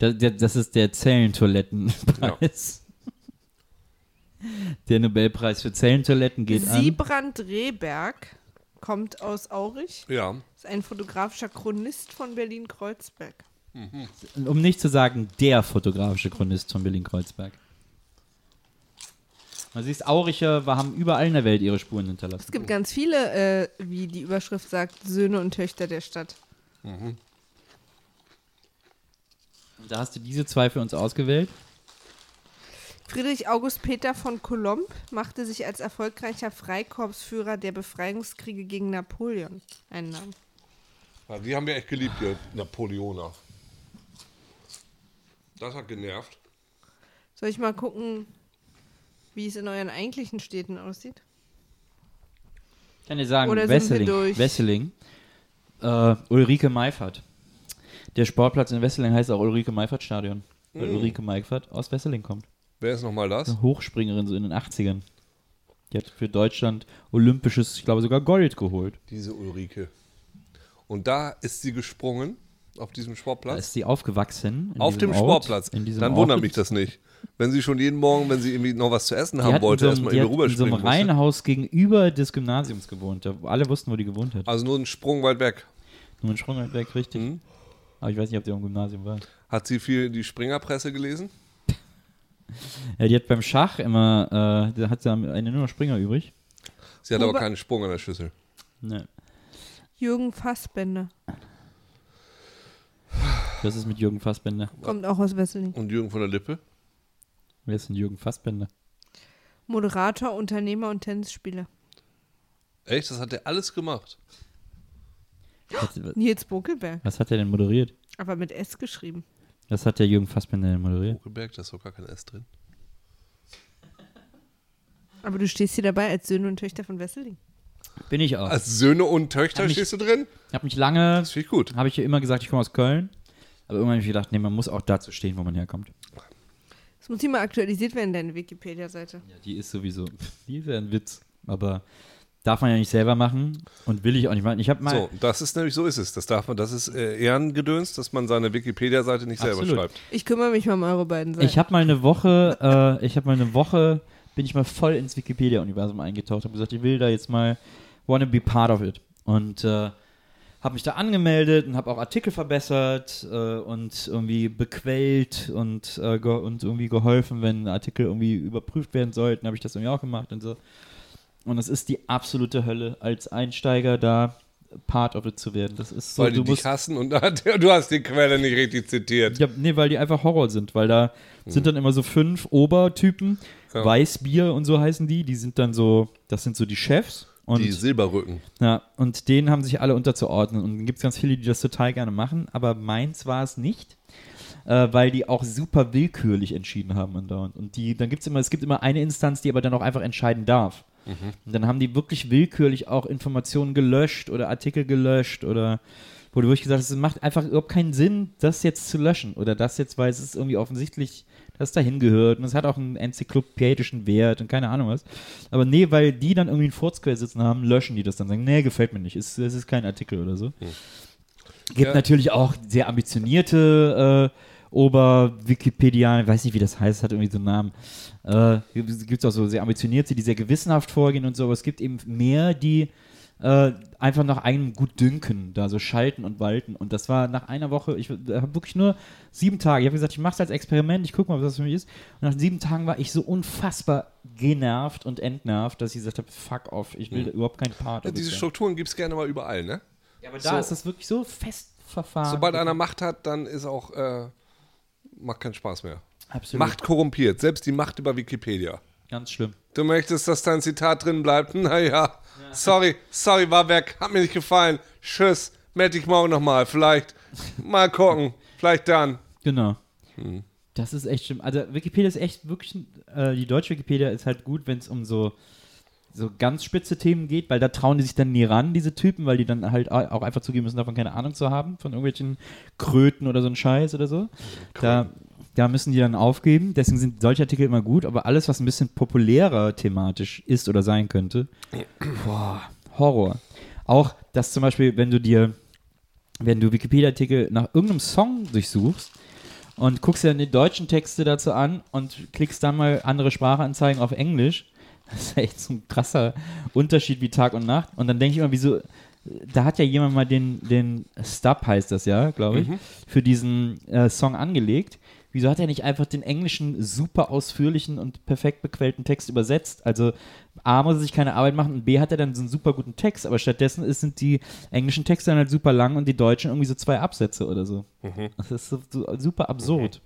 Das, der, das ist der Zellentoilettenpreis. (laughs) Der Nobelpreis für Zellentoiletten geht an.
Siebrand Rehberg kommt aus Aurich,
Ja,
ist ein fotografischer Chronist von Berlin-Kreuzberg.
Um nicht zu sagen, der fotografische Chronist von Berlin-Kreuzberg. Man siehst, Auricher war, haben überall in der Welt ihre Spuren hinterlassen.
Es gibt ganz viele, äh, wie die Überschrift sagt, Söhne und Töchter der Stadt.
Und da hast du diese zwei für uns ausgewählt.
Friedrich August Peter von Colomb machte sich als erfolgreicher Freikorpsführer der Befreiungskriege gegen Napoleon einen Namen.
Ja, die haben wir echt geliebt, die Napoleoner. Das hat genervt.
Soll ich mal gucken, wie es in euren eigentlichen Städten aussieht?
Ich kann dir sagen,
Oder sind wir
Wesseling,
durch?
Wesseling äh, Ulrike Meifert. Der Sportplatz in Wesseling heißt auch Ulrike Meifert Stadion. Weil
Mm.
Ulrike Meifert aus Wesseling kommt.
Wer ist nochmal das?
Eine Hochspringerin so in den 80ern. Die hat für Deutschland olympisches, ich glaube sogar Gold geholt.
Diese Ulrike. Und da ist sie gesprungen, auf diesem
Da
Sportplatz.
ist sie aufgewachsen. in
Auf
diesem
dem
Ort,
Sportplatz.
In diesem
Dann
Ort.
wundert mich das nicht. Wenn sie schon jeden Morgen, wenn sie irgendwie noch was zu essen
Die
haben
hat
wollte,
in so einem,
erstmal
die
eben
hat in so einem
rüberspringen musste.
Reihenhaus gegenüber des Gymnasiums gewohnt. Da, alle wussten, wo die gewohnt hat.
Also nur einen Sprung weit weg.
Nur ein Sprung halt weg, richtig.
Mhm.
Aber ich weiß nicht, ob der im Gymnasium war.
Hat sie viel die Springerpresse gelesen?
Ja, Äh, die hat beim Schach immer, äh, da hat sie am Ende nur noch Springer übrig.
Sie hat aber
Huber-
keinen Sprung an der Schüssel.
Ne,
Jürgen Fassbender
das ist mit Jürgen Fassbender.
kommt auch aus Wesseling.
Und Jürgen von der Lippe?
Wer ist denn Jürgen Fassbender?
Moderator, Unternehmer und Tennisspieler.
Echt? Das hat der alles gemacht.
Was,
Nils Bokelberg,
was hat er denn moderiert?
aber mit S geschrieben.
Was hat der Jürgen Fassbender denn moderiert?
Huckeberg, da ist doch gar kein S drin.
Aber du stehst hier dabei als Söhne und Töchter von Wesseling.
Bin ich auch.
Als Söhne und Töchter
Hab mich-
stehst du drin?
Ich habe mich lange,
Das finde ich gut.
habe ich ja immer gesagt, ich komme aus Köln. Aber irgendwann habe ich gedacht, nee, man muss auch dazu stehen, wo man herkommt.
Das muss hier mal aktualisiert werden, deine Wikipedia-Seite.
Ja, die ist sowieso, die ist ja ein Witz. Aber darf man ja nicht selber machen und will ich auch nicht machen. Ich habe mal,
So, das ist nämlich, so ist es. Das darf man, das ist äh, Ehrengedöns, dass man seine Wikipedia-Seite nicht selber
Absolut.
schreibt.
Ich kümmere mich mal um eure beiden Seiten.
ich habe mal eine Woche, äh, ich habe mal eine Woche, bin ich mal voll ins Wikipedia-Universum eingetaucht, habe gesagt, ich will da jetzt mal, wanna be part of it. Und äh, habe mich da angemeldet und habe auch Artikel verbessert äh, und irgendwie bequält und, äh, ge und irgendwie geholfen, wenn Artikel irgendwie überprüft werden sollten, habe ich das irgendwie auch gemacht und so. Und es ist die absolute Hölle, als Einsteiger da part of it zu werden. Das ist so,
Weil
du
die dich
musst
hassen und du hast die Quelle nicht richtig zitiert.
ja, nee, weil die einfach Horror sind, weil da sind dann immer so fünf Obertypen,
Hm. Ja.
Weißbier und so heißen die, die sind dann so, das sind so die Chefs und,
die Silberrücken.
ja, und denen haben sich alle unterzuordnen und dann gibt es ganz viele, die das total gerne machen, aber meins war es nicht, äh, weil die auch super willkürlich entschieden haben andauernd und die, dann gibt es immer, es gibt immer eine Instanz, die aber dann auch einfach entscheiden darf.
Mhm.
Und dann haben die wirklich willkürlich auch Informationen gelöscht oder Artikel gelöscht oder wo du wirklich gesagt hast, es macht einfach überhaupt keinen Sinn, das jetzt zu löschen oder das jetzt, weil es ist irgendwie offensichtlich, dass es dahin gehört und es hat auch einen enzyklopädischen Wert und keine Ahnung was. Aber nee, weil die dann irgendwie einen Furzquell sitzen haben, löschen die das dann, sagen, nee, gefällt mir nicht, es, es ist kein Artikel oder so. Gibt
Ja.
natürlich auch sehr ambitionierte äh, Ober-Wikipedianer, ich weiß nicht, wie das heißt, hat irgendwie so einen Namen. Äh, gibt es auch so sehr ambitionierte, die sehr gewissenhaft vorgehen und so, aber es gibt eben mehr, die äh, einfach nach einem gut dünken, da so schalten und walten. Und das war nach einer Woche, ich habe wirklich nur sieben Tage. Ich habe gesagt, ich mache es als Experiment, ich gucke mal, was das für mich ist. Und nach sieben Tagen war ich so unfassbar genervt und entnervt, dass ich gesagt habe, fuck off, ich will da überhaupt keinen Part. of it
Mhm. Diese
sein.
Strukturen gibt es gerne mal überall, ne?
ja, aber da
so-
ist das wirklich so fest verfahren.
Sobald einer Macht hat, dann ist auch, äh, macht keinen Spaß mehr.
Absolut.
Macht korrumpiert, selbst die Macht über Wikipedia.
Ganz schlimm.
Du möchtest, dass dein Zitat drin bleibt? (laughs) Naja, sorry, sorry, war weg, hat mir nicht gefallen. Tschüss, melde dich morgen nochmal, vielleicht. Mal gucken, vielleicht dann.
Genau. Das ist echt schlimm. Also Wikipedia ist echt wirklich, ein- äh, die deutsche Wikipedia ist halt gut, wenn es um so, so ganz spitze Themen geht, weil da trauen die sich dann nie ran, diese Typen, weil die dann halt au- auch einfach zugeben müssen, davon keine Ahnung zu haben, von irgendwelchen Kröten oder so ein Scheiß oder so. Da, da müssen die dann aufgeben. Deswegen sind solche Artikel immer gut, aber alles, was ein bisschen populärer thematisch ist oder sein könnte, boah, Horror. Auch, dass zum Beispiel, wenn du dir, wenn du Wikipedia-Artikel nach irgendeinem Song durchsuchst, und guckst dir dann die deutschen Texte dazu an und klickst dann mal andere Sprache anzeigen auf Englisch. (laughs) Das ist echt so ein krasser Unterschied wie Tag und Nacht. Und dann denke ich immer, wieso, da hat ja jemand mal den, den Stub heißt das ja, glaube ich, für diesen äh, Song angelegt. Wieso hat er nicht einfach den englischen super ausführlichen und perfekt bequellten Text übersetzt? Also A muss er sich keine Arbeit machen und B hat er dann so einen super guten Text, aber stattdessen ist, sind die englischen Texte dann halt super lang und die deutschen irgendwie so zwei Absätze oder so. Das ist so, so super absurd.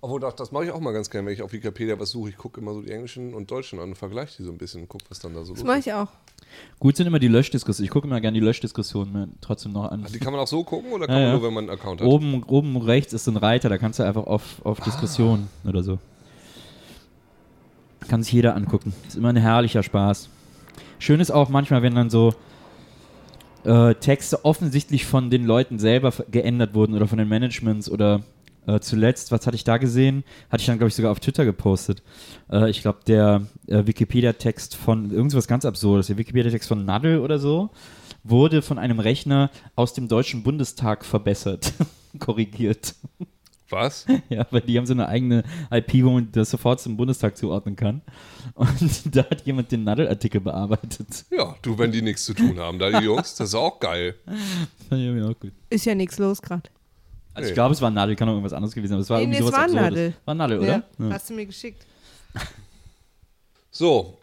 Obwohl, das, das mache ich auch mal ganz gerne, wenn ich auf Wikipedia was suche. Ich gucke immer so die englischen und deutschen an und vergleiche die so ein bisschen, gucke, was dann da so
Das
los
mache
ist.
ich auch.
Gut sind immer die Löschdiskussionen. Ich gucke immer gerne die Löschdiskussionen mir trotzdem noch an.
Die kann man auch so gucken oder kann
Ja,
man
ja.
nur, wenn man einen Account hat?
Oben, oben rechts ist so ein Reiter, da kannst du einfach auf, auf Diskussionen oder so. Kann sich jeder angucken. Ist immer ein herrlicher Spaß. Schön ist auch manchmal, wenn dann so äh, Texte offensichtlich von den Leuten selber ver- geändert wurden oder von den Managements oder äh, zuletzt, was hatte ich da gesehen? Hatte ich dann, glaube ich, sogar auf Twitter gepostet. Äh, ich glaube, der äh, Wikipedia-Text von, irgendwas ganz Absurdes, der Wikipedia-Text von Nadel oder so, wurde von einem Rechner aus dem Deutschen Bundestag verbessert, (laughs) korrigiert.
Was?
Ja, weil die haben so eine eigene IP, wo man das sofort zum Bundestag zuordnen kann. Und (laughs) da hat jemand den Nadel-Artikel bearbeitet. (laughs)
Ja, du, wenn die nichts zu tun haben, da die Jungs, das ist auch geil.
Fand ich irgendwie auch gut.
Ist ja nichts los gerade.
Also ich
Nee.
glaube, es war Nadel, kann auch irgendwas anderes gewesen sein, aber es war
Nee,
irgendwie
nee, es
sowas
war
Absurdes.
Nadel.
War Nadel, oder?
Ja.
Ja.
Hast du mir geschickt.
So,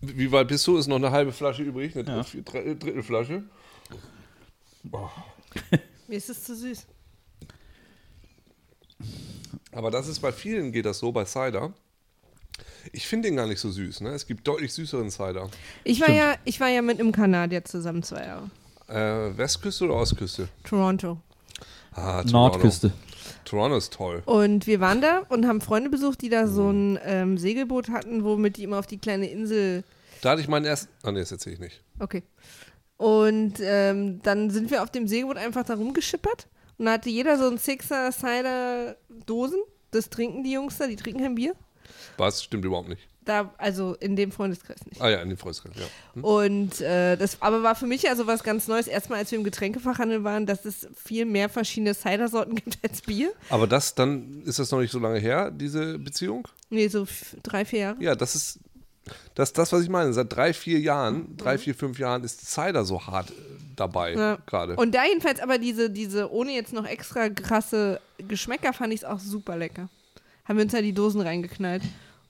wie weit bist du? Ist noch eine halbe Flasche übrig, eine Drittel- Drittel- Drittelflasche.
Mir ist es zu süß.
Aber das ist bei vielen geht das so, bei Cider. Ich finde den gar nicht so süß, ne? Es gibt deutlich süßeren Cider.
Ich war, ja, ich war ja mit einem Kanadier zusammen zwei Jahre.
Äh, Westküste oder Ostküste?
Toronto.
Ah,
Nordküste.
Toronto ist toll.
Und wir waren da und haben Freunde besucht, die da so
Mhm.
ein ähm, Segelboot hatten, womit die immer auf die kleine Insel.
Da hatte ich meinen ersten. Ah, nee, das erzähle ich nicht.
Okay. Und ähm, dann sind wir auf dem Segelboot einfach da rumgeschippert. Und da hatte jeder so ein Sixer Cider Dosen. Das trinken die Jungs da, die trinken kein Bier.
Was? Stimmt überhaupt nicht.
Da, also in dem Freundeskreis nicht.
Ah ja, in den Freundeskreis, ja.
Und äh, das aber war für mich also was ganz Neues. Erstmal, als wir im Getränkefachhandel waren, dass es viel mehr verschiedene Cider-Sorten (laughs) gibt als Bier.
Aber das, dann ist das noch nicht so lange her, diese Beziehung?
Nee, so f- drei, vier Jahre.
Ja, das ist das, das was ich meine. Seit drei, vier Jahren, drei, vier, fünf Jahren ist Cider so hart äh, dabei
Mhm. Ja.
gerade.
Und da jedenfalls aber diese, diese, ohne jetzt noch extra krasse Geschmäcker, fand ich es auch super lecker. Haben wir uns da die Dosen reingeknallt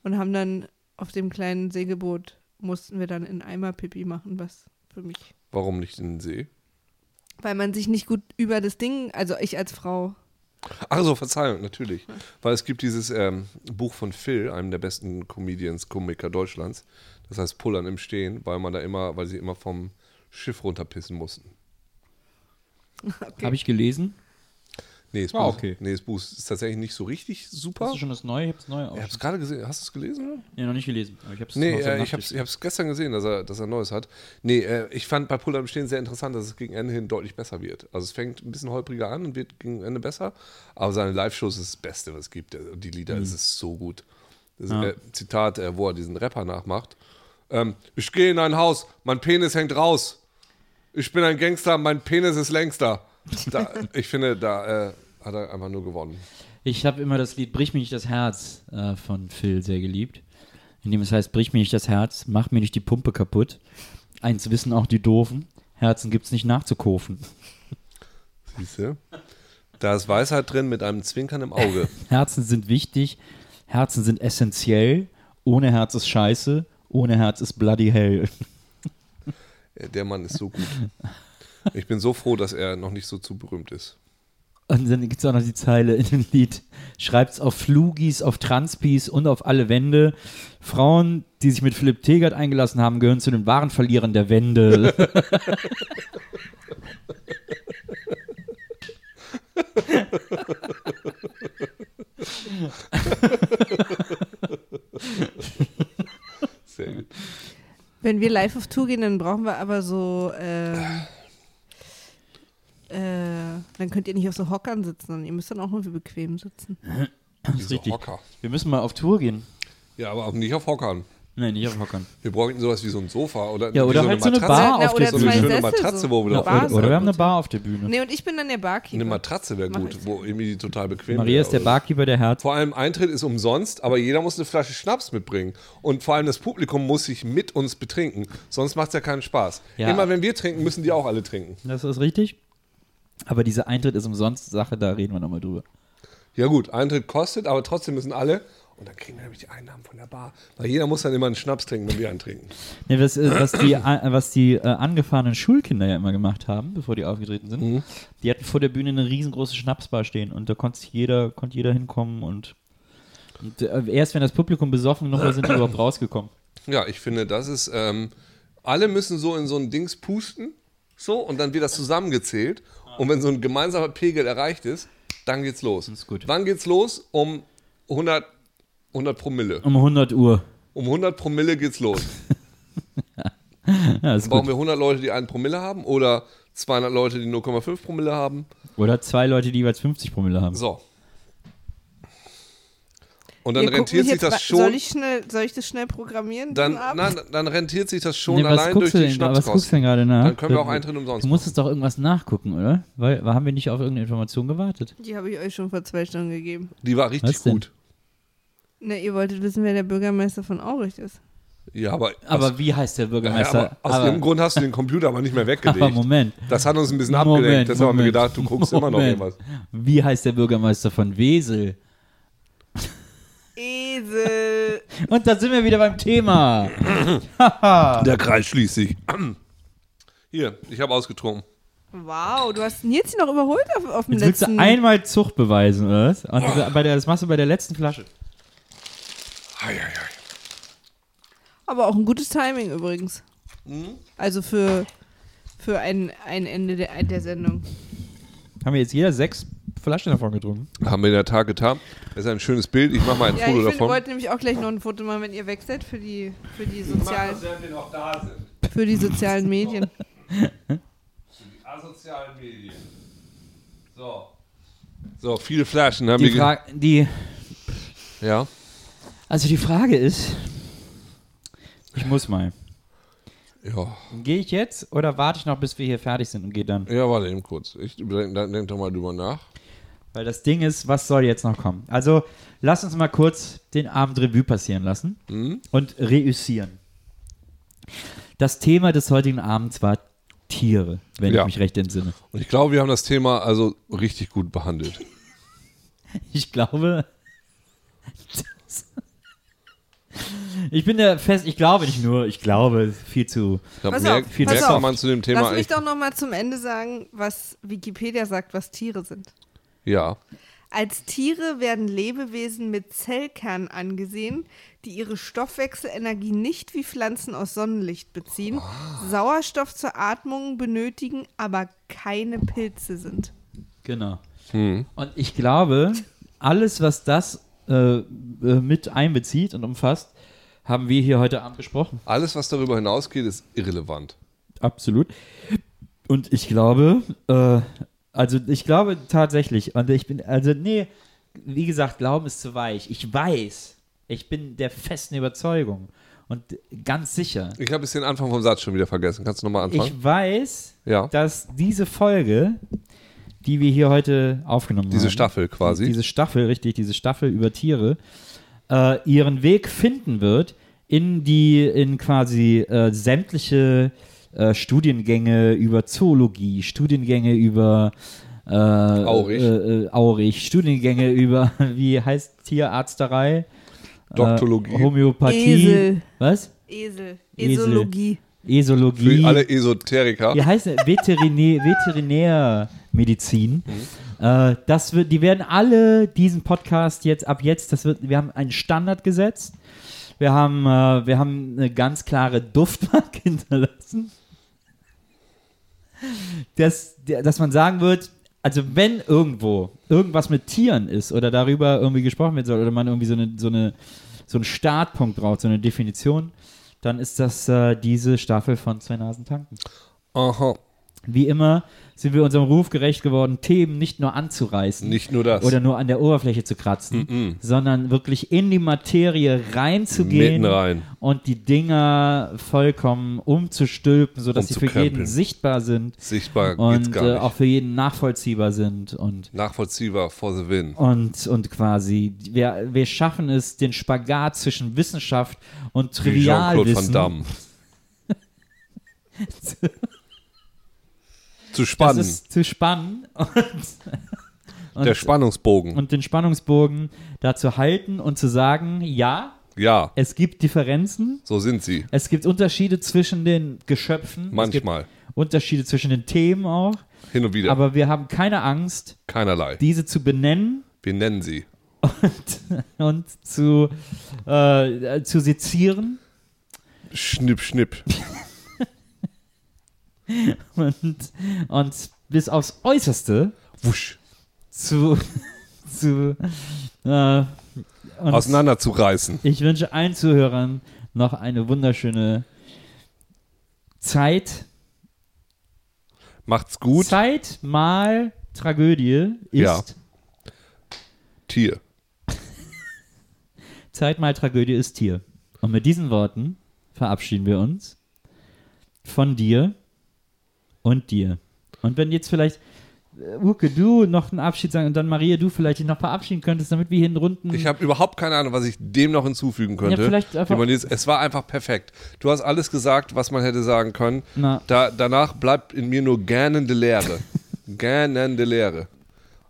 und haben dann auf dem kleinen Segelboot mussten wir dann in Eimer Pipi machen, was für mich.
Warum nicht in den See?
Weil man sich nicht gut über das Ding, also ich als Frau.
Ach so, Verzeihung, natürlich. Weil es gibt dieses ähm, Buch von Phil, einem der besten Comedians, Komiker Deutschlands. Das heißt Pullern im Stehen, weil man da immer, weil sie immer vom Schiff runterpissen mussten.
Habe ich gelesen.
Nee, das,
Ah,
Buch,
okay.
nee, das Buch ist tatsächlich nicht so richtig super.
Hast du schon das Neue? Ich habe das Neue auch.
Ich hab's gerade gesehen. Hast du es gelesen? Oder?
Nee, noch nicht gelesen. Aber ich hab's
Nee,
noch so
äh, ich,
nachgeschrieben.
hab's, ich hab's gestern gesehen, dass er, dass er Neues hat. Nee, äh, ich fand bei Pull-Up Stehen sehr interessant, dass es gegen Ende hin deutlich besser wird. Also es fängt ein bisschen holpriger an und wird gegen Ende besser, aber seine Live-Shows ist das Beste, was es gibt. Also Die Lieder, es ist so gut. Das, äh, Zitat, äh, wo er diesen Rapper nachmacht. Ähm, ich gehe in ein Haus, mein Penis hängt raus. Ich bin ein Gangster, mein Penis ist längster. Da, ich finde, da äh, hat er einfach nur gewonnen.
Ich habe immer das Lied Brich mir nicht das Herz äh, von Phil sehr geliebt. In dem es heißt, brich mir nicht das Herz, mach mir nicht die Pumpe kaputt. Eins wissen auch die Doofen, Herzen gibt's nicht nachzukofen.
Siehste? Da ist Weisheit drin mit einem Zwinkern im Auge.
(laughs) Herzen sind wichtig, Herzen sind essentiell, ohne Herz ist scheiße, ohne Herz ist bloody hell. (laughs)
Äh, Der Mann ist so gut. Ich bin so froh, dass er noch nicht so zu berühmt ist.
Und dann gibt's auch noch die Zeile in dem Lied, schreibt's auf Flugis, auf Transpis und auf alle Wände. Frauen, die sich mit Philipp Tegert eingelassen haben, gehören zu den wahren Verlierern der Wände.
Sehr gut.
Wenn wir live auf Tour gehen, dann brauchen wir aber so. ähm, äh, dann könnt ihr nicht auf so Hockern sitzen, sondern ihr müsst dann auch irgendwie bequem sitzen.
ist richtig.
Hocker.
Wir müssen mal auf Tour gehen.
Ja, aber auch nicht auf Hockern.
Nein, nicht auf Hockern.
Wir bräuchten sowas wie so ein Sofa oder,
Ja,
wie
oder halt so eine
Matratze.
Bar
Na,
auf
oder
der
So eine
zwei
Bühne.
schöne
Sessel,
Matratze,
so.
wo wir
Eine
drauf
Bar
Oder,
ist
sitzen.
oder wir haben eine
gut.
Bar auf der Bühne.
Nee, und ich bin dann der Barkeeper.
Eine Matratze wäre
Mach
gut,
ich.
wo irgendwie die total bequem
Maria
wär,
ist der
oder so.
Barkeeper der Herz.
Vor allem Eintritt ist umsonst, aber jeder muss eine Flasche Schnaps mitbringen. Und vor allem das Publikum muss sich mit uns betrinken. Sonst macht es ja keinen Spaß.
Ja.
Immer wenn wir trinken, müssen die auch alle trinken.
Das ist richtig. Aber diese Eintritt ist umsonst Sache, da reden wir nochmal drüber.
Ja gut, Eintritt kostet, aber trotzdem müssen alle. Und dann kriegen wir nämlich die Einnahmen von der Bar. Weil jeder muss dann immer einen Schnaps trinken, wenn wir einen trinken.
Ne, was, äh, was die, äh, was die äh, angefahrenen Schulkinder ja immer gemacht haben, bevor die aufgetreten sind,
Mhm.
die hatten vor der Bühne eine riesengroße Schnapsbar stehen und da konnte sich jeder, konnte jeder hinkommen und, und äh, erst wenn das Publikum besoffen genug war, sind die überhaupt rausgekommen.
Ja, ich finde, das ist. Ähm, alle müssen so in so ein Dings pusten, so, und dann wird das zusammengezählt.
Ah.
Und wenn so ein gemeinsamer Pegel erreicht ist, dann geht's los.
ist gut.
Wann geht's los? Um 100, 100 Promille.
Um 100 Uhr.
Um 100 Promille geht's los.
Ja, ist
Brauchen
gut.
wir 100 Leute, die einen Promille haben oder 200 Leute, die 0,5 Promille haben?
Oder zwei Leute, die jeweils 50 Promille haben.
So. Und dann
Ihr guckt
rentiert
mich
sich
jetzt
das
wa- Soll
schon.
ich, schnell, soll ich das schnell programmieren?
Dann,
diesen Abend?
nein, dann rentiert sich das schon
Nee, was
allein durch
guckst du
die
denn, was guckst du
Schnapskosten.
denn gerade nach?
Dann können wir auch
Du-
Eintritt umsonst
Du musstest doch irgendwas nachgucken, oder? Weil haben wir nicht auf irgendeine Information gewartet?
Die habe ich euch schon vor zwei Stunden gegeben.
Die war richtig
Was denn?
gut.
Na, ihr wolltet wissen, wer der Bürgermeister von Aurich ist.
Ja, aber,
Aber
aus,
wie heißt der
ja,
Bürgermeister?
aber aus irgendeinem Grund hast du den Computer aber nicht mehr weggelegt.
(laughs) aber Moment.
Das hat uns ein bisschen abgelenkt.
Moment,
Deshalb haben wir
Moment,
gedacht, du guckst immer noch
Moment.
irgendwas.
Wie heißt der Bürgermeister von Wesel?
Esel.
Und da sind wir wieder beim Thema.
Der Kreis schließt sich. (clears throat) Hier, ich habe ausgetrunken.
(laughs) Wow, du hast Nils noch überholt auf, auf dem
Jetzt willst
letzten.
du einmal Zucht beweisen, oder was? Und bei der, das machst du bei der letzten Flasche.
Ei, ei, ei.
aber auch ein gutes Timing übrigens.
Hm?
Also für, für ein, ein Ende der, der Sendung.
Haben wir jetzt jeder sechs Flaschen davon getrunken?
Haben wir in der Tat getan. Das ist ein schönes Bild. Ich mache mal ein
Ja,
Foto
ich will,
davon.
wollte nämlich auch gleich noch ein Foto machen, wenn ihr weg seid für die, für die, sozialen,
während wir noch da sind.
für die sozialen Medien.
Die asozialen Medien. So. So, viele Flaschen haben
Die
wir. ge-
Frage, die,
Ja.
also die Frage ist, ich muss mal.
Ja.
Gehe ich jetzt oder warte ich noch, bis wir hier fertig sind und gehe dann?
Ja, warte eben kurz. Ich denk, dann denk doch mal drüber nach.
Weil das Ding ist, was soll jetzt noch kommen? Also, lass uns mal kurz den Abend Revue passieren lassen und reüssieren. Das Thema des heutigen Abends war Tiere, wenn
Ja.
ich mich recht entsinne.
Und ich glaube, wir haben das Thema also richtig gut behandelt.
Ich glaube. (laughs) dass- Ich bin der fest, ich glaube nicht nur, ich glaube viel zu.
Ich glaub,
Pass
merk-
auf,
merkt
pass
man
auf.
man zu dem
Lass
Thema
mich
echt.
doch noch mal zum Ende sagen, was Wikipedia sagt, was Tiere sind.
Ja.
Als Tiere werden Lebewesen mit Zellkern angesehen, die ihre Stoffwechselenergie nicht wie Pflanzen aus Sonnenlicht beziehen, Sauerstoff zur Atmung benötigen, aber keine Pilze sind.
Genau. Und ich glaube, alles, was das äh, äh, mit einbezieht und umfasst, haben wir hier heute Abend besprochen.
Alles, was darüber hinausgeht, ist irrelevant.
Absolut. Und ich glaube, äh, also ich glaube tatsächlich, und ich bin, also nee, wie gesagt, Glauben ist zu weich. Ich weiß, ich bin der festen Überzeugung und ganz sicher.
Ich habe jetzt den Anfang vom Satz schon wieder vergessen. Kannst du nochmal anfangen?
Ich weiß,
Ja.
dass diese Folge, die wir hier heute aufgenommen haben,
Diese Staffel quasi.
diese Staffel, richtig, diese Staffel über Tiere, äh, ihren Weg finden wird in die, in quasi äh, sämtliche äh, Studiengänge über Zoologie, Studiengänge über äh,
Aurich.
äh, äh, Aurich, Studiengänge über, (laughs) wie heißt Tierarzterei? Äh,
Doktologie.
Homöopathie.
Esel.
Was?
Esel.
Esel.
Esologie.
Esologie.
Für alle Esoteriker.
Wie heißt der? Veterinär, Veterinärmedizin. Äh, das wird, die werden alle diesen Podcast jetzt ab jetzt, das wird, wir haben einen Standard gesetzt. Wir haben, äh, wir haben eine ganz klare Duftmarke (laughs) hinterlassen. Dass, der- dass man sagen wird, also wenn irgendwo irgendwas mit Tieren ist oder darüber irgendwie gesprochen werden soll oder man irgendwie so eine, so eine so einen Startpunkt braucht, so eine Definition, dann ist das äh, diese Staffel von Zwei Nasen tanken.
Aha.
Wie immer sind wir unserem Ruf gerecht geworden, Themen nicht nur anzureißen
Nicht nur das. Mm,
oder nur an der Oberfläche zu kratzen, sondern wirklich in die Materie reinzugehen
Mitten rein.
und die Dinger vollkommen umzustülpen, sodass sie für
Umzukrempeln.
jeden sichtbar sind
Sichtbar geht's
und
gar
äh,
nicht.
auch für jeden nachvollziehbar sind und
Nachvollziehbar for the win.
und, und quasi, wir, wir schaffen es, den Spagat zwischen Wissenschaft und
Wie Jean-Claude Van
Trivialwissen
Damme.
(laughs)
zu
das
spannen.
ist zu spannen und und,
Der Spannungsbogen.
und den Spannungsbogen dazu halten und zu sagen, ja,
Ja,
es gibt Differenzen,
so sind sie.
es gibt Unterschiede zwischen den Geschöpfen.
Manchmal.
Es gibt Unterschiede zwischen den Themen auch.
Hin und wieder.
Aber wir haben keine Angst,
Keinerlei.
diese zu benennen (laughs)
Wir nennen sie.
und, und zu, äh, zu sezieren.
Schnipp, schnipp.
und, und bis aufs Äußerste
Wusch.
zu. (laughs) zu äh, und
Auseinanderzureißen.
Ich wünsche allen Zuhörern noch eine wunderschöne Zeit.
Macht's gut.
Zeit mal Tragödie ist.
Ja. Tier.
Zeit mal Tragödie ist hier. Und mit diesen Worten verabschieden wir uns von dir und dir. Und wenn jetzt vielleicht äh, Uke, du noch einen Abschied sagen und dann Maria, du vielleicht dich noch verabschieden könntest, damit wir hier einen runden.
Ich habe überhaupt keine Ahnung, was ich dem noch hinzufügen könnte.
Mhm. Ja, vielleicht einfach-
Wie man jetzt, es war einfach perfekt. Du hast alles gesagt, was man hätte sagen können.
Na.
Da, danach bleibt in mir nur
(laughs)
gähnende Leere. gähnende Leere.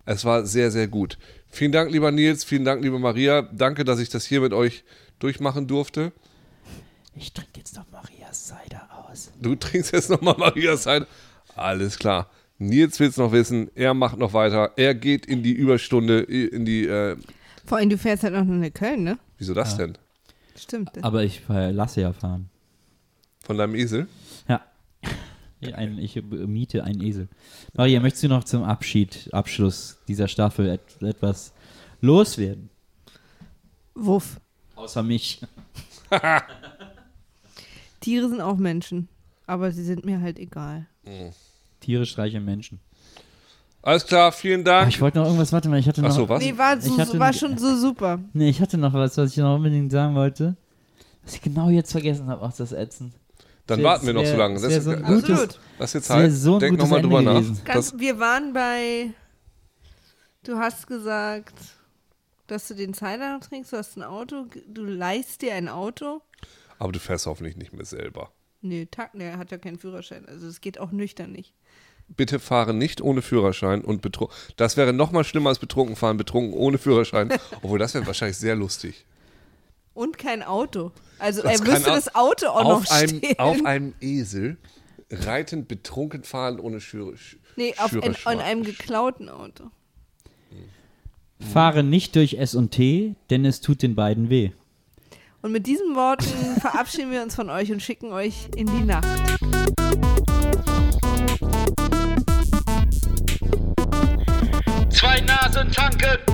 Es war sehr, sehr gut. Vielen Dank, lieber Nils. Vielen Dank, liebe Maria. Danke, dass ich das hier mit euch durchmachen durfte.
ich trinke jetzt noch Marias Cider aus.
Du trinkst jetzt nochmal Marias Zeit. Alles klar. Nils will es noch wissen. Er macht noch weiter. Er geht in die Überstunde, in die. Äh,
Vor allem, du fährst halt auch noch nach Köln, ne?
wieso das denn?
Stimmt.
Aber ich lasse ja fahren.
Von deinem Esel?
Ja. Ein, ich miete einen Esel. Maria, möchtest du noch zum Abschied, Abschluss dieser Staffel et etwas loswerden?
Wuff.
Außer mich.
Tiere sind auch Menschen, aber sie sind mir halt egal.
Tiere streichen Menschen.
Alles klar, vielen
Ah,
Dank.
ich wollte noch irgendwas, warte mal, ich hatte noch.
Achso, was?
Nee, war, so,
Ich hatte-
war schon so super.
Nee, ich hatte noch was, was ich noch unbedingt sagen wollte. Was ich genau jetzt vergessen habe, auch das Ätzend.
Dann
Sehr-
warten wir noch
sehr-
so lange. Das,
sehr so ein
das,
gutes-
Absolut.
das ist jetzt
sehr
halt.
so ein
Denk
gutes
nochmal drüber
Ende
nach.
gewesen.
Das,
Ganz, wir waren bei. Du hast gesagt, dass du den Cider noch trinkst, du hast ein Auto, g- du leihst dir ein Auto.
aber du fährst hoffentlich nicht mehr selber.
Nee, Tag, nee, er hat ja keinen Führerschein. Also es geht auch nüchtern nicht.
Bitte fahre nicht ohne Führerschein und betrunken. Das wäre nochmal schlimmer als betrunken fahren, betrunken ohne Führerschein. Obwohl, das wäre wahrscheinlich sehr lustig.
Und kein Auto. Also
Das
er
kann
müsste
au-
das Auto auch
auf
noch
einem,
stehen.
Auf einem Esel reitend betrunken fahren ohne Schüre, Sch-
(laughs) nee, auf in,
Führerschein.
an einem geklauten Auto.
Fahre nicht durch S&T, denn es tut den beiden weh.
Und mit diesen Worten verabschieden wir uns von euch und schicken euch in die Nacht.
Zwei Nasen tanken.